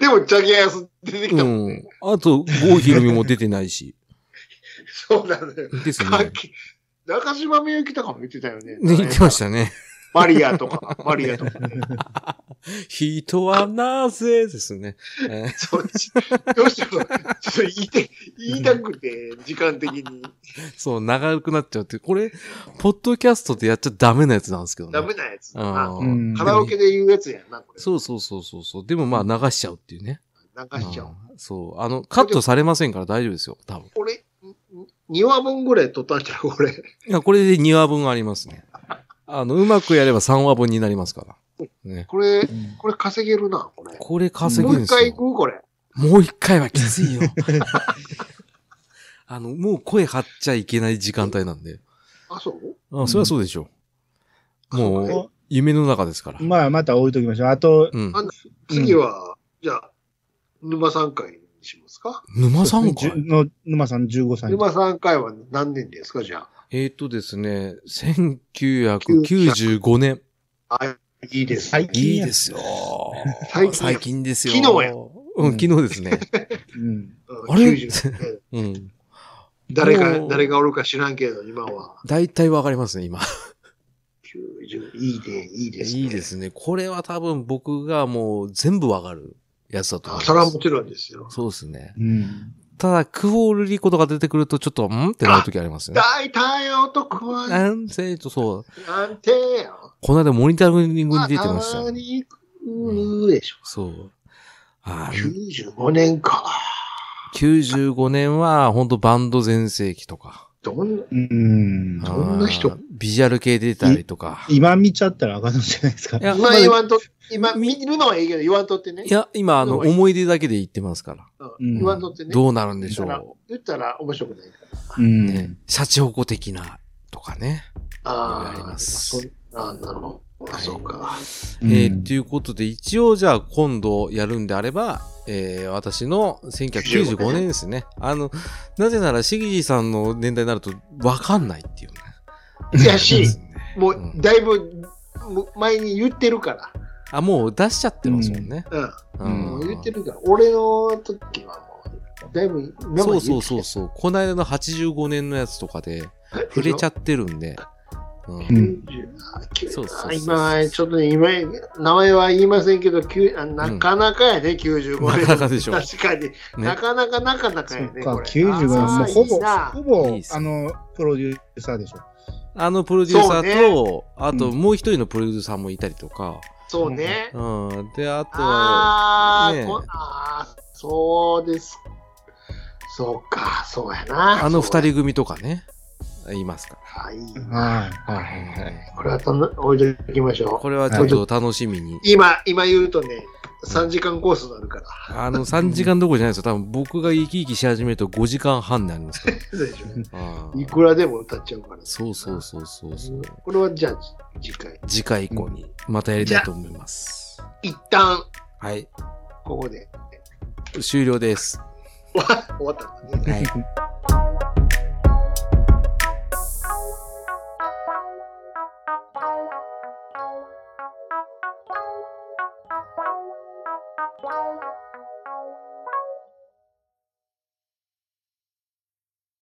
Speaker 2: でも、ジャギアス出てき
Speaker 1: う
Speaker 2: たもん、
Speaker 1: ん。あと、郷ひろみも出てないし。
Speaker 2: そうなのよ。
Speaker 1: ですよ
Speaker 2: さっ
Speaker 1: ね。
Speaker 2: き、中島みゆきとかも言ってたよ
Speaker 1: ね、
Speaker 2: ね。
Speaker 1: 言ってましたね。
Speaker 2: マリア とか、マリアとか。
Speaker 1: 人はなぜですね。えー
Speaker 2: そっち、どうしても、ちょっと言いて、言いたくて、時間的に。
Speaker 1: そう、長くなっちゃうっていう。これ、ポッドキャストでやっちゃダメなやつなんですけどね。
Speaker 2: ダメなやつだな。
Speaker 1: う
Speaker 3: うんん
Speaker 2: カラオケで言うやつやんな、これ。
Speaker 1: そうそうそうそうそう。でもまあ流しちゃうっていうね。
Speaker 2: 流しちゃおう。
Speaker 1: うんそう。あの、カットされませんから大丈夫ですよ。多分。
Speaker 2: これ、2話分ぐらい撮ったんちゃうこれ。
Speaker 1: いや、これで2話分ありますね。あの、うまくやれば3話分になりますから。ね。
Speaker 2: これ
Speaker 3: う、ん
Speaker 2: これ稼げるな、これ。
Speaker 1: これ稼
Speaker 2: も
Speaker 1: ぐんで
Speaker 2: う一
Speaker 1: すよ。
Speaker 2: 回行くこれ。
Speaker 1: もう一回はきついよ。あの、もう声張っちゃいけない時間帯なんで。
Speaker 2: あ、そう
Speaker 1: あ、それはそうでしょう。もう、
Speaker 3: お
Speaker 1: 夢の中ですから。
Speaker 3: まあ、また置いときましょう。あと、
Speaker 1: うん。
Speaker 2: 次は、じゃあ、沼さん会にしますか
Speaker 1: 沼さんか
Speaker 3: じゅの沼さん15歳。
Speaker 2: 沼さん会は何年ですかじゃ
Speaker 1: えっ、とですね、1995年。
Speaker 2: あ。あ、いいです。
Speaker 3: 最近
Speaker 1: いい
Speaker 3: や
Speaker 1: ですよ。
Speaker 2: 最近
Speaker 1: 最近ですよ。
Speaker 2: 昨日や
Speaker 1: うん、昨日ですね。
Speaker 3: うん。
Speaker 2: うん
Speaker 1: あれ
Speaker 2: 90
Speaker 1: うん。
Speaker 2: 誰
Speaker 1: も
Speaker 2: が、
Speaker 1: う
Speaker 2: 誰がおるか知らんけど、今は。
Speaker 1: 大体わかりますね、今。
Speaker 2: 90いいね、いいです、ね。
Speaker 1: いいで。すね。これは多分僕がもう全部わかるやつだと思いま
Speaker 2: あ、
Speaker 1: す。
Speaker 2: それはもちろんですよ。
Speaker 1: そうですね。
Speaker 3: うん。
Speaker 1: ただ、クフォールリコとか出てくるとちょっと、んってなるときありますね。
Speaker 2: 大体男は、
Speaker 1: なんせ、とそう。
Speaker 2: なんてよ。
Speaker 1: この間モニタリングに出てました
Speaker 2: 頭
Speaker 1: よ、ね。
Speaker 2: に食うでしょ。
Speaker 1: そう。あー
Speaker 2: 95年か。
Speaker 1: 95年は、本当バンド全盛期とか。
Speaker 2: どんな、
Speaker 3: うん。
Speaker 2: どんな人
Speaker 1: あービジュアル系出たりとか。
Speaker 3: 今見ちゃったらあかんのじゃないですか。
Speaker 1: いや、ま
Speaker 2: 今
Speaker 1: あい
Speaker 2: 言わんと、今見るのはいいけど、言わんとってね。
Speaker 1: や今、あの、
Speaker 2: うん
Speaker 1: 思い出だけで言ってますから。
Speaker 2: うん言わんとってね。
Speaker 1: どうなるんでし
Speaker 2: 言ったら
Speaker 1: ょ
Speaker 2: 言ったら面白くないか
Speaker 1: う。
Speaker 2: ら。
Speaker 3: うん。
Speaker 1: ね。シャチホコ的な、とかね。
Speaker 2: あ
Speaker 1: あり
Speaker 2: あ、
Speaker 1: ます
Speaker 2: そんあーなるほ
Speaker 1: は
Speaker 2: ど。
Speaker 1: い
Speaker 2: そうか。
Speaker 3: うん
Speaker 1: えー、ということで、一応じゃあ今度やるんであれば、えー、私の1995年ですね。あの、なぜなら、しぎじさんの年代になるとわかんないっていうね。
Speaker 2: 悔し
Speaker 1: です
Speaker 2: い。
Speaker 1: ね
Speaker 2: も
Speaker 1: う
Speaker 2: う、
Speaker 1: ん
Speaker 2: だいぶもう前に言ってるか
Speaker 1: あ、もう出しちゃってますもんね。
Speaker 2: ら。
Speaker 1: う
Speaker 2: うん。
Speaker 1: ん
Speaker 2: もう言ってるから。俺の時はもう、だいぶ、。
Speaker 1: そうそうそううそう。この間の85年のやつとかで、触れちゃ
Speaker 2: っ
Speaker 1: ってるんで。うん
Speaker 3: う
Speaker 2: た。
Speaker 3: ん
Speaker 1: そうそうそう
Speaker 2: 今、ちょっと今、名前は言いませんけど、きゅうあなかなかやね、95年。
Speaker 1: なかなかでしょ
Speaker 2: 確かに。な
Speaker 1: ね、
Speaker 2: かなかなかなか
Speaker 3: そ
Speaker 2: や
Speaker 3: っ
Speaker 2: ね。
Speaker 3: か、
Speaker 2: これ
Speaker 3: 95年、もう
Speaker 2: あー
Speaker 3: ほ
Speaker 2: いい
Speaker 3: ぼ、
Speaker 2: な
Speaker 3: ほぼ
Speaker 1: いいっ、す
Speaker 3: あの、プロデューサーでしょ。
Speaker 1: あのプロデューサー
Speaker 2: そ
Speaker 1: と、あともう一人のプロデューサーもいたりとか、
Speaker 2: そうね。
Speaker 1: うん、で、あとは、
Speaker 2: あ
Speaker 1: ねえ
Speaker 2: ー、こあー、そうです。そうか、そうや
Speaker 1: あ
Speaker 2: な。
Speaker 1: の二
Speaker 2: そうや。
Speaker 1: 人組とかね、いますか
Speaker 2: はいい。
Speaker 3: はい、は
Speaker 1: ら。
Speaker 3: い。
Speaker 2: これはとん置いときましょ
Speaker 1: これはちょっと楽しみに。
Speaker 2: う。今、今言うとね、3時間コースになるから。
Speaker 1: あの、3時間どころじゃないですよ。多分僕が生き生きし始めると5時間半になりますから。
Speaker 2: そうでしょ
Speaker 1: あ
Speaker 2: い
Speaker 1: ー
Speaker 2: くらでも歌っちゃうから。
Speaker 1: そうそうそうそうそう。
Speaker 2: これはじゃあ、次回。
Speaker 1: 次回以降にまたやりたいと思います。
Speaker 2: 一旦、
Speaker 1: はい。
Speaker 2: ここで
Speaker 1: 終了です。
Speaker 2: 終わ終わったんだね。
Speaker 1: はい。
Speaker 5: 「